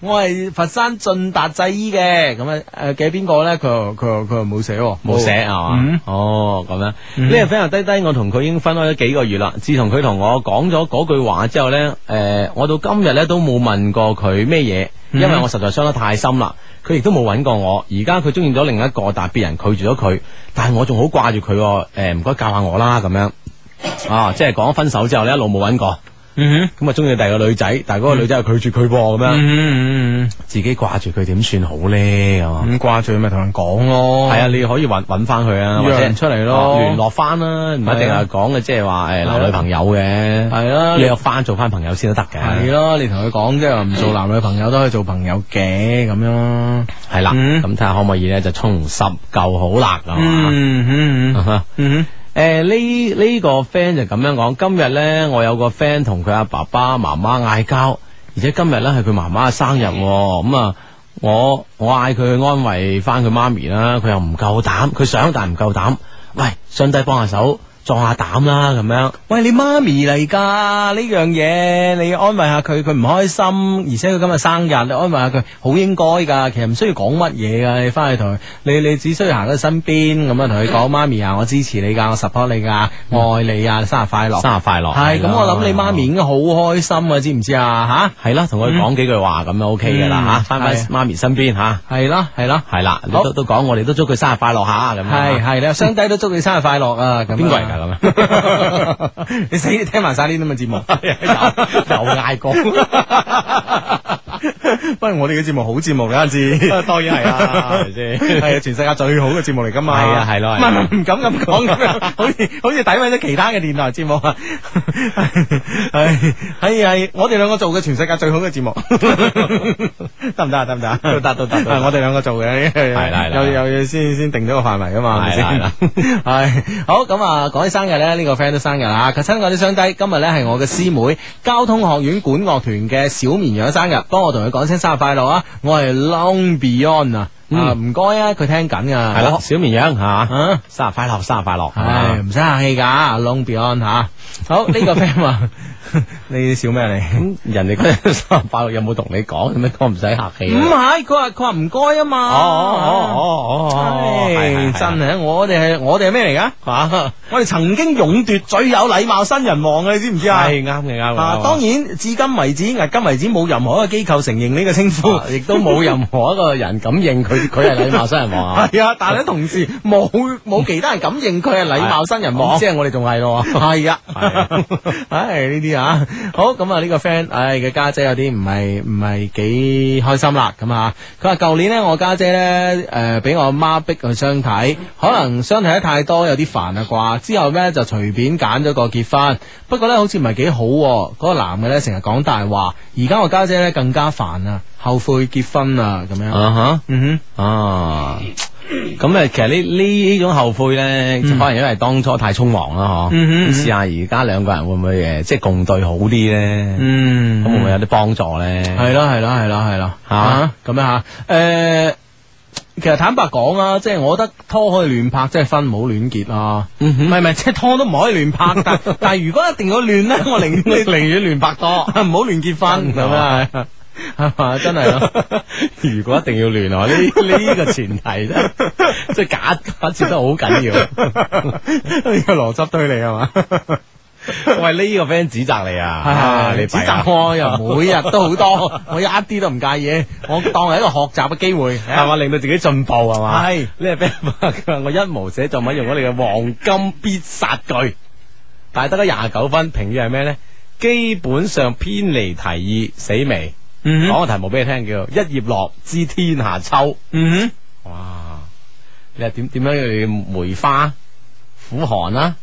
B: 我係佛山進達製衣嘅，咁啊誒嘅邊個咧？佢又佢又佢又冇寫喎，
A: 冇寫係嘛
B: 嗯？
A: 哦，咁樣呢個 friend 又低低，我同佢已經分開咗幾個月啦。自從佢同我講咗嗰句話之後呢，誒，我到今日呢都冇問過佢咩嘢，因為我實在傷得太深啦。佢亦都冇揾過我，而家佢中意咗另一個，但係別人拒絕咗佢，但係我仲好掛住佢喎。誒，唔該教下我啦，咁樣啊，即係講分手之後呢，一路冇揾過。
B: 嗯
A: 咁啊，中意第二個女仔，但係嗰個女仔又拒絕佢噃，
B: 哼
A: 咁樣
B: 嗯嗯
A: 自己掛住佢點算好呢？咁啊
B: 嗯，咁哦掛住咪同人講咯，
A: 系啊，你可以揾揾翻佢啊，或
B: 約
A: 者
B: 人出嚟咯
A: 聯絡翻啦，唔一定係講嘅，即係話诶
B: 哦啊係啊
A: 男女朋友嘅，
B: 係啊
A: 約翻做翻朋友先都得嘅，
B: 係咯，你同佢講即係話唔做男女朋友都可以做朋友嘅咁樣咯。
A: 係啦，
B: 嗯
A: 咁睇下可唔可以咧就重拾舊好啦，係嘛。
B: 嗯嗯
A: 啊
B: 嗯
A: 诶，呢呢個 friend 就咁樣講，今日咧我有個 friend 同佢阿爸爸媽媽嗌交，而且今日咧係佢媽媽嘅生日喎，咁啊我我嗌佢去安慰翻佢媽咪啦，佢又唔夠膽，佢想但唔夠膽，喂，上帝幫下手，壯下膽啦咁樣。
B: 喂，你媽咪嚟㗎呢樣嘢，你安慰下佢，佢唔開心，而且佢今日生日，你安慰下佢，好應該㗎。其實唔需要講乜嘢㗎，你翻去同佢，你你只需要行喺佢身邊咁樣同佢講，媽咪啊，我支持你㗎，我 support 你㗎，我愛你啊，生日快樂。
A: 生日快樂！
B: 係咁，我諗你媽咪
A: 面
B: 應該好開心啊，知唔知啊？吓、
A: 係啦，同佢講幾句話咁就 OK 噶啦
B: 嗯
A: 吓，嚇翻返
B: 係
A: 媽咪身邊吓，
B: 係啦，係啦，
A: 係啦，你
B: 好
A: 都都講我哋都祝佢生日快樂吓咁樣嚇。
B: 係 係啦，雙低都祝你生日快樂啊！咁
A: 邊個嚟
B: 㗎？
A: 㗎咁樣？
B: 你死你聽埋晒呢啲咁嘅節目。
A: 又又嗌 過，
B: 不過我哋嘅節目好節目嚟，阿志。
A: 啊當然係啦，係咪
B: 系
A: 先？
B: 啊，全世界最好嘅節目嚟噶嘛，
A: 係啊係咯係
B: 唔
A: 咯
B: 係唔敢咁講咁 樣，好似好似詆毀咗其他嘅電台節目啊， 係係係，我哋兩個做嘅全世界最好嘅節目， 得唔得啊？得唔得啊？
A: 都得都得都得
B: 係我哋兩個做嘅，係
A: 係啦係啦
B: 有有有先先定咗個範圍噶嘛，係咪
A: 係啦
B: 先？ 系好咁啊！講起生日咧，呢、個 friend 都生日啊！佢親我啲雙低，今日咧係我嘅師妹交通學院管樂團嘅小綿羊生日，幫我同佢講聲生日快樂啊！我係 Long Beyond 啊！啊，唔該啊，佢聽緊噶，
A: 係啦，小綿羊吓，
B: 啊，
A: 生日快樂，生日快樂！
B: 唉，唔使客氣噶，Long Beyond 吓、好呢、 個 friend 話，你笑咩你？
A: 咁人哋嗰日生日快樂有冇同你講？咁樣講唔使客氣
B: 唔
A: 啊。
B: 係，佢話佢話唔該啊嘛。
A: 哦哦哦哦哦，
B: 唉
A: 係
B: 哎真係，啊我哋係我哋係咩嚟噶？
A: 吓，
B: 我哋曾經勇奪最有禮貌新人王嘅，你知唔知啊？
A: 係啱嘅啱嘅。
B: 啊，當然，至今為止，至今為止冇任何一個機構承認呢個稱呼。
A: 亦都冇任何一個人敢認佢，佢係禮貌新人王啊！
B: 係啊，但係咧，同時冇冇其他人敢認佢係禮貌新人 王，
A: 咁即
B: 係我哋仲係咯。係啊，唉呢啲啊，好咁啊呢個 friend，唉嘅家姐有啲唔係唔係幾開心啦，咁啊，佢話舊年呢，我家姐呢，誒俾我媽逼去相睇，可能相睇得太多有啲煩啊啩，之後呢，就隨便揀咗個結婚，不過呢，好似唔係幾好喎，嗰個男嘅呢，成日講大話，而家我家姐呢，更加煩啊，後悔結婚啊咁樣，
A: 啊
B: 嗯哼。
A: 哈啊！咁咧，其實呢呢種後悔咧，就可能因為當初太匆忙啦，嗬。
B: 嗯嗯嗯
A: 試下而家兩個人會唔會誒，即係共對好啲咧？
B: 嗯啊
A: 咁會唔會有啲幫助咧？
B: 系咯系咯系咯系咯吓
A: 啊
B: 咁樣吓，诶、呃其實坦白講啊，即係我覺得拖可以亂拍，即係分唔好亂結啊。唔係唔係，即係拖都唔可以亂拍，但 但係如果一定要亂 咧，我寧願寧願亂拍拖，唔好亂結婚咁啊，係嘛真係啊咯。
A: 如果一定要聯啊，呢呢個前提 咧，即係假假設得好緊要。
B: 呢個邏輯推理係嘛？
A: 喂，呢個 friend 指責你啊，啊你
B: 指
A: 弊啦
B: 責我又每日都好 多，我一啲都唔介意，我當係一個學習嘅機會，啊
A: 係嘛，令到自己進步係嘛？
B: 係
A: 呢個 friend 話佢話我一無寫作文用咗你嘅黃金必殺句，但係得咗廿九分，評語係咩咧？基本上偏離題意，死未？
B: 嗯哼
A: 講個題目俾你聽叫做一葉落知天下秋。
B: 嗯
A: 哇！你係點點樣你梅花苦寒啦、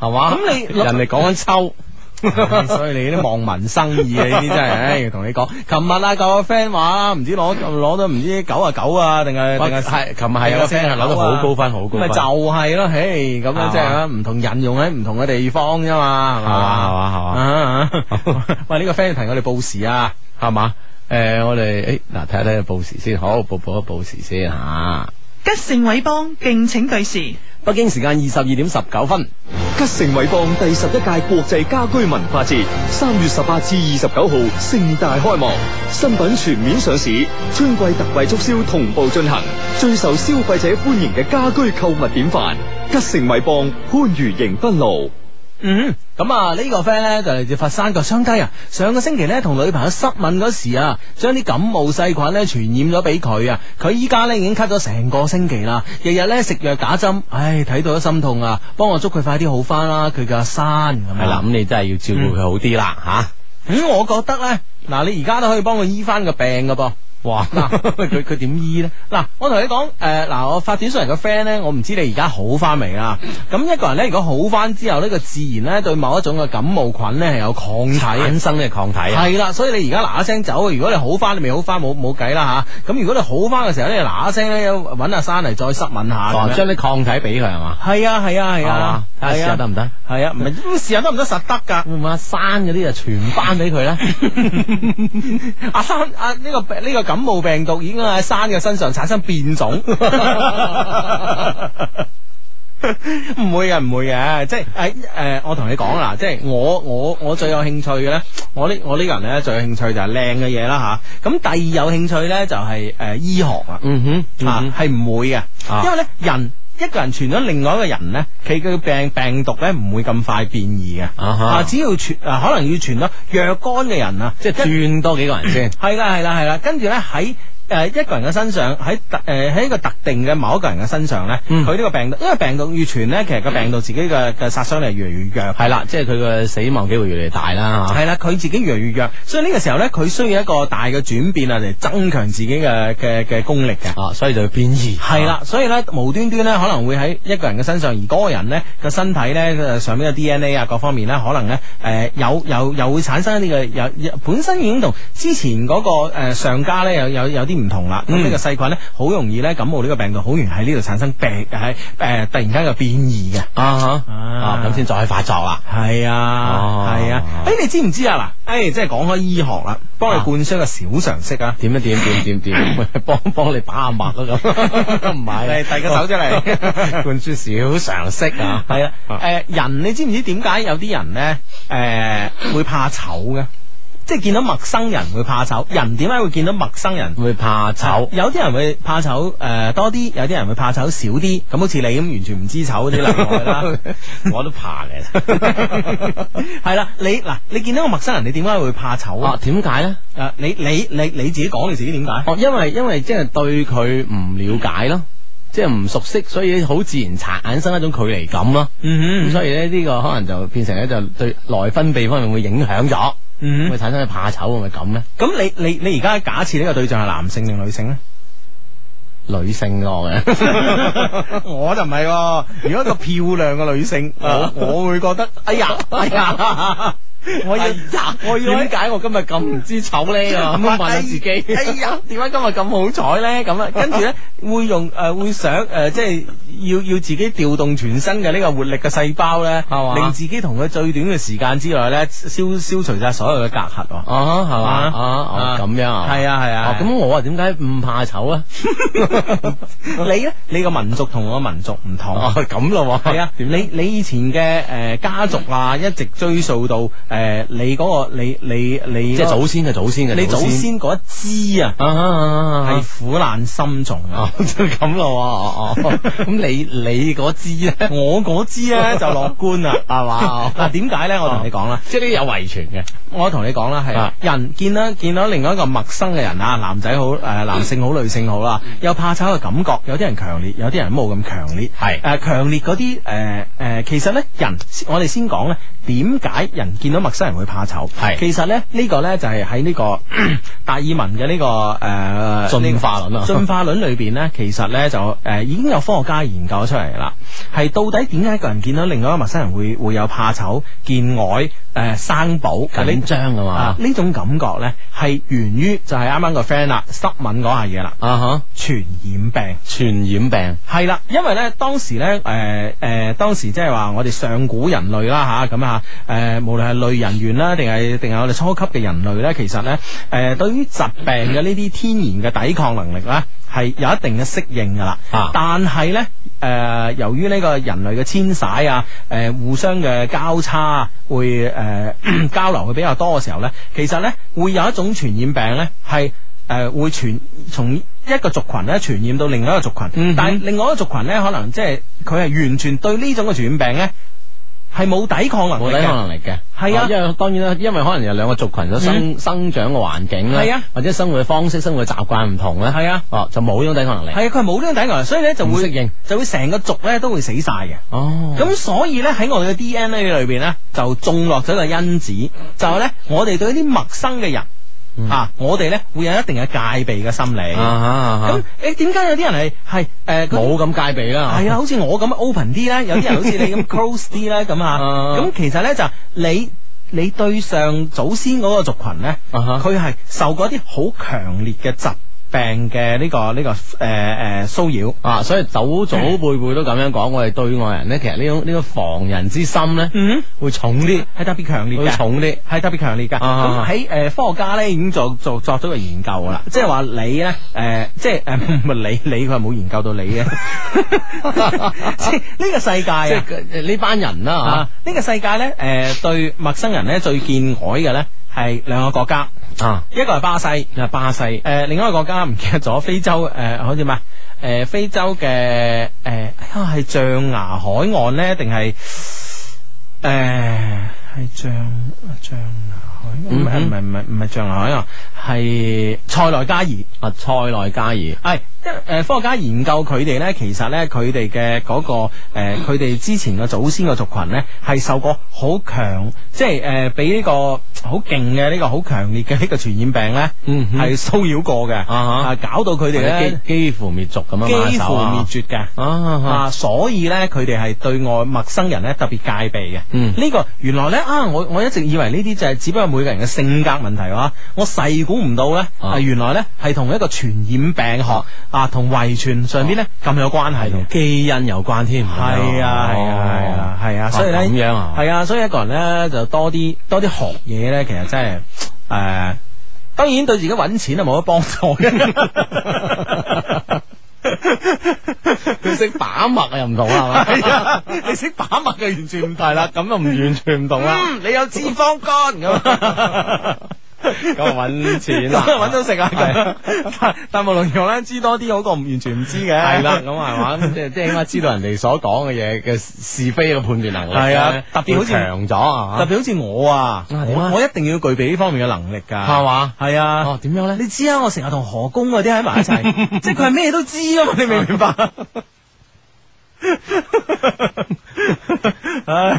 A: 係嘛？
B: 咁你
A: 人哋講緊秋，
B: 哼，所以你啲望民生意啊，呢啲真係，唉，同你講，琴日啊，個 friend 話唔知攞攞咗唔知九啊九啊，定係定係啊
A: 係琴日係有個 friend 係攞到好高分，好高
B: 咪
A: 分，
B: 就係咯，嘿，咁樣即係啊唔同人用喺唔同嘅地方啫嘛，係
A: 係嘛係
B: 嘛？
A: 嘛係嘛。
B: 啊！ 喂，呢個 friend 提我哋報時啊，
A: 系嘛？诶、我哋诶嗱，睇一睇個報時先，好報報一報時先吓、
D: 吉盛偉邦敬請對時。
A: 北京時間二十二點十九分，
F: 吉盛偉邦第十一屆國際家居文化節三月十八至二十九號盛大開幕，新品全面上市，春季特惠促銷同步進行，最受消費者歡迎嘅家居購物典範。吉盛偉邦番禺迎賓路。
B: 嗯，咁啊呢個 friend 咧就嚟自佛山個雙低啊，上個星期咧同女朋友濕吻嗰時啊，將啲感冒細菌咧傳染咗俾佢啊，佢依家咧已經咳咗成個星期啦，日日咧食藥打針，唉睇到都心痛啊，幫我祝佢快啲好翻啦，佢嘅山咁啊
A: 係啦，咁你真係要照顧佢好啲啦吓。
B: 咁我覺得咧，嗱你而家都可以幫佢醫翻個病噶噃。
A: 哇
B: 嗱，佢佢點醫咧？嗱，我同你講，誒、呃嗱，我發短信嚟個 friend 咧，我唔知你而家好翻未啦。咁一個人咧，如果好翻之後呢，佢自然咧對某一種嘅感冒菌咧係有抗體嘅
A: 產生呢個抗體啊，
B: 係啦，所以你而家嗱嗱聲走，如果你好翻，你未好翻冇冇計啦吓。咁如果你好翻嘅時候咧，你嗱嗱聲咧揾阿山嚟再濕吻下
A: 哦
B: 咁樣。
A: 將啲抗體俾佢係嘛？
B: 係啊係啊係
A: 係
B: 啊
A: 嘛，睇下試
B: 係
A: 下
B: 啊
A: 得唔得？
B: 係啊，唔係咁試下得唔得實得㗎。
A: 會唔會阿山嗰啲就啊傳翻俾佢 咧？
B: 阿生啊，呢、個病呢、個感冒病毒已經喺生嘅身上產生變種。 唔會嘅，唔會嘅，即係誒誒，我同你講啦，即係我我我最有興趣嘅咧，我呢我呢個人咧最有興趣就係靚嘅嘢啦吓，咁、第二有興趣咧就係、誒醫學啊。
A: 嗯哼，
B: 啊
A: 啊，
B: 係唔會嘅，因為咧人一個人傳咗另外一個人咧，佢嘅病病毒咧唔會咁快變異嘅，
A: 啊哈
B: 啊只要傳啊可能要傳到若干嘅人啊，
A: 即係轉多幾個人先。
B: 係啦係啦係啦，跟住咧喺。誒、一個人嘅身上，喺特誒喺一個特定嘅某一個人嘅身上咧，佢
A: 嗯
B: 呢、個病毒，因為病毒越傳咧，其實個病毒自己嘅嘅殺傷力係越嚟越弱。
A: 係啊啦，即係佢嘅死亡機會越嚟越大啦吓。
B: 系啦，佢自己越嚟越弱，所以呢個時候咧，佢需要一個大嘅轉變啊，嚟增強自己嘅嘅嘅功力嘅。
A: 啊，所以就要變異。
B: 系啦，所以咧無端端咧可能會喺一個人嘅身上，而嗰個人咧個身體咧呃上面嘅 DNA 啊各方面咧，可能咧诶、呃有有又會產生呢、個有有本身已經同之前嗰、個个呃上家咧有有有啲唔同啦。咁呢、個細菌咧好容易咧感冒呢個病毒，好容易喺呢度產生病喺诶突然間嘅變異嘅。
A: 啊哈，
B: 啊
A: 啊咁先再發作啦。
B: 系
A: 哦
B: 啊，系啊，诶、你知唔知啊？嗱，诶、即係講開醫學啦，幫你
A: 啊
B: 灌輸個小常識啊。
A: 點一點點點 點，幫幫你把下脈啊咁，唔
B: 嚟
A: 係，
B: 遞個手出嚟
A: 灌輸小常識啊，
B: 系啊，
A: 啊
B: 诶、人你知唔知點解有啲人咧，诶、會怕醜嘅？即係見到陌生人會怕醜，人點解會見到陌生人？
A: 會怕醜，
B: 有啲人會怕醜诶、誒多啲，有啲人會怕醜少啲。咁好似你咁完全唔知醜嗰啲例 外啦。
A: 我都怕你。
B: 係啦，你嗱，你見到個陌生人，你點解會怕醜
A: 哦
B: 啊，？
A: 點解咧？
B: 诶、你你你你自己講你自己點解？
A: 哦，因為因為即係對佢唔了解咯，即係唔熟悉，所以好自然產生一種距離感咯。咁
B: 嗯
A: 所以咧，呢個可能就變成咧，就對內分泌方面會影響咗，
B: 嗯
A: 會
B: 哼
A: 產生怕醜，係咪咁咧？
B: 咁你你你而家假設呢個對象係男性定女性咧？
A: 女性咯嘅，
B: 我就唔啊係喎，如果一個漂亮嘅女性，我我會覺得，哎呀，哎呀， 我要 我要
A: 點
B: 解我今日咁唔知醜咧？ 咁
A: 樣
B: 問
A: 問下
B: 下
A: 自
B: 自
A: 己
B: 己，哎呀，點解今日咁好彩咧？咁 啊，跟住咧會用诶會想诶，即係要要自己調動全身嘅呢個活力嘅細胞咧，
A: 係嘛
B: 令自己同佢最短嘅時間之內咧消消除晒所有嘅隔閡喎。
A: 哦，系嘛？
B: 啊
A: 哦，
B: 啊
A: 咁樣啊？
B: 係啊係啊
A: 哦，咁我啊，點解唔怕醜啊？
B: 你咧，你個民族同我民族唔同。
A: 哦，咁咯喎。
B: 系 啊，你你以前嘅诶、呃家族
A: 嗯
B: 啊，一直追溯到诶、呃你嗰、個你你你
A: 即係祖先嘅祖先嘅，
B: 你祖先嗰一支啊，
A: 啊啊啊啊！
B: 係苦難深重啊
A: 哦！， 就咁咯喎，哦哦，咁 你你嗰支 咧，
B: 我嗰支 咧就樂觀啦，係
A: 哦
B: 嘛？嗱，點解咧？我同你講啦，
A: 即係呢啲有遺傳嘅，
B: 我同你講啦，係
A: 啊
B: 人見到見到另外一個陌生嘅人啊，男仔好誒，男性好，女性好啦，
A: 嗯
B: 有怕醜嘅感覺，有啲人強烈，有啲人冇咁強烈。
A: 係
B: 誒強烈嗰啲誒誒，其實咧人，我哋先講咧，點解人見到陌生人會怕醜？
A: 係
B: 其實咧呢個咧就係喺呢 個達爾文嘅呢個誒呃
A: 進化論啊
B: 進化論裏邊咧，其實咧就誒、呃已經有科學家研究出嚟啦，係到底點解一個人見到另外一個陌生人會會有怕醜、見外誒、呃生保
A: 緊張啊
B: 啊
A: 嘛，
B: 呢種感覺咧係源於就係啱啱個 friend 啦，濕吻嗰下嘢啦，
A: 啊哈，
B: 傳染病。
A: 傳染病
B: 系啦，因為咧當時咧，诶、呃、诶、當時即係話我哋上古人類啦吓，咁啊，诶、無論係類人猿啦，定係定係我哋初級嘅人類咧，其實咧，诶、對於疾病嘅呢啲天然嘅抵抗能力咧，係有一定嘅適應噶啦。
A: 啊
B: 但係咧，诶、由於呢個人類嘅遷徙啊，诶、互相嘅交叉啊會诶、交流會比較多嘅時候咧，其實咧會有一種傳染病咧係。诶、會傳從一個族群咧傳染到另外一個族群，
A: 嗯哼
B: 但係另外一個族群咧可能即係佢係完全對呢種嘅傳染病咧係冇抵抗能
A: 冇
B: 力
A: 抵
B: 嘅。
A: 抗能力嘅，
B: 係啊
A: 哦因為當然啦，因為可能有兩個族群所生生長嘅環境啦，
B: 係啊，
A: 或者生活嘅方式、生活嘅習慣唔同咧，
B: 係啊，
A: 哦，就冇呢種抵抗能力，
B: 係啊，佢係冇呢種抵抗能力，所以咧就
A: 唔
B: 會
A: 適應
B: 就會成個族咧都會死晒嘅。
A: 哦，
B: 咁所以咧喺我哋嘅 DNA 裏邊咧就種落咗個因子，就係咧我哋對一啲陌生嘅人、啊，我哋咧會有一定嘅戒備嘅心理。
A: 嗯啊哈啊哈
B: 咁誒點解有啲人係係誒
A: 冇咁戒備啦，哦
B: 系啊，好似我咁 open 啲咧，有啲人好似你 咁 close 啲咧咁啊。
A: 啊
B: 咁其實咧就你你對上祖先嗰個族群咧，
A: 啊哈
B: 佢係受過一啲好強烈嘅疾病嘅呢個呢個誒誒騷擾。嗯
A: 啊，所以祖祖輩輩都咁樣講，我哋對外人咧，其實呢種呢種防人之心咧，
B: 嗯，
A: 會重啲，
B: 係特別強烈
A: 會
B: 嘅。
A: 重啲。
B: 係特別強烈㗎，
A: 啊
B: 咁喺誒科學家咧已經做做作咗個研究㗎啦，即係話你咧誒、即係 誒唔係你你佢係冇研究到你嘅， 即係呢個世界啊
A: 即係呢班人啦
B: 啊，呢個世界咧，诶、對陌生人咧最見外嘅咧係兩個國家，
A: 嚇啊，
B: 一個係巴西，啊巴西，诶、另一個國家唔記得咗，非洲诶、好似咩？诶、非洲嘅诶，呃哎呀，係象牙海岸咧，定係诶係象象牙海岸？
A: 嗯
B: 唔係唔係唔係唔係象牙海岸，係塞內加爾。
A: 啊塞內加爾
B: 系，因為诶科學家研究佢哋咧，其實咧佢哋嘅嗰個诶，佢、哋之前嘅祖先嘅族群咧，係受過好強，即係诶俾呢個好勁嘅呢個好強烈嘅呢 個傳染病咧，
A: 嗯哼
B: 係騷擾過嘅，
A: 哈
B: 啊搞到佢哋咧
A: 幾幾乎滅族咁樣
B: 幾
A: 馬
B: 乎
A: 手啊
B: 滅絕嘅。
A: 啊啊啊
B: 啊，所以咧，佢哋係對外陌生人咧特別戒備嘅。
A: 嗯
B: 呢個原來咧啊，我我一直以為呢啲就係只不過每個人嘅性格問題喎。啊我細估唔到咧，
A: 啊
B: 啊原來咧係同一個傳染病學啊同遺傳上邊咧咁有關係嘅。
A: 啊基因有關添，
B: 係啊係啊係啊係啊，所以咧
A: 咁樣啊，
B: 係啊，所以一個人咧就多啲多啲學嘢咧，其實真係誒，當然對自己揾錢係冇乜幫助嘅。
A: 佢識把脈啊又唔同啦，係嘛？
B: 啊你識把脈嘅完全唔
A: 係啦，咁就唔完全唔同啦，
B: 嗯，你有脂肪肝 咁。
A: 咁就揾錢啦，
B: 搵到食啊！咁但 但無論如何咧，知多啲好過唔完全唔知嘅。
A: 係啦，咁係嘛？咁即係即係起碼知道人哋所講嘅嘢嘅是非嘅判斷能力
B: 係啊
A: 咧
B: 特別好似
A: 會強咗啊，
B: 特別好似我啊，
A: 啊點啊
B: 我我一定要具備呢方面嘅能力㗎，
A: 係嘛？
B: 係啊
A: 哦，，點樣咧？
B: 你知啊，我成日同何工嗰啲喺埋一齊， 即係佢係咩都知啊嘛，你明唔明白？唉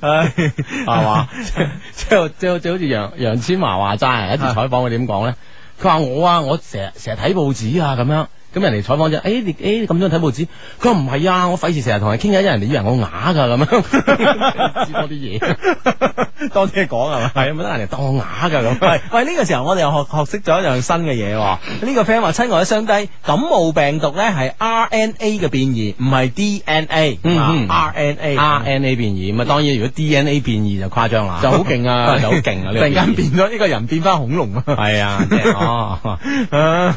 B: 唉，係
A: 係嘛？即係 即係即係好似楊楊千嬅話齋，啊一次採訪佢點講咧？佢話我啊，我成日成日睇報紙啊咁樣。咁人哋採訪咗，誒、哎你誒、你咁中意睇報紙？佢話唔係啊 啊，我費事成日同人傾偈，因為人哋以為我啞㗎咁樣，知多啲嘢。多啲嘢講係咪？
B: 係冇得人哋當啞噶咁。
A: 喂喂，呢、個時候我哋又學學識咗一樣新嘅嘢喎。呢、個 friend 話：親愛嘅雙低，感冒病毒咧係 RNA 嘅變異，唔係 DNA
B: 嗯嗯
A: 啊 RNA。
B: RNA 變異，咁啊當然如果 DNA 變異就誇張啦，
A: 就好勁 啊，
B: 就好勁啊！呢
A: 突
B: 個
A: 然間
B: 變
A: 變咗呢個人變翻恐龍啊！
B: 係啊，即係 哦，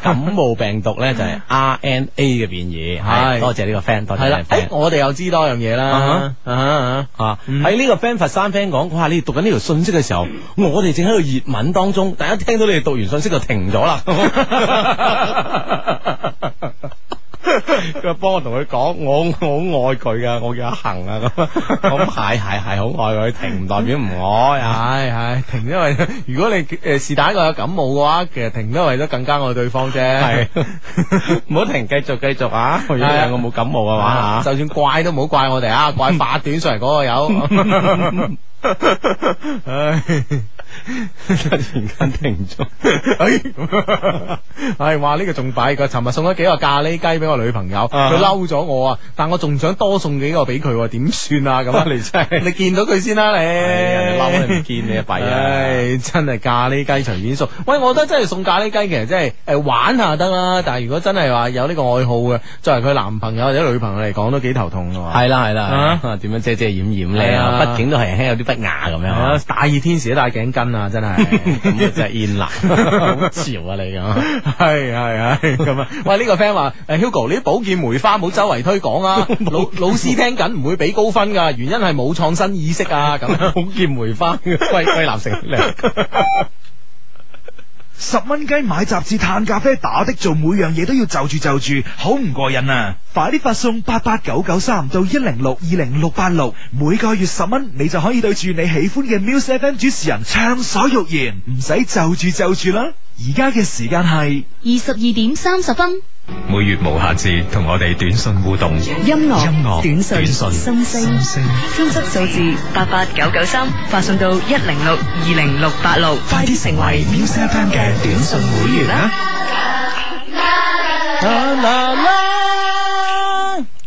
B: 感冒病毒咧就係 RNA 嘅變異，係
A: 係
B: 多謝呢個 friend，多謝
A: 係啦
B: 呢，個
A: 誒
B: friend，。
A: 我哋又知多樣嘢啦
B: 啊。啊！喺呢個 friend 佛山 friend 講，哇！你哋讀緊呢條信息嘅時候，我哋正喺度熱吻當中，大家聽到你哋讀完信息就停咗啦。 佢話幫我同佢講，我我好愛佢噶，我叫阿恒 啊咁。咁係係係好愛佢，停唔代表唔 愛啊。
A: 唉唉，停因為如果你誒是但一個有感冒嘅話，其實停都係為咗更加愛對方啫。
B: 係，唔好停，繼續繼續啊！如果兩個冇感冒嘅話
A: 啊，
B: 吓，
A: 就算怪都唔好怪我哋 啊，怪發短上嚟嗰個有。唉，
B: 突然間停咗。
A: 唉，哇！呢、個仲弊，佢尋日送咗幾個咖喱雞俾我女朋友，
B: 啊
A: 佢嬲咗我啊，但我仲想多送幾個俾佢喎，點算啊？ 咁啊，你真係你見到佢先啦，你
B: 人哋嬲你唔見你啊弊啊
A: 唉，真係咖喱雞隨便送。喂，我覺得真係送咖喱雞其實真係誒玩下得啦，但係如果真係話有呢個愛好嘅，作為佢男朋友或者女朋友嚟講，都幾頭痛㗎喎。啊
B: 系啦系啦，係啦點樣遮遮掩掩咧？
A: 係啊
B: 畢竟都係輕有啲不雅咁樣
A: 啊
B: 啊，
A: 大熱天時都戴頸巾啊，真係。
B: 咁就真係煙辣，好潮啊你咁。
A: 系系系咁啊！喂，呢、個 friend 話：诶，Hugo，你啲保健梅花冇周圍推 廣啊，老老師聽緊唔會俾高分噶，原因係冇創新意識啊！咁 樣保健梅 花歸歸南城
F: 十蚊雞買雜誌、嘆咖啡、打的做，每樣嘢都要就住就住，好唔過癮啊！快啲發送八八九九三到一零六二零六八六，每個月十蚊，你就可以對住你喜歡嘅 Muse FM 主持人暢所欲言，唔使就住就住啦。而家嘅時間係
E: 二十二點三十分，
H: 每月無限次同我哋短信互動，
I: 音樂、
H: 音樂
I: 短信、
H: 短信
I: 心聲
H: 心聲，
I: 編輯數字八八九九三，發送到一零六二零六八六，快啲成為
F: Muse FM 嘅短信會員啦。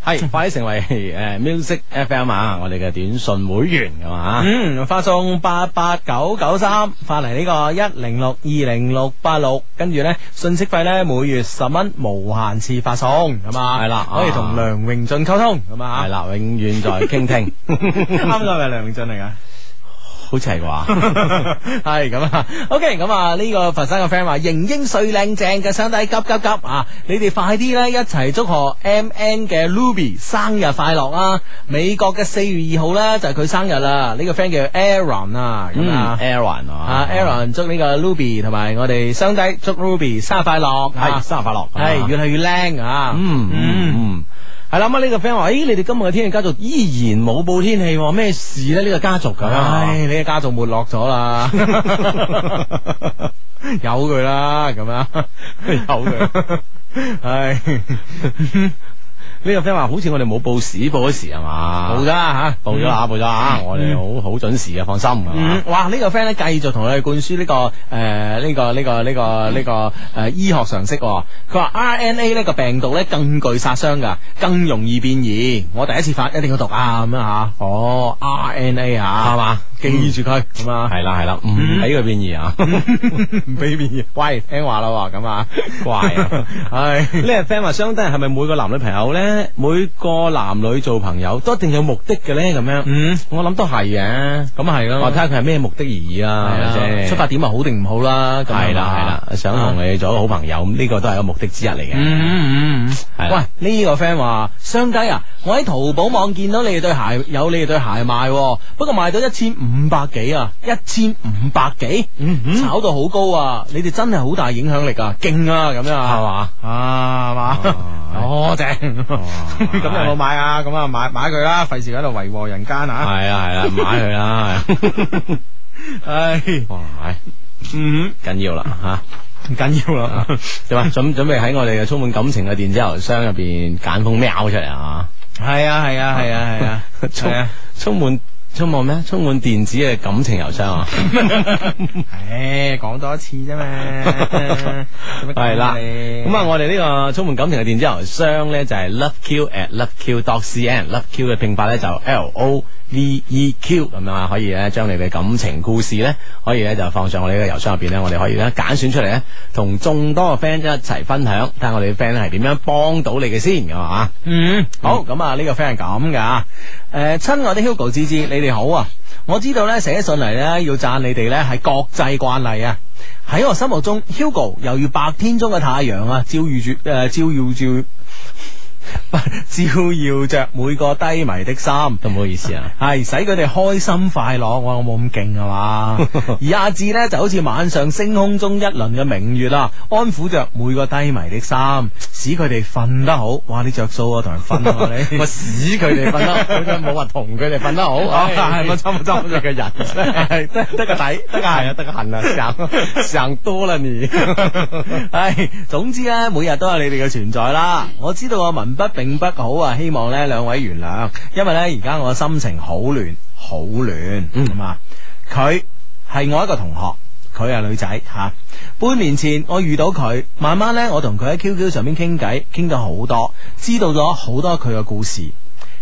B: 係快啲成為诶 Music FM 啊，我哋嘅短信會員咁啊。
A: 嗯，發送八八九九三發嚟呢個一零六二零六八六，跟住呢，信息費呢，每月十蚊無限次發送，咁啊，
B: 係啦
A: 可以同梁榮俊溝通，咁啊，
B: 係，啦，永遠在傾聽，
A: 啱咗係咪梁榮俊嚟㗎？
B: 好似係啩？
A: 系咁啊，OK，咁啊呢个佛山嘅 friend 话型英帥靚正嘅相低急急急啊！你哋快啲咧一齊祝賀 M N 嘅 Ruby 生日快樂啊！美國嘅四月二號咧就係佢生日啦，呢、個 friend 叫 Aaron 啊，咁啊。
B: Aaron
A: 啊
B: 啊
A: ，Aaron 祝呢個 Ruby 同埋我哋相低祝 Ruby 生日快樂，
B: 係生日快樂
A: 係越嚟越靚啊！
B: 嗯嗯嗯。係啦，咁啊呢個 friend 話：，咦，你哋今日嘅天氣家族依然冇報天氣喎，咩事咧？呢個家族咁樣啊
A: 唉，你嘅家族沒落 咗啦， 有佢啦，咁 樣 有佢，唉，
B: 呢個 friend 話：，好似我哋冇報市報嗰時係嘛？
A: 冇噶吓，
B: 報咗啦，報咗啦，我哋好好準時嘅，放心啊係嘛
A: 嗯。，哇！呢、個 friend 咧繼續同我哋灌輸呢、個誒呢、個呢、個呢、個呢、個誒、
B: 嗯
A: 呃醫學常識、喎。佢話 RNA 呢個病毒咧更具殺傷㗎，更容易變異。我第一次發一定要讀啊咁樣嚇。哦，RNA 嚇係嘛？啊記住佢咁
B: 嗯
A: 啊。
B: 係啦係啦，唔俾佢變異啊，
A: 唔俾面嘅，喂，聽話啦喎，咁啊，
B: 怪啊！
A: 唉，
B: 呢個 friend 話，相低係咪每個男女朋友咧，每個男女做朋友都一定有目的嘅咧？咁樣，
A: 嗯，
B: 我諗都係嘅。
A: 咁係咯，
B: 我睇下佢係咩目的而已啦，係咪
A: 係啊
B: 先
A: 出發點係好定唔好啦，咁
B: 係
A: 係嘛
B: 啦係啦，想同你做一個好朋友，咁呢個都係一個目的之一嚟嘅。
A: 嗯嗯嗯
B: 係
A: 嗯
B: 啦，
A: 喂，呢、個 friend 話，相低啊，我喺淘寶網見到你哋對鞋有你哋對鞋賣喎，不過賣到一千五百幾啊，一千五百幾，
B: 嗯
A: 炒到好高啊！你哋真係好大影響力啊，勁啊咁樣啊，
B: 係嘛
A: 啊 係嘛，哦正，咁有冇買啊？咁啊買買佢啦，費事喺度為禍人間啊！
B: 係啊係啦，買佢啦，
A: 唉，
B: 哇，係
A: 嗯，
B: 緊要啦嚇。
A: 唔緊要啦。
B: 點啊？準準備喺我哋嘅充滿感情嘅電子郵箱入邊揀封喵出嚟啊！
A: 系啊系啊系啊系啊，
B: 充充滿
A: 充滿咩？充滿電子嘅感情郵箱啊！
B: 唉，講多一次啫 嘛，
A: 係啦，咁
B: 咁
A: 啊，
B: 啊，
A: 我哋呢個充滿感情嘅電子郵箱咧就係 loveq at loveq dot cn。loveq 嘅拼法咧就 L O V E Q 咁樣啊，可以咧將你嘅感情故事咧，可以咧就放上我哋呢個郵箱入邊咧，我哋可以咧揀選出嚟咧，同眾多嘅 friend 一齊分享，睇下我哋啲 friend 係點樣幫到你嘅先，咁啊。
B: 嗯，好，咁啊，呢個 friend 係咁噶，誒，親愛的 Hugo 芝芝，你哋好啊！我知道咧寫信嚟咧要讚你哋咧係國際慣例啊！喺我心目中，Hugo 猶如白天中嘅太陽啊，照耀住誒、呃照耀住。 照耀着每個低迷的心，
A: 都唔好意思啊，
B: 係使佢哋開心快樂。哇我冇咁勁啊 嘛，而阿志呢，就好似晚上星空中一輪嘅明月啊，安撫着每個低迷的心，使佢哋瞓得好。哇！你着數啊，同人瞓啊你，
A: 我使佢哋瞓得好，冇話同佢哋瞓得好，
B: 係冇錯冇錯冇錯
A: 嘅人 真係得得個底，得個係啊，得個恨啊，想 想多啦你。
B: 唉，總之咧，每日都有你哋嘅存在啦。我知道我文筆並不好啊，希望咧兩位原諒，因為咧而家我嘅心情好亂，好亂咁啊。佢係我一個同學，佢係女仔吓、半年前我遇到佢，慢慢咧我同佢喺 QQ 上面傾偈，傾咗好多，知道咗好多佢嘅故事。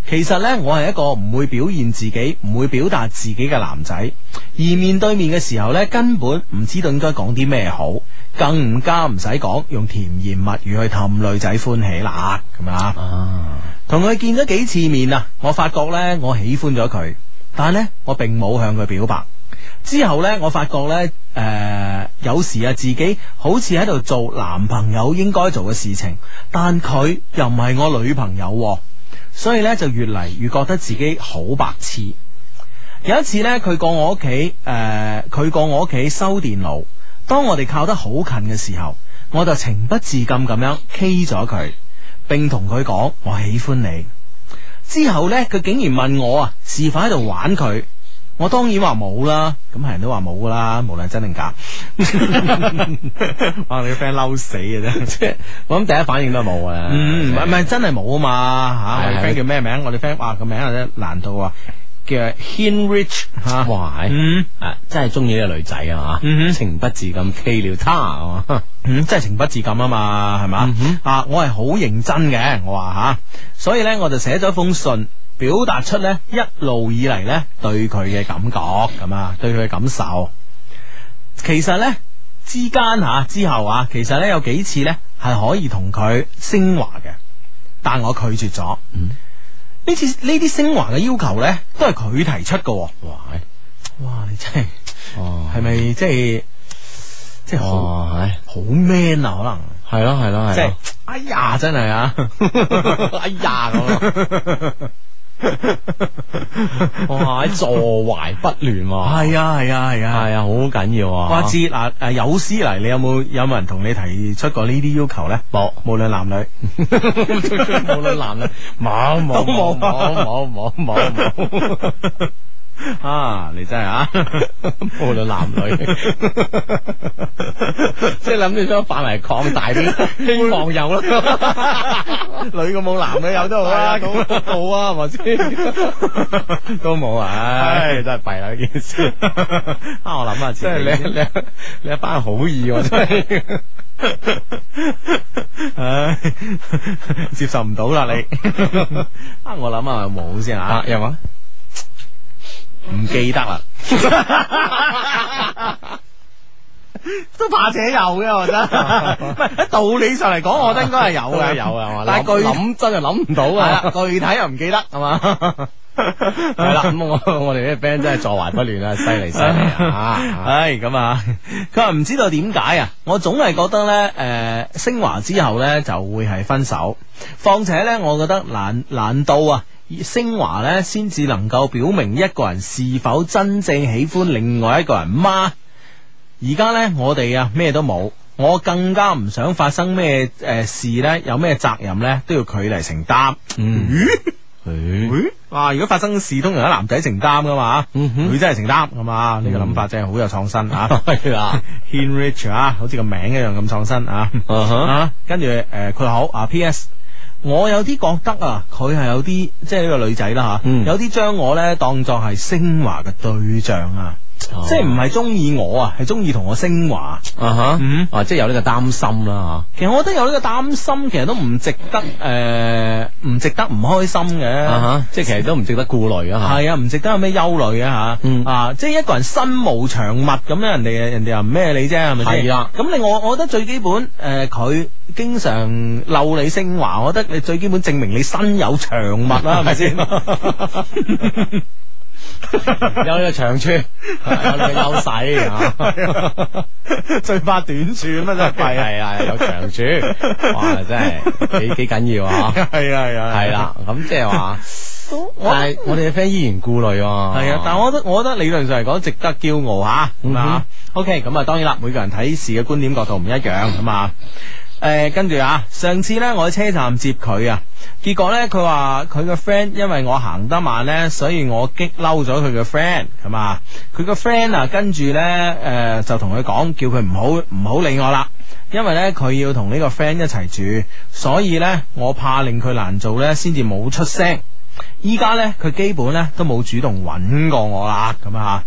B: 其實呢，我係一個唔會表現自己、唔會表達自己嘅男仔，而面對面嘅時候呢，根本唔知道應該講啲咩好，更唔加唔使講用甜言蜜語去氹女仔歡喜啦，咁啊。同佢見咗幾次面啊，我發覺呢，我喜歡咗佢，但係呢，我並冇向佢表白。之後呢，我發覺呢，誒、有時啊，自己好似喺度做男朋友應該做嘅事情，但佢又唔係我女朋友喎、所以呢，就越嚟越覺得自己好白痴。有一次呢，佢過我屋企，誒、佢過我屋企修電腦。當我哋靠得好近嘅時候，我就情不自禁咁樣 K 咗佢，並同佢講我喜歡你。之後呢，佢竟然問我啊，是否喺度玩佢？我當然話冇啦，咁係人都話冇噶啦，無論真定假。 哇！你個 friend 嬲死嘅啫， 即係
A: 我諗第一反應都係冇啊。
B: 嗯，唔係唔係真係冇啊嘛吓，
A: 係
B: 我哋
A: 係
B: friend 叫咩名？我哋 friend 哇個名有啲難度啊，叫 Henrich 吓，
A: 哇
B: 嗯
A: 啊，真係中意呢個女仔啊
B: 嗯
A: 嘛，
B: 哼
A: 情不自禁 K 了她啊嘛，
B: 嗯，真係情不自禁啊嘛，係嘛
A: 嗯哼
B: 啊，我係好認真嘅，我話吓，所以咧我就寫咗封信，表達出咧一路以嚟咧對佢嘅感覺咁啊，對佢嘅感受。其實咧之間吓、之後啊，其實咧有幾次咧係可以同佢升華嘅，但我拒絕咗。
A: 嗯
B: 呢次呢啲升華嘅要求咧，都係佢提出嘅喎。
A: 哇，
B: 哇！你真係
A: 哦
B: 係咪即係即係好
A: 哇，
B: 好 man 啊？
A: 係咯
B: 可
A: 係咯
B: 能
A: 哦係
B: 即係
A: 咯，
B: 哎呀，真係 啊！
A: 哎呀咁啊，哇，坐懷不亂喎，
B: 係啊，係啊，係啊！
A: 係啊，好緊要啊，
B: 哇！知嗱誒，有史嚟，你有冇有冇人同你提出過呢啲要求咧？
A: 冇
B: 無論 男女，
A: 無論男女，冇
B: 都冇
A: 冇冇冇冇冇冇冇，
B: 啊！你真係 啊！
A: 無論男 女，即係諗住將範圍擴大 啲，希望有 啦，女嘅冇，男嘅有都好啊，咁好啊，係咪先？都冇啊，唉，真係弊啦呢件 事。啊，我諗下自
B: 真係
A: 己，
B: 你
A: 你你一班好意喎，真係。
B: 唉，接受唔到啦你。 啊，我諗下有冇先啊，有冇？唔記得啦。 都怕且有嘅，我覺 得。唔係喺道理上嚟講，
A: 哦
B: 我覺得應該係 有嘅，
A: 有啊係嘛
B: 但係
A: 諗
B: 具
A: 諗
B: 真係諗唔到
A: 啊
B: 具體又唔記得係嘛。
A: 系啦，咁我我哋呢個 friend 真係坐懷不亂啊，犀利犀利 啊！
B: 唉，咁啊， 佢話唔知道點解啊，我總係覺得呢，誒、升華之後呢就會係分手。況且呢，我覺得難難度啊，升華呢先至能夠表明一個人是否真正喜歡另外一個人嗎？而家呢，我哋啊咩都冇，我更加唔想發生咩誒、呃事呢，有咩責任呢都要佢嚟承擔。
A: 嗯，咦
B: 咦哇！如果發生事，通常係男仔承擔噶嘛，
A: 嗯哼嗯
B: 女仔係承擔咁啊！呢個諗法真係好有創新啊！
A: 係啦，
B: Henrich 啊，好似個名一樣咁創新啊！
A: 啊哈
B: 啊，跟住誒，呃佢、好啊，P.S. 我有啲覺得啊，佢係有啲即係呢個女仔啦吓，
A: 嗯
B: 有啲將我咧當作係升華嘅對象啊。
A: 哦
B: 即係唔係中意我啊，係中意同我升華
A: 啊哈，
B: 嗯
A: 啊，即係有呢個擔心啦
B: 其實我覺得有呢個擔心，其實都唔值得呃诶，唔、值得唔開心嘅。
A: 吓，啊哈，即係其實都唔值得顧慮啊嗯
B: 係啊，唔值得有咩憂慮啊吓，啊，即係一個人身無長物咁樣，人哋人哋又唔咩你啫，係咪先？
A: 係啦
B: 咁你我我覺得最基本诶，佢、經常漏你升華，我覺得你最基本證明你身有長物 啦，係咪先？
A: 啊吓，有呢 個長處，有呢個優勢啊，
B: 最怕短處咁啊，真係弊啊！
A: 係啊，有長處，哇，真係幾幾緊要啊！
B: 係啊係啊
A: 係啦，咁即係話，但係我哋嘅 friend 依然顧慮喎。
B: 系啊，但我覺得我覺得理論上嚟講，值得驕傲吓
A: 嗯
B: 咁啊。OK，咁啊，當然啦，每個人睇事嘅觀點角度唔一樣咁啊。诶、跟住啊，上次呢，我喺車站接佢啊，結果呢，佢話佢個 friend 因為我行得慢呢，所以我激嬲咗佢個 friend 咁啊。佢個 friend 啊，跟住呢，诶、呃就同佢講，叫佢唔好唔好理我啦。因為呢，佢要同呢個 friend 一齊住，所以呢，我怕令佢難做呢，先至冇出聲。依家咧，佢基本咧都冇主動揾過我啦，咁啊，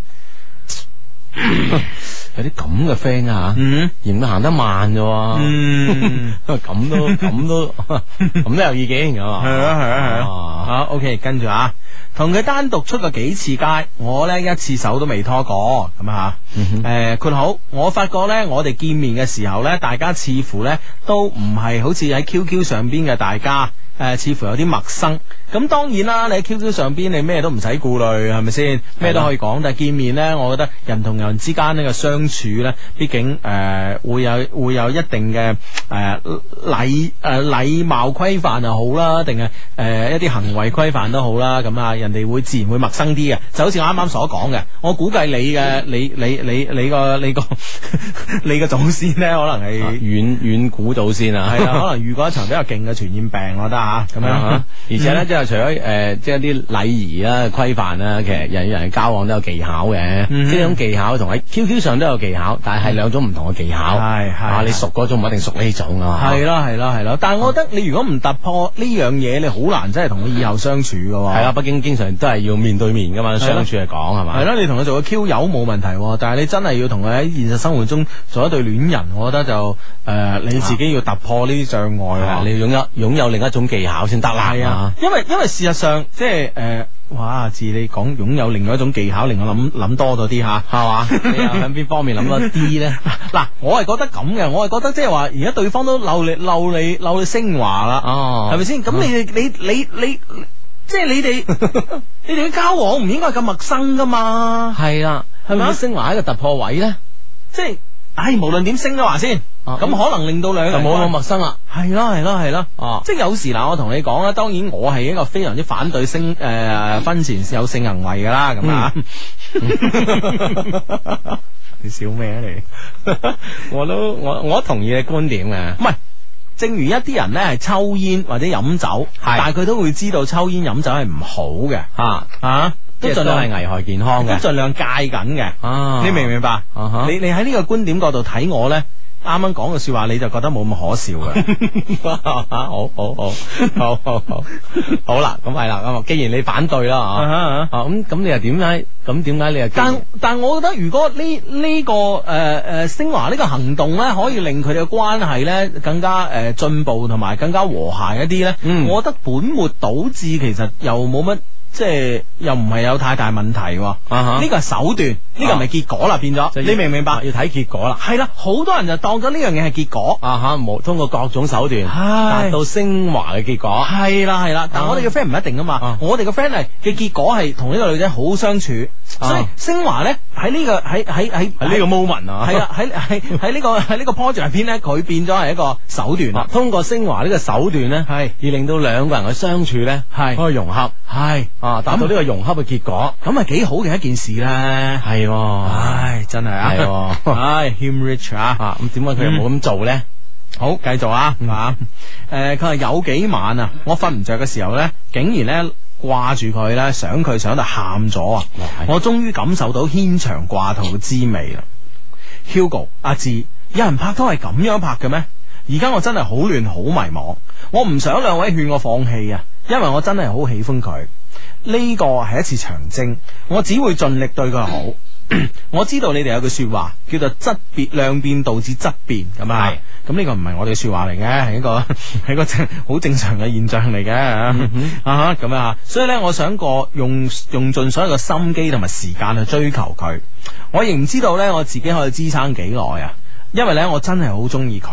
A: 有啲咁嘅 friend 啊，
B: 嗯
A: 嫌佢行得慢啫喎。
B: 嗯，
A: 咁都咁都 咁都有意見㗎
B: 係
A: 嘛？
B: 啊係啊係啊，
A: 啊
B: 好 OK，跟住啊，同佢單獨出過幾次街，我咧一次手都未拖過，咁啊，誒括好，我發覺咧，我哋見面嘅時候咧，大家似乎咧都唔係好似喺 QQ 上邊嘅大家。誒、似乎有啲陌生，咁當然啦，你喺 QQ 上邊你咩都唔使顧慮，係咪先？咩都可以講，但係見面呢，我覺得人同人之間呢個相處呢，畢竟誒、呃、會有會有一定嘅誒禮誒禮貌規範又好啦，定係誒一啲行為規範都好啦，咁啊人哋會自然會陌生啲嘅，就好似我啱啱所講嘅，我估計你嘅你你你你個你個 你個祖先呢，可能係。
A: 啊遠遠估到先 啊，
B: 係啦，可能遇過一場比較勁嘅傳染病，我覺得吓咁
A: 咁樣
B: 樣嗯
A: 啊。而且咧，即係除咗誒，即係啲禮儀啦、規範啦，其實人與人嘅交往都有技巧嘅。
B: 嗯
A: 即係呢種技巧同喺 QQ 上都有技巧，但係係兩種唔同嘅技巧。
B: 係係
A: 啊，你熟嗰種唔一定熟呢種啊。
B: 系啦系啦系啦，但系我覺得你如果唔突破呢樣嘢，你好難真係同佢以後相處噶喎。
A: 係啦，，畢竟經常都係要面對面噶嘛，
B: 係啦
A: 相處嚟講係嘛。
B: 係啦，你同佢做個 Q 友冇問題喎，但係你真係要同佢喺現實生活中做一對戀人，我覺得就诶、呃你自己要突破呢啲障礙啊
A: 係啦，
B: 喎。
A: 你要擁有擁有另一種技巧先得啦。
B: 系
A: 啊
B: 啊，因為因为事實上即係诶、呃哇！自你講擁有另外一種技巧，令我諗諗多咗啲吓。
A: 係 嘛？你又喺邊方面諗多啲咧？
B: 嗱，我係覺得咁嘅，我係覺得即係話，而家對方都漏你漏你漏你升華啦，
A: 哦
B: 係咪先？咁你哋你你你，即係你 哋你哋嘅交往唔應該係咁陌生噶嘛？
A: 係啦，係
B: 係咪
A: 咪
B: 啊
A: 升華一個突破位咧？
B: 即係，唉，無論點升都話先，
A: 啊
B: 咁可能令到兩
A: 就
B: 個人
A: 冇咁
B: 關
A: 陌生 啦。
B: 係咯係咯係咯，
A: 哦
B: 即係有時嗱，我同你講啦，當然我係一個非常之反對 性誒、呃婚前有性行為噶啦，咁啊。 你笑咩啊你？
A: 我都我我同意你觀點嘅。
B: 唔係，正如一啲人咧係抽煙或者飲酒，但係佢都會知道抽煙飲酒係唔好嘅，
A: 啊，
B: 啊，
A: 都
B: 都
A: 盡
B: 盡
A: 量
B: 量
A: 係危害健
B: 都
A: 康嘅。
B: 盡量戒緊嘅，
A: 啊
B: 你明唔明白？
A: 啊哈
B: 你你喺呢個觀點角度睇我咧，啱啱講嘅说話你就覺得冇咁可笑嘅，
A: 好好好好好好好啦，咁係啦，咁啊，既然你反對啦
B: 啊
A: 啊，
B: 哈啊哈
A: 啊咁咁你又點解？咁點解你又？
B: 但但我覺得如果呢呢、個誒誒、呃升華呢個行動咧，可以令佢哋嘅關係咧更加誒、呃、進步同埋更加和諧一啲咧，
A: 嗯
B: 我覺得本末倒置其實又冇乜即係又唔係有太大問題喎。
A: 啊
B: 呢
A: 呢
B: 個係手段，呢個唔係結果啦，變咗
A: 就要
B: 你
A: 啊
B: 明唔明白？
A: 要睇結果啦。
B: 係啦，好多人就當咗呢樣嘢係結果。
A: 啊哈，冇通過各種手段
B: 唉
A: 達到升華嘅結果。
B: 係啦係啦，但我哋嘅 friend 唔一定噶嘛
A: 啊，
B: 我哋嘅 friend 係嘅結果係同呢個女仔好相處，所以
A: 啊
B: 升華咧喺呢個喺喺喺
A: 喺呢個 moment 啊，
B: 係啦喺喺喺呢 個喺呢個 project 入邊咧，佢變咗係一個手段
A: 啊
B: 啦，
A: 通過升華呢個手段咧，
B: 係
A: 而令到兩個人嘅相處咧，
B: 係
A: 可以融合
B: 係
A: 啊，達到呢個融合嘅結果。
B: 咁係幾好嘅一件事咧。
A: 係喎，
B: 唉，真係
A: 係
B: 啊，
A: 喎
B: 唉，him rich 啊。
A: 啊咁點解佢又冇咁做嗯咧？
B: 好，繼續啊，啊，诶，佢話有幾晚啊，我瞓唔着嘅時候咧，竟然咧掛住佢咧，想佢想到喊咗啊
A: 哇！
B: 我終於感受到牽腸掛肚嘅滋味啦。Hugo，阿志，有人拍拖係咁樣拍嘅咩？而家我真係好亂，好迷茫。我唔想兩位勸我放棄啊，因為我真係好喜歡佢。呢個係一次長征，我只會盡力對佢好。我知道你哋有句说話叫做質變量變導致質變咁啊，咁呢個唔係我哋嘅说話嚟嘅，係一個係一個正好正常嘅現象嚟嘅啊哈咁啊，所以呢，我想過用用盡所有嘅心機同埋時間去追求佢，我亦唔知道呢，我自己可以支撐幾耐啊，因為呢，我真係好中意佢，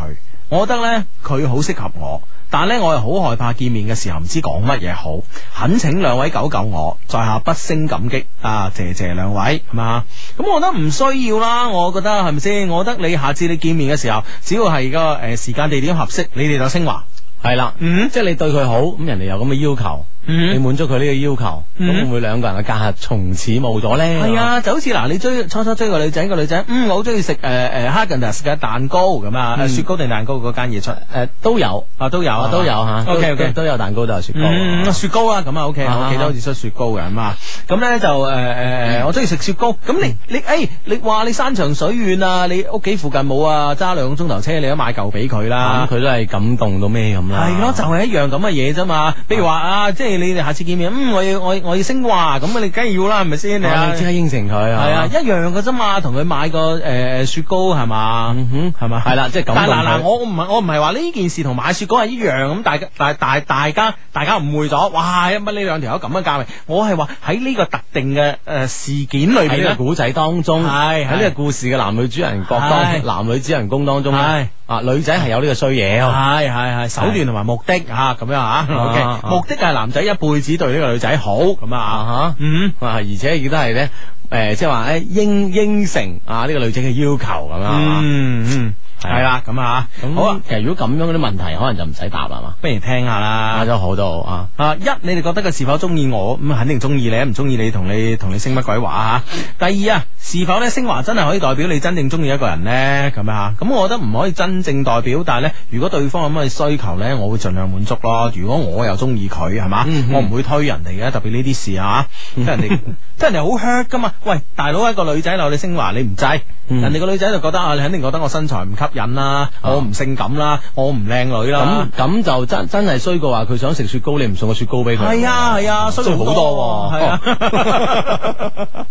B: 我覺得呢，佢好適合我。但呢，我又好害怕見面嘅時候唔知講乜嘢好，懇請兩位救救我，在下不勝感激啊！謝謝兩位，係嘛？咁我覺得唔需要啦，我覺得係咪先？我覺得你下次你見面嘅時候，只要係個誒時間地點合適，你哋就升華。
A: 係啦，
B: 嗯，
A: 即係你對佢好，咁人哋有咁嘅要求，
B: 嗯
A: 你滿足佢呢個要求，
B: 嗯
A: 咁會唔會兩個人嘅隔阂從此冇咗咧？
B: 係啊，就好似嗱，你追初初追個女仔，個女仔嗯，我好中意食誒誒哈根達斯嘅蛋糕咁啊，
A: 嗯
B: 雪糕定蛋糕嗰間嘢出
A: 誒都有
B: 啊，都有
A: 啊，都有嚇
B: ，OK
A: 都
B: OK
A: 都。有蛋糕，都有雪糕啊。
B: 嗯，雪糕啊，咁啊，OK，
A: 啊嗯
B: 我記得好似出雪糕嘅咁啊，咁咧就誒誒誒，我中意食雪糕。咁你你誒，你話你山長水遠啊，你屋企附近冇啊，揸兩個鐘頭車，你都買嚿俾佢啦
A: 咁。佢都係感動到咩咁啦？
B: 嗯係咯，就係一樣咁嘅嘢啫嘛。比如話啊，即係你哋下次見面，嗯，我要我要我要升華，咁啊你梗係要啦，係咪先？
A: 啊
B: 啊
A: 你即刻應承佢啊！
B: 係啊，一樣嘅啫嘛，同佢買個誒雪糕係嘛，
A: 嗯
B: 係嘛，
A: 係啦即係感
B: 但
A: 動佢
B: 嗱嗱，我唔係我唔係話呢件事同買雪糕係一樣咁，大家大大大家大家誤會咗，哇！乜呢兩條友咁嘅價位？我係話喺呢個特定嘅誒事件裏邊
A: 喺呢
B: 咧
A: 個，古仔當中，
B: 係係
A: 喺呢個故事嘅男女主人角
B: 係
A: 當男女主人公當中
B: 係啊
A: 咧，啊女仔係有呢個衰嘢，
B: 係係係手段同埋目的嚇咁樣嚇
A: 啊
B: ，OK，
A: 啊
B: 目的係男仔一輩子對呢個女仔好咁啊
A: 啊，
B: 嗯。
A: 啊而且亦都係咧，誒即係話咧應應承啊呢個女仔嘅要求咁啊，
B: 嗯嗯，系啦，咁啊，
A: 咁
B: 好啊，
A: 其實如果咁樣嗰啲問題，可能就唔使答啦嘛，
B: 不如聽下啦
A: 打。咗好多啊。
B: 啊！一你哋覺得佢是否中意我咁，肯定中意你，唔中意你同你同你升乜鬼話啊？第二啊，是否咧升華真係可以代表你真正中意一個人呢？咁啊，咁我覺得唔可以真正代表，但係咧，如果對方有咁嘅需求咧，我會盡量滿足咯。如果我又中意佢，係嘛，
A: 嗯
B: 我唔會推人哋嘅，特別呢啲事啊，即係人哋即係人哋好 hurt 噶嘛。喂，大佬一個女仔鬧你升華，你唔制，
A: 嗯啊
B: 人哋個女仔就覺得啊，你肯定覺得我身材唔吸引啦，我唔性感啦，我唔靚女啦
A: 咁。咁就真真係衰過話佢想食雪糕，你唔送個雪糕俾佢。
B: 系啊系啊，衰
A: 衰好多
B: 喎，
A: 喎
B: 係 啊。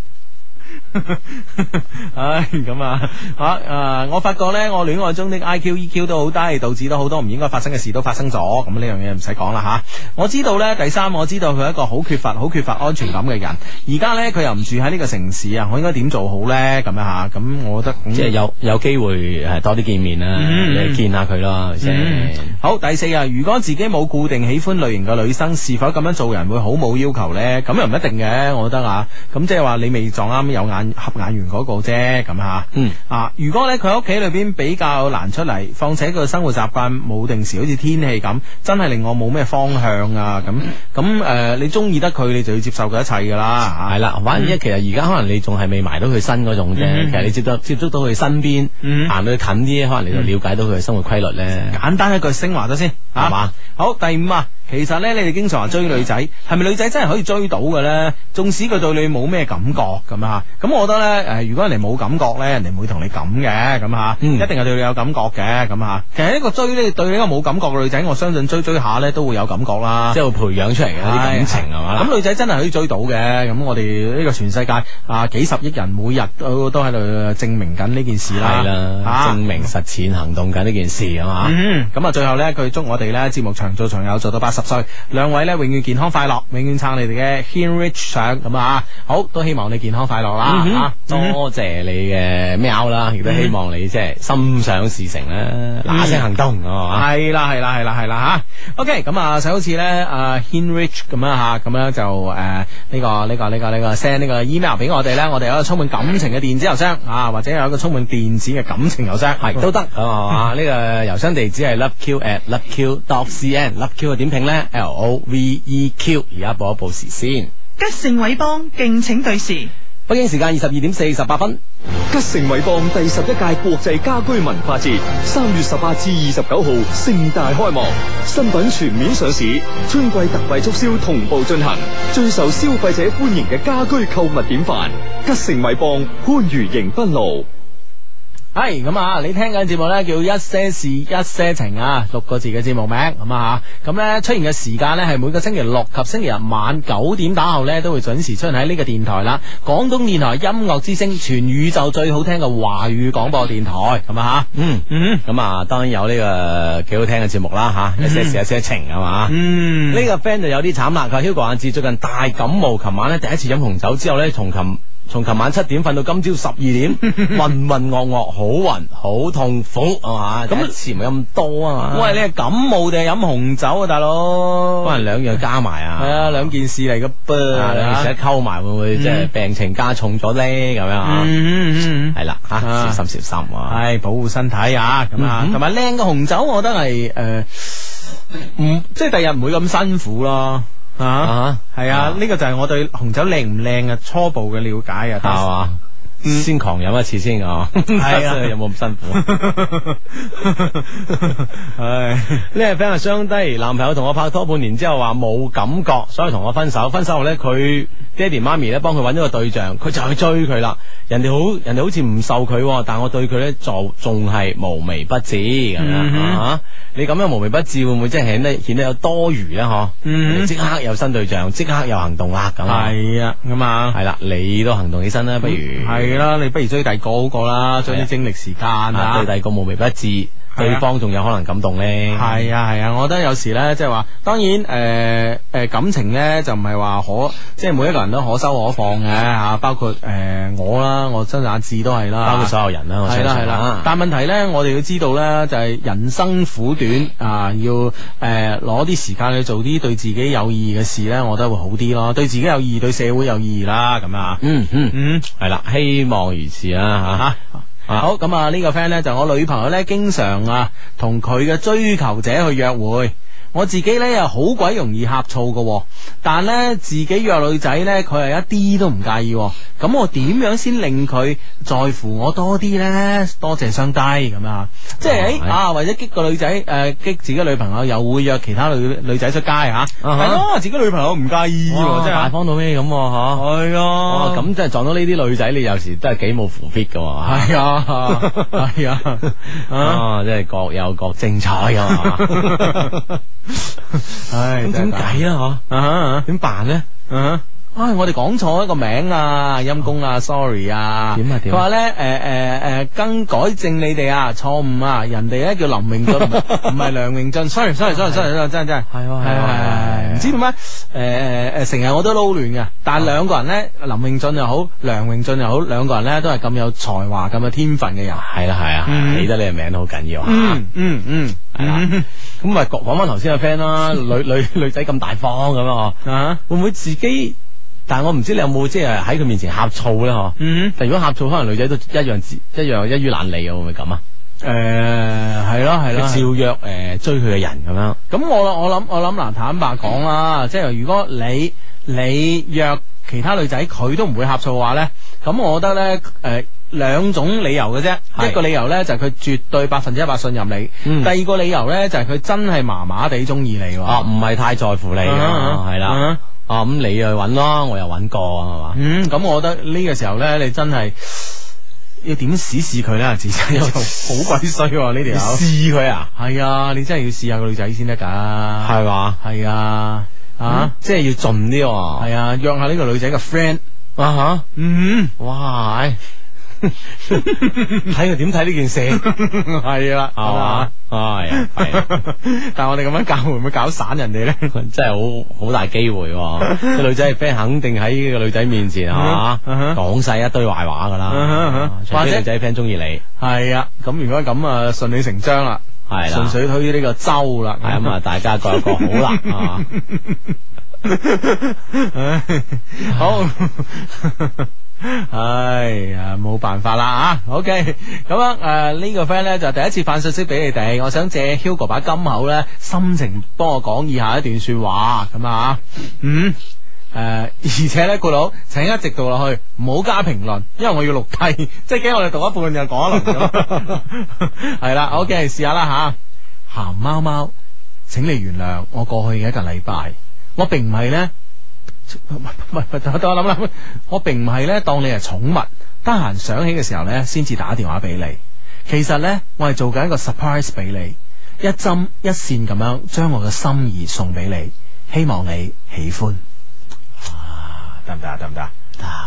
B: 唉，咁啊，吓、啊、我發覺呢，我戀愛中的 I Q E Q 都好低，導致到好多唔應該發生嘅事都發生咗。咁呢樣嘢唔使講啦吓。我知道呢，第三，我知道佢係一個好缺乏、好缺乏安全感嘅人。而家呢，佢又唔住喺呢個城市啊，我應該點做好呢？咁樣吓，咁我覺得嗯咁
A: 即係有有機會係多啲見面啦，
B: 嗯
A: 你見下佢啦，係咪
B: 嗯
A: 先？
B: 好，第四啊，如果自己冇固定喜歡類型嘅女生，是否咁樣做人會好冇要求呢？咁又唔一定嘅，我覺得啊，咁即係話你未撞啱有眼合眼緣嗰個啫，咁吓。
A: 嗯。
B: 啊，如果呢，佢喺屋企裏邊比較難出嚟，況且佢生活習慣冇定時，好似天氣咁，真係令我冇咩方向啊！咁咁誒，呃你中意得佢，你就要接受佢一切噶啦。
A: 系啦，反正其實而家可能你仲係未埋到佢身嗰種啫，
B: 嗯
A: 其實你接到接觸到佢身邊，
B: 嗯
A: 行到佢近啲，可能你就了解到佢嘅生活規律咧。
B: 簡單一句升華咗先，
A: 係嘛？
B: 好，第五啊，其實咧，你哋經常話追女仔，係咪女仔真係可以追到嘅咧？縱使佢對你冇咩感覺咁啊，咁我覺得咧，誒、如果人哋冇感覺咧，人哋唔會同你咁嘅，咁啊，
A: 嗯
B: 一定係對你有感覺嘅，咁啊。其實一個追呢，對呢個冇感覺嘅女仔，我相信追追下咧都會有感覺啦。
A: 即係會培養出嚟嘅啲感情係嘛？
B: 咁女仔真係可以追到嘅，咁我哋呢個全世界啊幾十億人每日都都喺度證明緊呢件事啦，
A: 係啦，
B: 啊
A: 證明實踐行動緊呢件事啊嘛。
B: 嗯，咁啊，最後呢，佢祝我哋呢節目長做長有，做到八十歲。兩位呢，永遠健康快樂，永遠撐你哋嘅 Henrich 上咁啊！好，都希望你健康快樂啦
A: 嗯
B: 啊
A: 哼！多謝你嘅喵啦，亦都希望你即係心想事成
B: 嗯
A: 啦，嗱嗱聲行動啊嘛。
B: 係啦，係啦，係啦，係啦吓。OK，咁啊，就好似咧，阿 Henrich 咁啊吓，咁樣就誒呢、個呢、個呢、個呢、個 send 呢個 email 俾我哋咧，我哋有一個充滿感情嘅電子郵箱啊，或者有一個充滿電子嘅感情郵箱，
A: 係 都得咁啊！呢個郵箱地址係 loveq at loveq dot cn，loveq 嘅點拼咧？L O V E Q，而家報一報時先。
D: 吉盛偉邦敬請對視。
A: 北京時間二十二點四十八分，
F: 吉盛偉邦第十一屆國際家居文化節三月十八至二十九號盛大開幕，新品全面上市，春季特惠促銷同步進行，最受消費者歡迎嘅家居購物典範，吉盛偉邦番禺迎賓路。
B: 系咁啊！你聽緊嘅節目呢，叫一些事一些情啊，六個字嘅節目名咁啊咁呢出現嘅時間呢，係每個星期六及星期日晚九點打後呢，都會準時出現喺呢個電台啦。廣東電台音樂之聲，全宇宙最好聽嘅華語廣播電台，咁啊
A: 嗯嗯，咁啊，當然有呢個幾好聽嘅節目啦吓，一些事一些情係啊嘛。
B: 嗯
A: 呢個 friend 就有啲慘啦，佢話 Hugo 阿志最近大感冒，琴晚咧第一次飲紅酒之後咧，從琴從琴晚七點瞓到今朝十二 點，渾渾噩噩，好暈，好痛苦，係嘛？咁次唔係咁多啊嘛。
B: 喂，你係感冒定係飲紅酒啊，大佬？
A: 可能兩樣加埋啊。
B: 係啊，兩件事嚟嘅噃，
A: 啊，兩件事一溝埋，會唔會即係
B: 嗯
A: 病情加重咗咧？咁樣啊，
B: 嗯嗯嗯
A: 係啦，吓小
B: 啊
A: 心小心啊！
B: 系保護身體啊，咁啊，
A: 嗯
B: 同埋靚嘅紅酒，我覺得係诶，呃唔、即係第日唔會咁辛苦咯。啊
A: 啊，
B: 係啊，呢個就係我對紅酒靚唔靚嘅初步嘅了解
A: 係
B: 啊。
A: 嘛？先狂飲一次先啊！
B: 係 啊
A: 有冇咁辛苦啊？
B: 唉，
A: 呢個 friend 話相低，男朋友同我拍拖半年之後話冇感覺，所以同我分手。分手後咧，佢爹哋媽咪咧幫佢揾咗個對象，佢就去追佢啦。人哋好，人哋好似唔受佢喎，但我對佢咧就仲係無微不至咁
B: 嗯
A: 樣
B: 哼
A: 啊！你咁樣無微不至，會唔會即係顯得顯得有多餘咧？嗬、
B: 嗯
A: 即刻有新對象，即刻有行動啦咁啊！
B: 係啊，咁啊，嗯
A: 係啦，你都行動起身啦，不如
B: 係啦，你不如追第二個好過啦，將啲精力時間
A: 啊，
B: 啊
A: 對。第二個無微不至，對方仲有可能感動咧。
B: 系啊系啊，我覺得有時咧，即係話，當然誒誒、呃呃感情咧就唔係話可，即係每一個人都可收可放嘅嚇、包括誒、呃我啦，我真阿志都係啦，
A: 包括所有人啦，我
B: 係
A: 相信
B: 啦係啦
A: 啊，
B: 但問題咧，我哋要知道咧，就係、人生苦短啊，要誒攞啲時間去做啲對自己有意義嘅事咧，我覺得會好啲咯，對自己有意義，對社會有意義啦，咁啊，
A: 嗯嗯，
B: 嗯。
A: 系啦，希望如此啊啦吓。
B: 好咁啊！呢、個 friend 呢，就我女朋友呢，經常啊同佢嘅追求者去約會。我自己呢，又好鬼容易呷醋嘅喎，但呢，自己約女仔呢，佢係一啲都唔介意喎。咁我點樣先令佢在乎我多啲呢？多謝相低咁啊！即係誒
A: 哦係
B: 啊，或者激個女仔誒、呃激自己女朋友，又會約其他女女仔出街啊嚇。係咯、
A: 啊哈
B: 自己女朋友唔介意喎，
A: 哇
B: 真
A: 大
B: 係。
A: 方到咩咁吓？
B: 係
A: 哦
B: 啊，
A: 咁真系撞到呢啲女仔，你有時真係幾冇符 fit 噶喎。
B: 係啊，係啊，啊。
A: 啊，真係各有各精彩噶 嘛。
B: 唉，
A: 咁點計啊？
B: 啊
A: 嗬？
B: 啊
A: 點辦咧？
B: 啊！唉，我哋講錯一個名啊，陰公啊，sorry 啊。
A: 點啊點
B: 佢
A: 啊
B: 話咧，誒誒誒，更改正你哋啊，錯誤啊，人哋咧叫林明俊，唔 係唔係梁明俊，sorry sorry sorry sorry，sorry，真係真係。
A: 係喎係喎係啊
B: 係
A: 喎
B: 唔知點解誒誒誒，成日我都撈亂嘅。但係兩個人咧，林明俊又好，梁明俊又好，兩個人咧都係咁有才華、咁有天分嘅人。
A: 係啦係啊，
B: 嗯
A: 起得你嘅名好緊要啊吓。
B: 嗯嗯嗯，
A: 係啦
B: 嗯
A: 咁啊，講翻頭先嘅 friend 啦，女女女仔咁大方咁啊，
B: 啊，
A: 嗬會唔會自己？但我唔知你有冇即係喺佢面前呷醋咧，嗬？
B: 嗯。
A: 但如果呷醋，可能女仔都一樣自一樣一於懶理嘅，會唔會咁啊？
B: 誒係咯係咯，
A: 佢照約诶、呃追佢嘅人咁樣。
B: 咁我諗我諗我諗嗱，坦白講啦，即係如果你你約其他女仔，佢都唔會呷醋嘅話咧，咁我覺得咧誒。兩種理由嘅啫，
A: 係
B: 一個理由咧就係佢絕對百分之一百信任你，
A: 嗯
B: 第二個理由咧就係佢真係麻麻地中意你喎。
A: 啊，唔係太在乎你
B: 啊
A: 啊，係啦
B: 啊。
A: 啊，咁你去揾咯，我又揾過，係嘛？
B: 嗯，咁我覺得呢個時候咧，你真係要點試試佢咧？自 身又好鬼衰喎呢條友。
A: 試佢啊，
B: 係啊，你真係要試下個女仔先得㗎。係
A: 係嘛？嗯
B: 係啊，啊。
A: 即係要盡啲喎。
B: 系啊，約下呢個女仔嘅 friend。
A: 啊
B: 嗯，
A: 吓，哇！唉 睇佢點睇呢件事，
B: 系啦，
A: 係嘛？？唉，係啊
B: 但係我哋咁樣教會唔會搞散人哋咧？
A: 真係好好大機會喎。 個女仔嘅 friend 肯定喺個女仔面前係嘛，
B: 嗯哼
A: 講晒一堆壞話㗎
B: 嗯哼嗯
A: 啦啊
B: 哼，
A: 除
B: 或者
A: 非女仔 friend 中意你。
B: 係啊，咁如果咁啊，順理成章啦，
A: 係啦
B: 順水推呢個周啦，
A: 系咁啊，大家各有各好啦， 啊，
B: 唉 好。唉呀，冇辦法啦啊！OK，咁樣诶，呃呢、個 friend 咧就第一次發信息俾你哋，我想借 Hugo 把金口咧，心情幫我講以下一段说話咁啊，嗯。诶、而且咧，顾佬，請一直讀落去，唔好加評論，因為我要錄低， 即係驚我哋讀一半就講一輪咁。係啦，OK，試下啦吓。鹹貓貓，請你原諒我過去嘅一個禮拜，我並唔係咧。唔係唔係唔係，等我諗諗，我並唔係咧當你係寵物，得閒想起嘅時候咧先至打電話俾你。其實呢，我係做緊一個 surprise 俾你，一針一線咁樣將我嘅心意送俾你，希望你喜歡。
J: 得唔得啊？得唔得啊？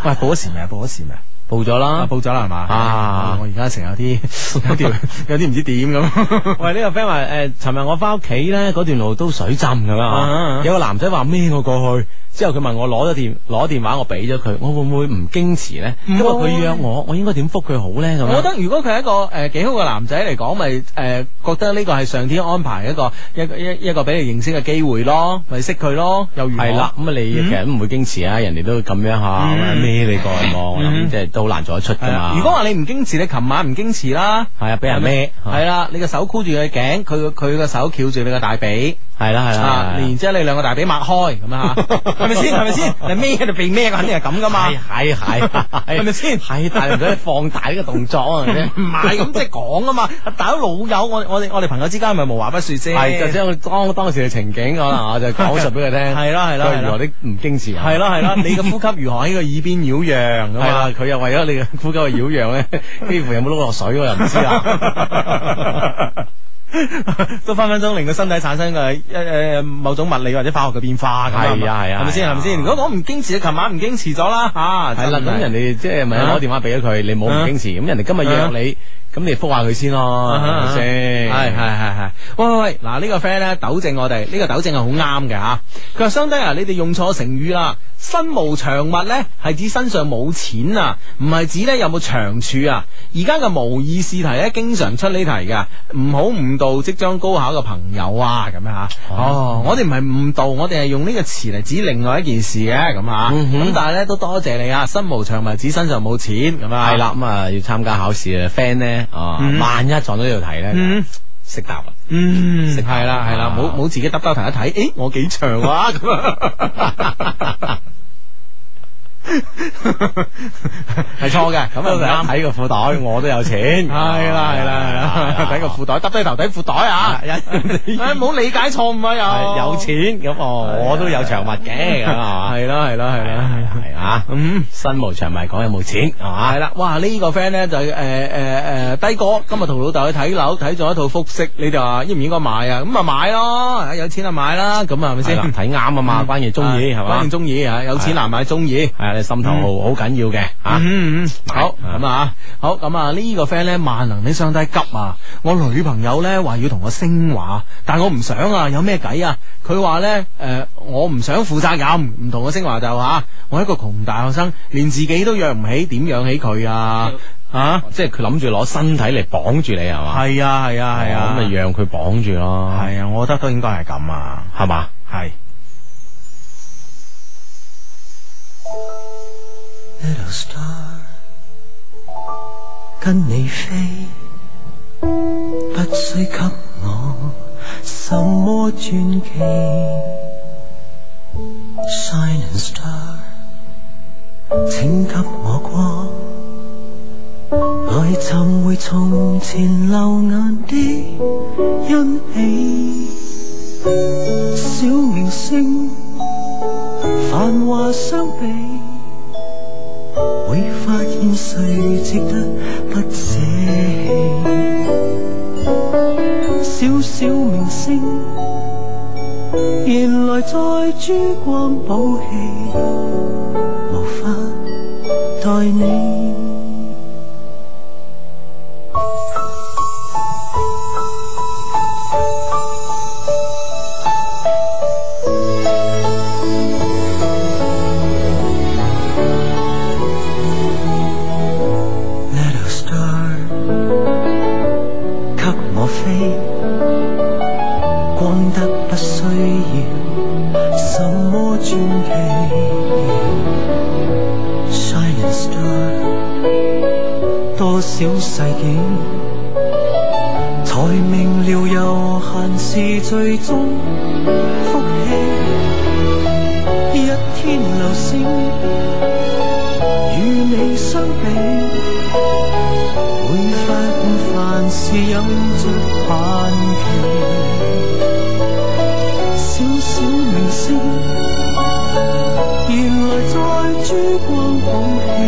B: 喂，報咗時未啊？報咗時未啊？
A: 報咗啦
B: 啊，報咗啦係嘛？
A: 啊
B: 我而家成有啲有啲有啲唔知點咁。
A: 喂，呢個 friend 話诶，誒尋日我翻屋企咧，嗰段路都水浸咁樣
B: 啊
A: 啊！有個男仔話孭我過去，之後佢問我攞咗電攞電話，我俾咗佢，我會唔會唔矜持咧？因為佢約我，我應該點覆佢好咧？咁
B: 我覺得
A: 樣
B: 如果佢係一個誒幾、好嘅男仔嚟講，咪誒、覺得呢個係上天安排一個一個一一個俾你認識嘅機會咯，咪識佢咯，又如何？
A: 係啦，咁啊你其實都唔會矜持啊，人哋都咁樣吓
B: 嗯
A: 孭你過去喎，我諗
B: 嗯
A: 即係都好難做得出
B: 係
A: 噶
B: 啊。
A: 嘛。
B: 如果話你唔矜持，你琴晚唔矜持啦，
A: 係啊，俾人孭
B: 係啦，你個手箍住佢頸，佢個佢個手翹住你個大髀，
A: 係啦係
B: 啊，
A: 啦，
B: 然之後你兩個大髀擘開咁啊， 係咪先？係咪先？你孭就被孭， 肯定係咁噶嘛。
A: 係啊係係
B: 係咪先
A: 係，但係唔使放大呢個動作啊！
B: 唔係咁即係講啊嘛，大佬老友，我我哋我哋朋友之間係咪無話不說先？
A: 係就將佢當當時嘅情景可能我就講述俾佢聽，
B: 係啦係啦
A: 佢
B: 係啦
A: 如何的唔矜持啊，
B: 係啦係啦，你嘅呼吸如何喺個耳邊擾攘咁
A: 係
B: 啊
A: 啦，？佢又為咗你 嘅呼吸嘅擾攘咧， 幾乎有冇碌落水我又唔知
B: 啊
A: 啦。
B: 都分分鐘令個身體產生嘅一誒某種物理或者化學嘅變化咁
A: 係啊係啊
B: 係咪先
A: 係啊
B: 係咪先？如果講唔矜持，琴晚唔矜持咗啦啊嚇，
A: 係啦，咁人
B: 哋
A: 哋即係咪
B: 啊
A: 攞電話俾咗佢，你冇唔
B: 啊
A: 矜持，咁人哋今日約你，咁你覆下佢先咯，啊係咪
B: 係
A: 先？
B: 啊係係係，喂喂喂，嗱呢個 friend 咧糾正我哋，呢個糾正係好啱嘅嚇。佢話相低啊，你哋用錯成語啦，身無長物咧係指身上冇錢啊，唔係指咧有冇長處啊。而家嘅模擬試題咧經常出呢題㗎，唔好誤導即將高考嘅朋友啊咁樣嚇。哦，我哋唔係誤導，我哋係用呢個詞嚟指另外一件事嘅咁啊。咁、
A: 嗯哼
B: 但係咧都多謝你啊，身無長物指身上冇錢咁啊。
A: 係啦，咁啊要參加考試嘅 friend 咧，啊
B: 嗯
A: 萬一撞到呢道題咧，
B: 嗯。
A: 識答啊！
B: 嗯，
A: 食
B: 係啦係啦，
A: 啊
B: 冇冇自己耷低頭一 睇，诶，我幾長啊咁啊，係錯嘅，咁
A: 咁
B: 啊
A: 啊
B: 唔啱。
A: 睇個褲袋，我都有錢。
B: 係啦係啦係
A: 啊
B: 啦， 睇個褲袋，耷低頭睇褲袋啊！ 唉，唔好理解錯誤啊
A: 係
B: 又。
A: 有錢咁哦，我都有長物嘅咁啊，
B: 啊係啦係啦係啦。
A: 係啊，
B: 嗯，
A: 身無長物講有冇錢啊係嘛
B: 系？啦，哇！呢、個 friend 咧就诶诶诶，低哥今日同老豆去睇樓，睇咗一套複式，你哋話應唔應該買啊？咁啊買咯，有錢就買啦，咁啊係咪
A: 係啦
B: 先？
A: 睇啱啊嘛，關鍵中意係
B: 關
A: 嘛
B: 鍵？中意啊，有錢
A: 係
B: 難買中意。
A: 係啊，你心頭好好緊要嘅
B: 啊，
A: 嚇。
B: 嗯嗯，
A: 買
B: 好
A: 啊
B: 咁啊，好咁啊，呢個 friend 咧萬能啲相低急啊！我女朋友咧話要同我升華，但我唔想啊，有咩計啊？佢話咧诶，我唔想負責任，唔同我升華就吓，我一個窮大學生，連自己都養唔起，點養起佢啊？啊，
A: 即係佢諗住攞身體嚟綁住你係嘛？哦
B: 係啊，係啊，係啊，
A: 咁咪讓佢綁住咯，
B: 係啊，我覺得都應該係咁啊，
A: 係嘛？
B: 係。
K: Little star，跟你飛，不需給我什麼傳奇。Shining star，請給我光，來尋回從前流眼的欣喜。小明星，繁華相比。會發現誰值得不捨棄。小小明星，原來在珠光寶氣，無法待你。Little star，給我飛，光得不需要什麼傳奇。Shining star，多少世紀才明了悠閒是最終福氣。一天流星與你相比。會發現凡事有着限期，小小明星，原來在珠光寶氣，